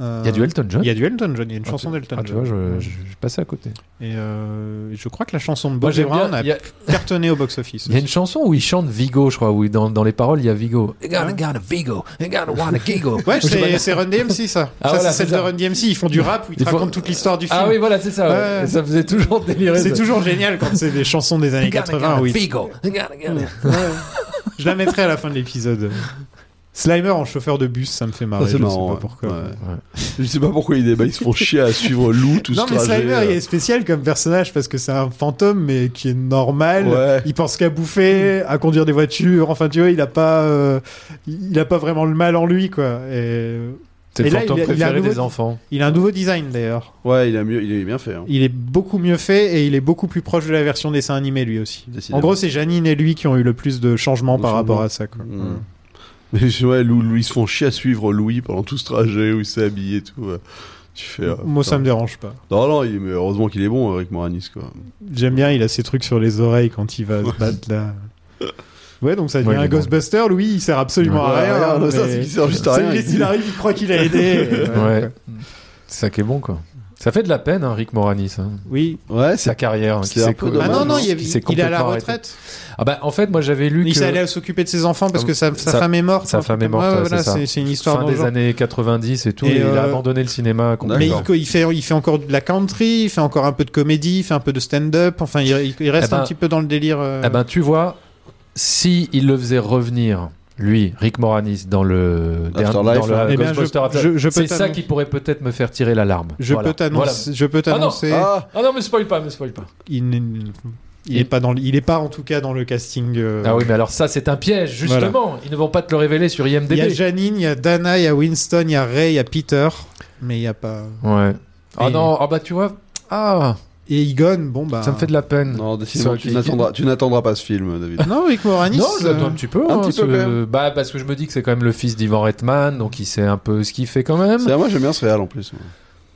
Euh,
Il y a du Elton John
Il y a du Elton John, il y a une
Ah,
chanson
tu-
d'Elton
ah,
John.
tu vois, je, je- je suis passé à côté.
Et euh, je crois que la chanson de
Moi,
Bobby
j'aime bien,
Brown a
il y a-
cartonné au box-office.
Il y a une chanson où il chante Vigo, je crois, où dans, dans les paroles il y a Vigo.
Ah.
Gotta, gotta Vigo, gotta wanna Vigo.
Ouais,
Je sais pas.
c'est c'est Run DMC ça.
Ah,
ça, c'est
voilà, c'est
celle de
ça.
Run DMC. Ils font du rap où ils te
Ils font-
racontent toute l'histoire du film.
Ah oui, voilà, c'est ça. ouais.
Ouais.
Et Ça faisait toujours délirer.
C'est
ça.
toujours génial quand c'est des chansons des années
Gotta,
80.
gotta
oui.
Vigo, gotta,
Hmm.
gotta.
Je la mettrai à la fin de l'épisode. Slimer en chauffeur de bus, ça me fait marrer.
Ah, c'est
je
marrant,
sais
ouais.
pas pourquoi.
Je sais pas pourquoi ils, bah, ils se font chier à suivre Lou, tout
non
ce
mais
trajet,
Slimer
euh.
il est spécial comme personnage parce que c'est un fantôme mais qui est normal.
Ouais.
Il pense qu'à bouffer, à conduire des voitures. Enfin tu vois il a pas euh, il a pas vraiment le mal en lui quoi. Et,
C'est
et
le
là,
fantôme
il a- il a un
préféré
nouveau-
des enfants.
Il a un nouveau design d'ailleurs.
Ouais, il, a mieux, il est bien fait. hein.
Il est beaucoup mieux fait et il est beaucoup plus proche de la version dessin animé lui aussi.
Décidément.
En gros c'est Janine et lui qui ont eu le plus de changements par
changement.
rapport à ça. Quoi.
Mm. Mais je- ouais, Lou, Lou, ils se font chier à suivre Louis pendant tout ce trajet où il s'est habillé et tout. ouais. Tu fais. euh,
Moi ça
putain.
me dérange pas.
Non, non, il- mais heureusement qu'il est bon, Eric Moranis, quoi.
J'aime bien, il a ses trucs sur les oreilles quand il va se battre là. Ouais, donc ça devient
Ouais, il est
un Ghostbuster. Louis, il sert absolument
Ouais,
à rien.
ouais, ça,
mais-
il sert juste à rien.
C'est juste, il arrive, il croit qu'il a aidé. Euh, et voilà,
Ouais.
quoi.
C'est ça qui est bon, quoi. Ça fait de la peine, hein, Rick Moranis. hein.
Oui.
Ouais,
sa carrière. hein, qui
c'est un
s'est
peu
co-
dommage.
Ah non, non, il, est-
qui s'est
il est à la
complètement arrêtée.
retraite.
Ah bah, en fait, moi j'avais lu
Il
que.
s'est allé s'occuper de ses enfants parce que sa, sa
Sa-
femme est morte.
Sa
un
femme est
truc comme-
morte,
ouais,
ouais,
voilà,
c'est ça.
c'est c'est une histoire
Fin
dans le
des
genre.
années 90 et tout,
Et,
et il
euh,
a abandonné le cinéma
Mais
complètement.
il, co- il fait, il fait encore de la country, il fait encore un peu de comédie, il fait un peu de stand-up. Enfin, il, il- il reste
Eh ben-
un petit peu dans le délire. euh,
Ah ben, tu vois, si il le faisait revenir, lui, Rick Moranis, dans le
Afterlife,
dernier- dans le
hein.
Eh bien,
Ghostbuster
je-
After-
je- je peux
c'est ça
t'annoncer-
qui pourrait peut-être me faire tirer l'alarme.
Je
Voilà.
peux t'annoncer.
Voilà.
Je peux
Ah non.
t'annoncer.
Ah, ah non, mais spoil pas, mais spoil pas.
il n'est- il est pas dans le- il est pas en tout cas dans le casting euh,
Ah oui, mais alors ça, c'est un piège, justement. Ils ne vont pas te le révéler sur
il y a
IMDb.
Janine il y a Dana il y a Winston il y a Ray il y a Peter mais il y a pas
Ouais. Ah
Et-
non, ah bah tu vois, ah,
et Egon bon bah
ça me fait de la peine.
Non, décidément,
Ça,
tu
qui-
n'attendras, tu n'attendras pas ce film, David.
non avec Moranis
Non, je l'attends un petit peu.
Un
hein,
petit peu,
ce-
quand même.
Bah, parce que je me dis que c'est quand même le fils d'Ivan Reitman, donc il sait un peu ce qu'il fait quand même.
C'est- moi, j'aime bien ce réal en plus. moi.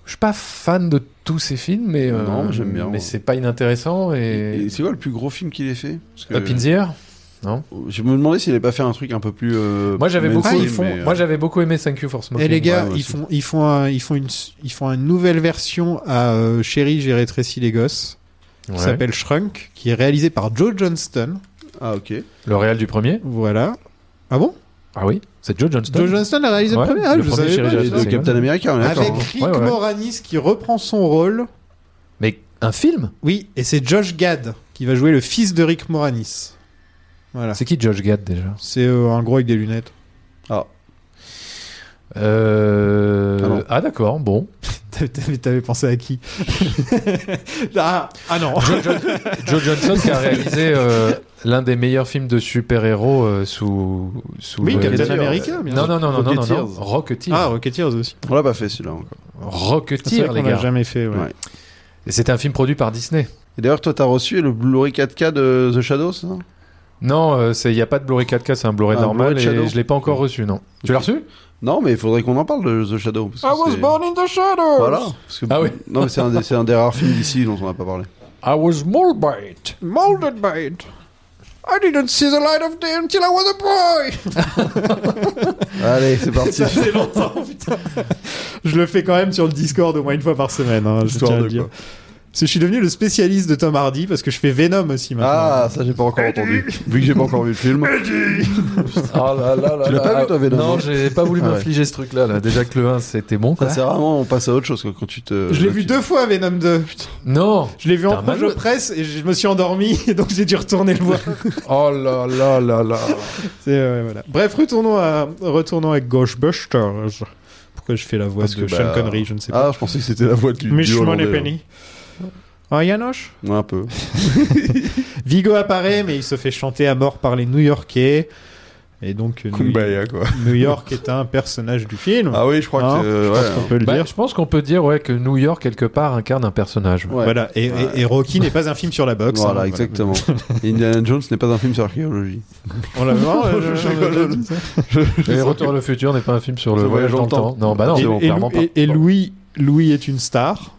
Je suis pas fan de tous ces films, mais euh,
Non, j'aime bien,
Mais
ouais.
c'est pas inintéressant et.
Et c'est quoi le plus gros film qu'il ait fait Parce que-
Up in the Air Non.
Je me demandais s'il n'avait pas fait un truc un peu plus. euh,
Moi j'avais beaucoup,
mainstream,
ils font-
mais, euh,
moi j'avais beaucoup aimé Thank You for
et
Smoking.
eh, les gars
ouais,
ils
aussi.
font ils font un- ils font une ils font une nouvelle version à euh, Chérie j'ai rétréci les gosses
Ouais.
qui s'appelle Shrunk qui est réalisé par Joe Johnston
Ah, ok.
Le réal du premier.
voilà ah bon
Ah oui, c'est Joe Johnston.
Joe Johnston a réalisé
Ouais,
le premier ah,
le
je
premier
savais
Chérie,
pas
j'ai
Et de
je
rétréci.
savais
Captain America, on est
avec
d'accord. hein.
Rick
Ouais, ouais.
Moranis qui reprend son rôle
Mais un film
Oui, et c'est Josh Gad qui va jouer le fils de Rick Moranis. Voilà.
C'est qui Josh Gad déjà
C'est euh, un gros avec des lunettes.
Ah,
Euh,
Ah non.
Ah d'accord, bon.
T'avais- T'avais t'avais pensé à qui ah, ah non
Joe, John- Joe Johnson qui a réalisé euh, l'un des meilleurs films de super-héros euh, sous, sous
Oui,
le-
Captain
Rocketeer.
America. Ah, bien
Non,
sûr.
non, non, non, non, non, non.
Rocketeers.
Rocketeer.
Ah, Rocketeers aussi.
on l'a pas fait celui-là encore.
C'est vrai
Rocketeer,
qu'on
les
l'a
gars.
jamais fait, ouais.
Ouais.
Et C'était un film produit par Disney.
Et d'ailleurs, toi, t'as reçu le Blu-ray 4K de The Shadow, c'est ça
Non, il n'y a pas de Blu-ray 4K, c'est un Blu-ray
Un
normal
Blu-ray Shadow.
et je l'ai pas encore reçu, non. Tu l'as reçu
Non, mais il faudrait qu'on en parle de The Shadow. parce que c'est-
in the shadows
Voilà. parce que-
Ah oui.
Non, mais c'est un, des- c'est un des rares films d'ici dont on n'a pas parlé.
I was Morbite.
Molded by it I didn't see the light of day until I was a boy
Allez, c'est parti.
Ça fait longtemps, putain Je le fais quand même sur le Discord au moins une fois par semaine, hein, je
Histoire
tiens à
de
le dire.
quoi.
Parce que je suis devenu le spécialiste de Tom Hardy parce que je fais Venom aussi maintenant.
Ah, ça j'ai pas encore entendu. Vu que j'ai pas encore vu le film.
Oh là là là
Tu l'as
là.
pas vu, toi, Venom,
Non,
hein
j'ai pas voulu
Ah ouais.
m'infliger ce truc-là. Là. Déjà que le 1, c'était bon. Quoi.
Ça, c'est rarement on passe à autre chose quoi, quand tu te.
Je l'ai
là,
vu
tu-
deux fois Venom 2.
Non
Je l'ai vu en
T'as un
rouge
mal-
presse et je me suis endormi et donc j'ai dû retourner le voir.
Oh là là là là
C'est, euh, voilà. Bref, retournons à retournons à Ghostbusters. Pourquoi je fais la voix
Parce
de
que,
Sean
bah,
Connery, je ne sais pas.
Ah, je pensais que c'était la voix du.
Mitch
du Hollandais,
Moneypenny. Ah, Yanoche
là. Ouais, un peu.
Vigo apparaît, mais il se fait chanter à mort par les New-Yorkais. Et donc, euh, New,
Kumbaya quoi.
New York est un personnage du film.
Ah oui, je crois
Hein
que. euh,
Je
ouais,
pense qu'on peut le
Bah,
dire.
Je pense qu'on peut dire ouais, que New York, quelque part, incarne un personnage.
ouais.
Voilà. Et, et-
Ouais.
et Rocky n'est pas un film sur la boxe. hein,
Voilà, exactement. Indiana Jones n'est pas un film sur l'archéologie.
On l'a hein, euh, vraiment.
Et Retour à le futur n'est pas un film sur le
Le
voyage dans le temps. Non, bah non,
et,
clairement
et- et
pas.
Louis, Louis est une star.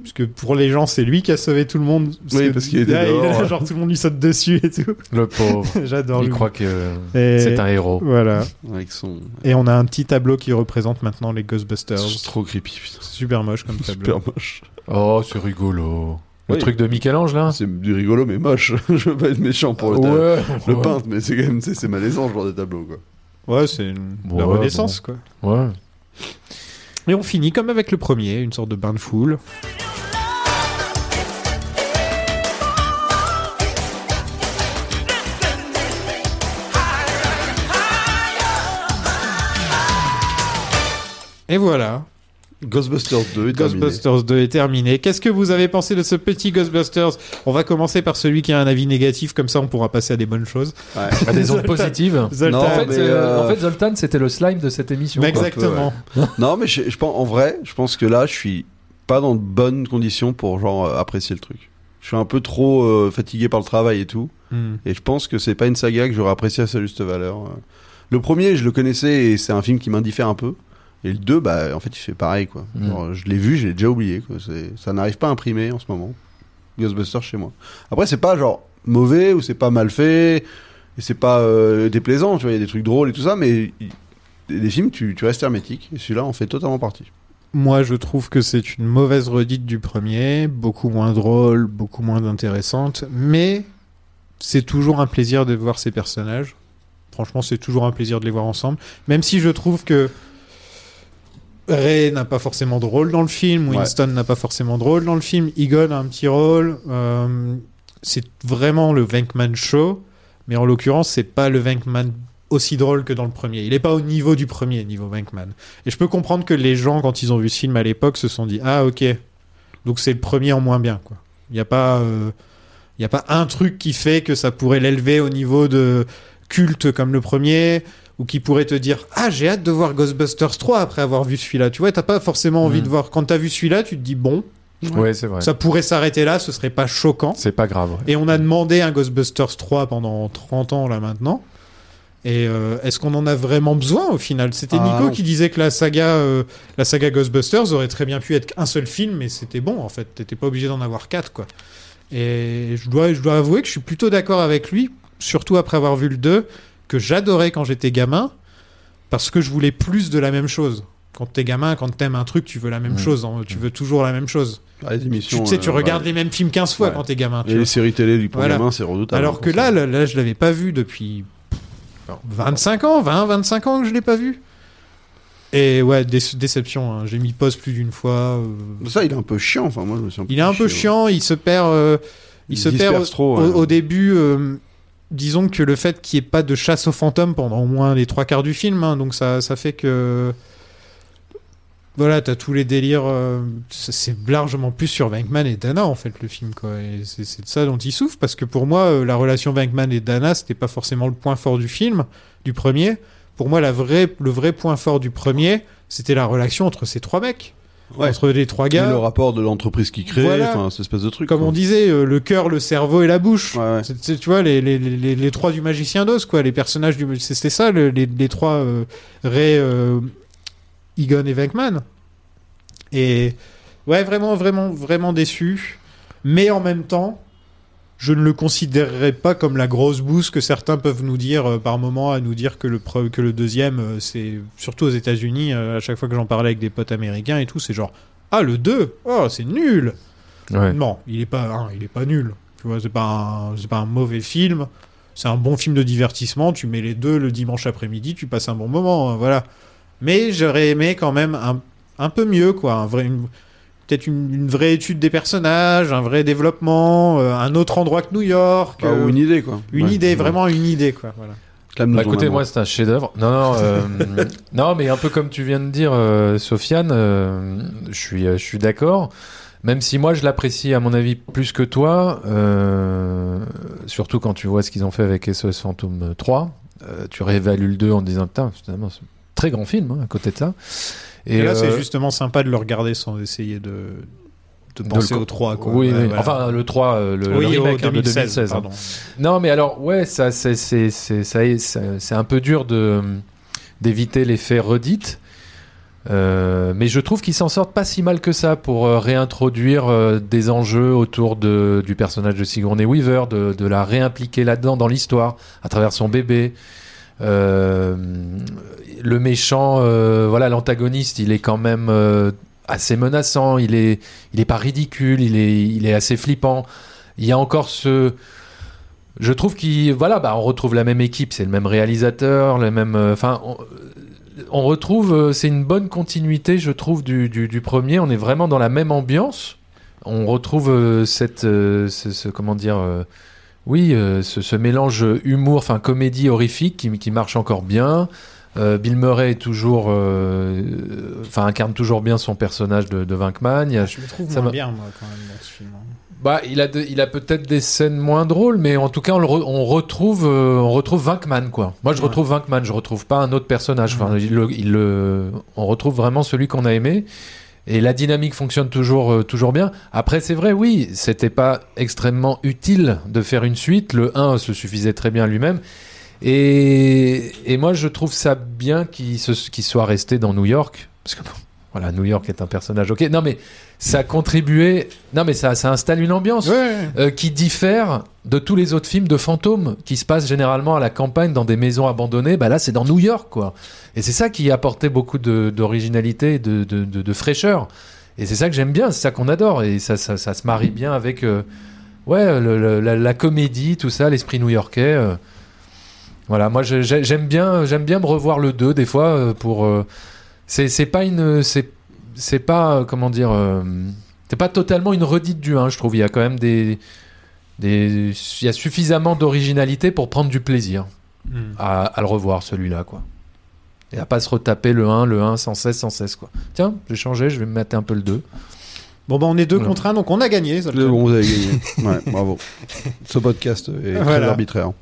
Parce que pour les gens, c'est lui qui a sauvé tout le monde.
Oui, parce qu'il était
là, il est là,
dehors, ouais.
genre tout le monde lui saute dessus et tout.
Le pauvre.
J'adore.
Il
lui.
croit que
Et
c'est un héros.
Voilà.
Avec son.
Et on a un petit tableau qui représente maintenant les Ghostbusters.
C'est trop creepy, putain.
Super moche comme tableau.
Super moche.
Oh, c'est rigolo. Le
Oui.
truc de Michel-Ange, là
C'est du rigolo, mais moche. Je veux pas être méchant pour le, ta-
Ouais,
le
ouais.
peintre, mais c'est quand même, tu sais, c'est malaisant ce genre de tableau, quoi.
Ouais, c'est une- la
Ouais,
renaissance,
bon.
quoi.
Ouais.
Et on finit comme avec le premier, une sorte de bain de foule. Et voilà.
Ghostbusters 2 est terminé.
Ghostbusters 2 est terminé. Qu'est-ce que vous avez pensé de ce petit Ghostbusters On va commencer par celui qui a un avis négatif, comme ça on pourra passer à des bonnes choses.
À des ondes positives.
Zoltan.
en, fait,
mais,
euh,
euh,
en fait, Zoltan, c'était le slime de cette émission.
Mais
quoi.
exactement.
non, mais je, je pense, en vrai, je pense que là, je suis pas dans de bonnes conditions pour genre euh, apprécier le truc. Je suis un peu trop euh, fatigué par le travail et tout,
Hmm.
et je pense que c'est pas une saga que j'aurais apprécié à sa juste valeur. Euh, Le premier, je le connaissais et c'est un film qui m'indiffère un peu. Et le deux, bah, en fait, il fait pareil, quoi.
Mm.
Hmm.
Genre, je l'ai vu, je l'ai déjà oublié, quoi. C'est- Ça n'arrive pas à imprimer en ce moment. Ghostbusters chez moi. Après, c'est pas genre mauvais ou c'est pas mal fait, et c'est pas euh, déplaisant, tu vois, il y a des trucs drôles et tout ça, mais il- des, des films, tu, tu restes hermétique, et celui-là en fait totalement partie.
Moi, je trouve que c'est une mauvaise redite du premier, beaucoup moins drôle, beaucoup moins intéressante, mais c'est toujours un plaisir de voir ces personnages. Franchement, c'est toujours un plaisir de les voir ensemble, même si je trouve que Ray n'a pas forcément de rôle dans le film,
Ouais.
Winston n'a pas forcément de rôle dans le film, Egon a un petit rôle. euh, c'est vraiment le Venkman show, mais en l'occurrence, c'est pas le Venkman aussi drôle que dans le premier. Il n'est pas au niveau du premier, niveau Venkman. Et je peux comprendre que les gens, quand ils ont vu ce film à l'époque, se sont dit Ah, ok, donc c'est le premier en moins bien. quoi. Il n'y a pas. euh, il n'y a pas un truc qui fait que ça pourrait l'élever au niveau de culte comme le premier, ou qui pourrait te dire Ah, j'ai hâte de voir Ghostbusters 3 après avoir vu celui-là. Tu vois, t'as pas forcément envie
Mm.
de voir. Quand t'as vu celui-là, tu te dis Bon,
Ouais, c'est vrai.
ça pourrait s'arrêter là, ce serait pas choquant.
C'est pas grave.
Et on a demandé un Ghostbusters 3 pendant 30 ans là maintenant. Et euh, est-ce qu'on en a vraiment besoin au final C'était
Ah,
Nico
non.
qui disait que la saga, euh, la saga Ghostbusters aurait très bien pu être un seul film, mais c'était bon en fait. T'étais pas obligé d'en avoir quatre quoi. Et je dois, je dois avouer que je suis plutôt d'accord avec lui, surtout après avoir vu le 2, que j'adorais quand j'étais gamin, parce que je voulais plus de la même chose. Quand t'es gamin, quand t'aimes un truc, tu veux la même
Mm.
chose, hein, tu veux toujours la même chose.
Ah, les émissions,
tu sais, tu
euh,
regardes
ouais.
les mêmes films 15 fois
Ouais.
quand t'es gamin. tu
Et
vois.
les séries télé du premier
Voilà.
main, c'est redoutable.
Alors que là, là, là, je l'avais pas vu depuis 25 ans, 20, 25 ans que je l'ai pas vu. Et ouais, déce- déception. hein. J'ai mis pause plus d'une fois. euh.
Ça, il est un peu chiant, enfin, moi je me suis un
Il est un peu chiant. Il se perd. euh, il,
Il
se
disperse
perd au-
trop,
au,
ouais.
au début. euh, disons que le fait qu'il n'y ait pas de chasse aux fantômes pendant au moins les trois quarts du film, hein, donc ça, ça fait que. Voilà, t'as tous les délires. euh, c'est c'est largement plus sur Venkman et Dana, en fait, le film, quoi. Et c'est c'est de ça dont il souffre, parce que pour moi, euh, la relation Venkman et Dana, c'était pas forcément le point fort du film, du premier. Pour moi, la vraie, le vrai point fort du premier, c'était la relation entre ces trois mecs.
Ouais.
Entre les trois
Et
gars.
le rapport de l'entreprise qui crée,
Voilà.
enfin, cette espèce de truc.
Comme
quoi.
on disait, euh, le cœur, le cerveau et la bouche. C'est- c'est- tu vois, les, les, les- les trois du magicien d'Oz, quoi. Les personnages du. C'était ça, le- les, les trois euh, Ray, euh, Egon et Venkman. Et. Ouais, vraiment, vraiment, vraiment déçu. Mais en même temps, je ne le considérerais pas comme la grosse bouse que certains peuvent nous dire euh, par moment, à nous dire que le, pre- que le deuxième, euh, c'est surtout aux États-Unis, euh, à chaque fois que j'en parlais avec des potes américains et tout, c'est genre Ah, le 2, oh, c'est nul
Ouais. Bah,
Non, il est pas, hein, il est pas nul. Tu vois, c'est pas, un- c'est pas un mauvais film. C'est un bon film de divertissement. Tu mets les deux le dimanche après-midi, tu passes un bon moment. euh, Voilà. Mais j'aurais aimé quand même un, un peu mieux, quoi. Un vrai, une- peut-être une, une vraie étude des personnages, un vrai développement, euh, un autre endroit que New York. euh,
Ah, ou une idée, quoi.
Une
Ouais.
idée,
Ouais.
vraiment une idée, quoi. Voilà.
Clame-nous
Bah,
ton
écoutez,
amour.
moi, c'est un chef-d'œuvre. Non, non, euh, non, mais un peu comme tu viens de dire, euh, Sofiane, euh, je suis, euh, je suis d'accord. Même si moi, je l'apprécie à mon avis plus que toi, euh, surtout quand tu vois ce qu'ils ont fait avec SOS Fantôme 3, euh, tu réévalues le 2 en te disant putain, finalement, c'est un très grand film hein, à côté de ça.
Et, là, c'est
euh,
justement sympa de le regarder sans essayer de, de
de
penser
le-
au 3, quoi.
Oui,
Ouais,
oui.
voilà.
enfin le 3, euh, le,
Oui,
le
au
remake hein, de
2016,
2016. hein.
pardon.
Non, mais alors, ouais, ça, c'est, c'est, c'est, ça est- ça- c'est un peu dur de, d'éviter l'effet redite. Euh, mais je trouve qu'ils s'en sortent pas si mal que ça pour euh, réintroduire euh, des enjeux autour de, du personnage de Sigourney Weaver, de, de la réimpliquer là-dedans dans l'histoire à travers son bébé. Euh, le méchant, euh, voilà, l'antagoniste, il est quand même euh, assez menaçant. Il est, il est pas ridicule. Il est, il est assez flippant. Il y a encore ce, je trouve qu'il, voilà, bah, on retrouve la même équipe, c'est le même réalisateur, le même, euh, enfin, on, on retrouve, euh, c'est une bonne continuité, je trouve, du, du, du premier. On est vraiment dans la même ambiance. On retrouve euh, cette, euh, ce, ce- comment dire, euh, oui, euh, ce, ce mélange humour, enfin comédie horrifique qui, qui marche encore bien. Euh, Bill Murray est toujours, euh, enfin incarne toujours bien son personnage de, de Vinkman. Il y a-
Je le trouve
Ah, ça
moins
m'a-
bien, moi, quand même, dans ce film. hein.
bah, il a, de- il a peut-être des scènes moins drôles, mais en tout cas, on, le re- on retrouve, euh, on retrouve Vinkman, quoi. Moi, je
Ouais.
retrouve Vinkman, je retrouve pas un autre personnage. Enfin, il le- il le- on retrouve vraiment celui qu'on a aimé. Et la dynamique fonctionne toujours, euh, toujours bien. Après, c'est vrai, oui, c'était pas extrêmement utile de faire une suite. Le 1 se suffisait très bien lui-même. Et, et moi, je trouve ça bien qu'il se- qu'il soit resté dans New York. Parce que, bon, voilà, New York est un personnage, ok. Non, mais ça a contribué. Non, mais ça, ça installe une ambiance euh, qui diffère de tous les autres films de fantômes qui se passent généralement à la campagne dans des maisons abandonnées. Bah là, c'est dans New York, quoi. Et c'est ça qui apportait beaucoup de- d'originalité, et de, de, de- de fraîcheur. Et c'est ça que j'aime bien, c'est ça qu'on adore. Et ça, ça, ça se marie bien avec. euh, Ouais, le- le- la, la comédie, tout ça, l'esprit new-yorkais. euh, voilà, moi je- j'ai- j'aime bien, j'aime bien me revoir le 2 des fois euh, pour. euh, c'est c'est pas une, c'est c'est pas euh, comment dire, euh, c'est pas totalement une redite du 1, je trouve. Il y a quand même des, des, il y a suffisamment d'originalité pour prendre du plaisir
Mm.
à, à le revoir celui-là, quoi. Et à pas se retaper le 1, le 1 sans cesse, sans cesse, quoi. Tiens, j'ai changé, je vais me mettre un peu le 2.
Bon, bah, on est deux contre un, donc on a gagné. Zoltan.
Bon, vous avez gagné. Ouais, bravo. Ce podcast est très
Voilà.
arbitraire.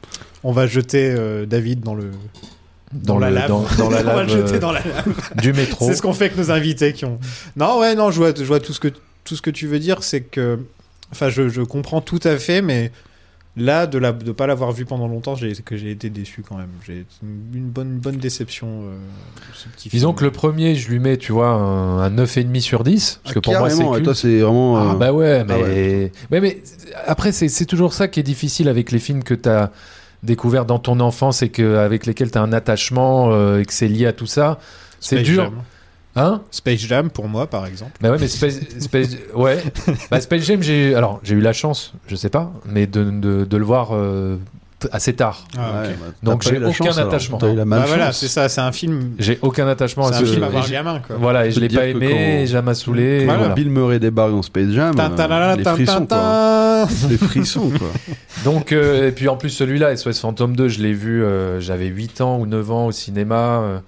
On va jeter euh, David dans le.
Dans
la
le-
lave.
dans- dans la
on va le
lave,
jeter
euh,
dans la lave.
du métro.
C'est ce qu'on fait avec nos invités qui ont. Non, ouais, non, je vois, je vois tout, ce que, tout ce que tu veux dire, c'est que. Enfin, je, je comprends tout à fait, mais là, de ne de pas l'avoir vu pendant longtemps, j'ai- que j'ai été déçu quand même. J'ai une une bonne, bonne déception. euh, ce petit film.
Disons que le premier, je lui mets, tu vois, un, un 9,5 sur 10. Parce que pour moi, c'est.
Carrément, et
culte.
toi, c'est vraiment,
Ah,
euh,
bah ouais, mais.
ah
Ouais, mais c'est- après, c'est c'est toujours ça qui est difficile avec les films que t'as découvert dans ton enfance et que, avec lesquels t'as un attachement euh, et que c'est lié à tout ça. C'est
Space
dur.
Jam.
Hein
Space Jam, pour moi, par exemple.
Bah ouais, mais Space, Space- ouais. Bah, Space Jam, j'ai alors j'ai eu la chance, je sais pas, mais de, de, de le voir euh, t- assez tard.
Ah, ok. Ouais, bah, t'as
Donc
pas
j'ai
eu la
aucun
chance, alors.
attachement.
T'as eu la Bah malchance. voilà, c'est ça, c'est un film-
J'ai aucun attachement
C'est
à
un
ce
film à voir
et j'ai-
gamin, quoi.
Voilà, et
Je
je
peux
l'ai
te
pas
dire que
aimé,
quand-
et ça m'a saoulé.
Quand
voilà.
Bill Murray débarque dans Space Jam,
Tin, tin, la, la,
euh, les
tin,
frissons,
quoi.
Les frissons, quoi.
Donc, euh, et puis en plus, celui-là, SOS Fantôme 2, je l'ai vu, euh, j'avais 8 ans ou 9 ans au cinéma. euh,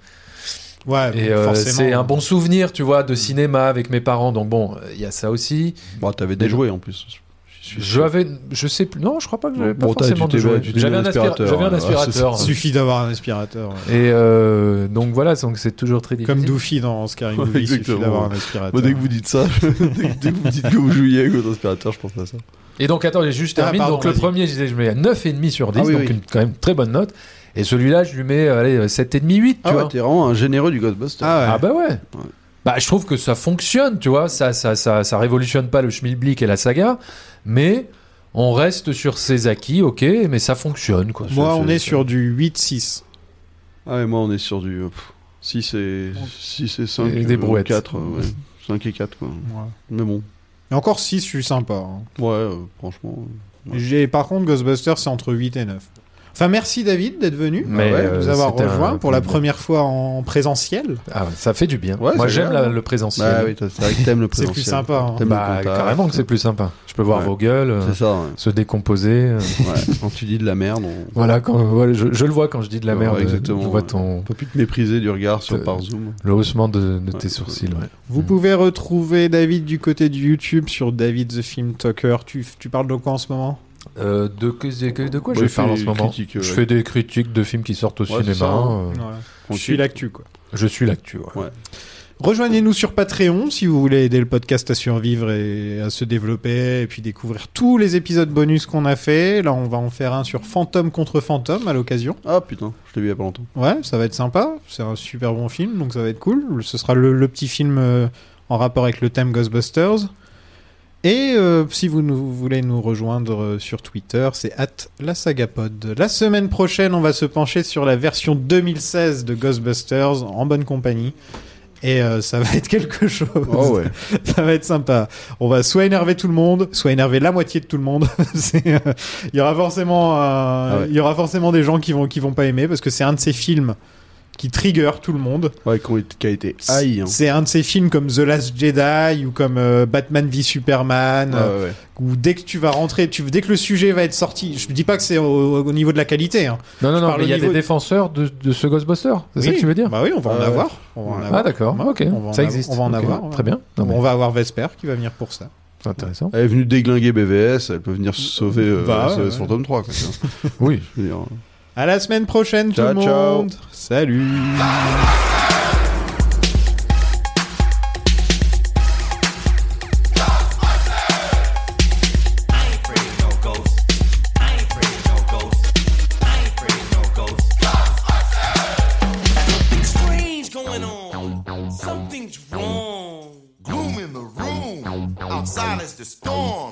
Ouais,
et
bon,
euh,
forcément. hein. Mm.
c'est un bon souvenir, tu vois, de cinéma avec mes parents. Donc bon, il y a ça aussi.
Bon, t'avais déjoué en plus.
J'avais, je sais plus, non, je crois pas que j'avais pas
Bon, t'as- tu
forcément
t'es-
déjoué.
tu t'es mis
J'avais un,
un
aspira-
aspirateur,
j'avais un
alors, c'est-
aspirateur.
Suffit d'avoir un aspirateur. ouais.
Et euh, donc voilà, donc c'est toujours très difficile.
Comme Doofy dans Scary Movie, il suffit d'avoir un aspirateur.
Moi, dès que vous dites ça, dès, que- dès que vous dites que vous jouiez avec votre aspirateur, je pense à ça.
Et donc, attends, j'ai juste
Ah,
terminé.
pardon,
donc, le
vas-y.
premier, je disais, je mets à 9,5 sur 10,
Ah oui,
donc
oui.
une quand même très bonne note. Et celui-là, je lui mets euh, allez, 7,5, 8. Tu
Ah
vois.
ouais, t'es vraiment un généreux du Ghostbuster.
Ah bah ouais. Bah, je trouve que ça fonctionne, tu vois. Ça, ça, ça, ça révolutionne pas le schmilblick et la saga, mais on reste sur ses acquis, ok, mais ça fonctionne, quoi.
Moi,
C'est-
on
c'est-
est sur du 8-6.
Ah ouais, moi, on est sur du. pff, 6 et, 6 et 5.
Et des brouettes.
4, ouais. 5 et 4, quoi. Mais bon.
Et encore 6, je suis sympa. hein.
Ouais, euh, franchement. euh, ouais.
J'ai- Par contre, Ghostbusters, c'est entre 8 et 9. Enfin, merci David d'être venu,
Mais,
de nous
euh,
avoir
c'était
rejoint
un-
pour la première fois en présentiel.
Ah, ça fait du bien.
Ouais,
Moi,
c'est
j'aime
agréable.
la- le présentiel.
Bah oui, t'as- c'est vrai que t'aimes le
C'est plus
présentiel.
sympa, hein.
T'aimes le
Bah,
contact.
carrément que c'est plus sympa. Je peux voir
Ouais.
vos gueules, euh,
C'est ça, ouais.
se décomposer. euh.
Ouais, quand tu dis de la merde, on...
Voilà, quand, voilà, je, je le vois quand je dis de la
Ouais,
merde. euh,
exactement,
Je vois
ouais.
ton.
on peut plus te mépriser du regard sur
Euh,
par Zoom.
Le haussement de, de tes sourcils, ouais.
Vous pouvez retrouver David du côté du YouTube sur David the Film Talker. Tu, tu parles de quoi en ce moment
Euh, de, que- que- de quoi
Ouais,
je
il fait
parle en
des
ce moment
critiques, euh,
Je
ouais.
fais des critiques de films qui sortent au euh,
Ouais, c'est
cinéma.
ça, hein.
euh,
Ouais. Je suis l'actu, quoi.
Je suis l'actu, ouais.
Rejoignez-nous sur Patreon si vous voulez aider le podcast à survivre et à se développer et puis découvrir tous les épisodes bonus qu'on a fait. Là, on va en faire un sur fantôme contre fantôme à l'occasion.
Ah putain, je l'ai vu il y a pas longtemps.
Ouais, ça va être sympa. C'est un super bon film, donc ça va être cool. Ce sera le, le petit film euh, en rapport avec le thème Ghostbusters. Et euh, si vous nous- voulez nous rejoindre euh, sur Twitter, c'est at la sagapod. La semaine prochaine, on va se pencher sur la version 2016 de Ghostbusters en bonne compagnie. Et euh, ça va être quelque chose. ça va être sympa. On va soit énerver tout le monde, soit énerver la moitié de tout le monde. C'est, euh, Il y aura forcément, euh,
Ah ouais.
il y aura forcément des gens qui vont qui vont pas aimer parce que c'est un de ces films qui trigger tout le monde.
Ouais, qui ont été- qui a été haï. hein.
C'est un de ces films comme The Last Jedi ou comme euh, Batman v Superman,
Ouais,
euh,
ouais.
où dès que tu vas rentrer, tu, dès que le sujet va être sorti, je dis pas que c'est au, au niveau de la qualité. hein.
Non, non,
Je
non,
parle
mais il y
au
a
niveau-
des défenseurs de, de ce Ghostbuster, c'est ça
Oui.
que tu veux dire
Bah oui, on va en
Euh,
avoir. On va en
Ah,
avoir.
d'accord,
On va-
ok.
on va en
Ça
av-
existe.
On va en
Ok,
avoir.
très bien. Non, mais-
On va avoir Vesper qui va venir pour ça.
C'est intéressant.
Elle est venue déglinguer BVS, elle peut venir sauver, euh,
Bah,
sauver
ouais.
ce fantôme 3. quoi, tiens.
oui.
Je veux dire, euh,
À la semaine prochaine,
Ciao,
tout le
ciao.
monde. Salut.
Strange going on. Something's wrong. Gloom in the room. Outside is the storm.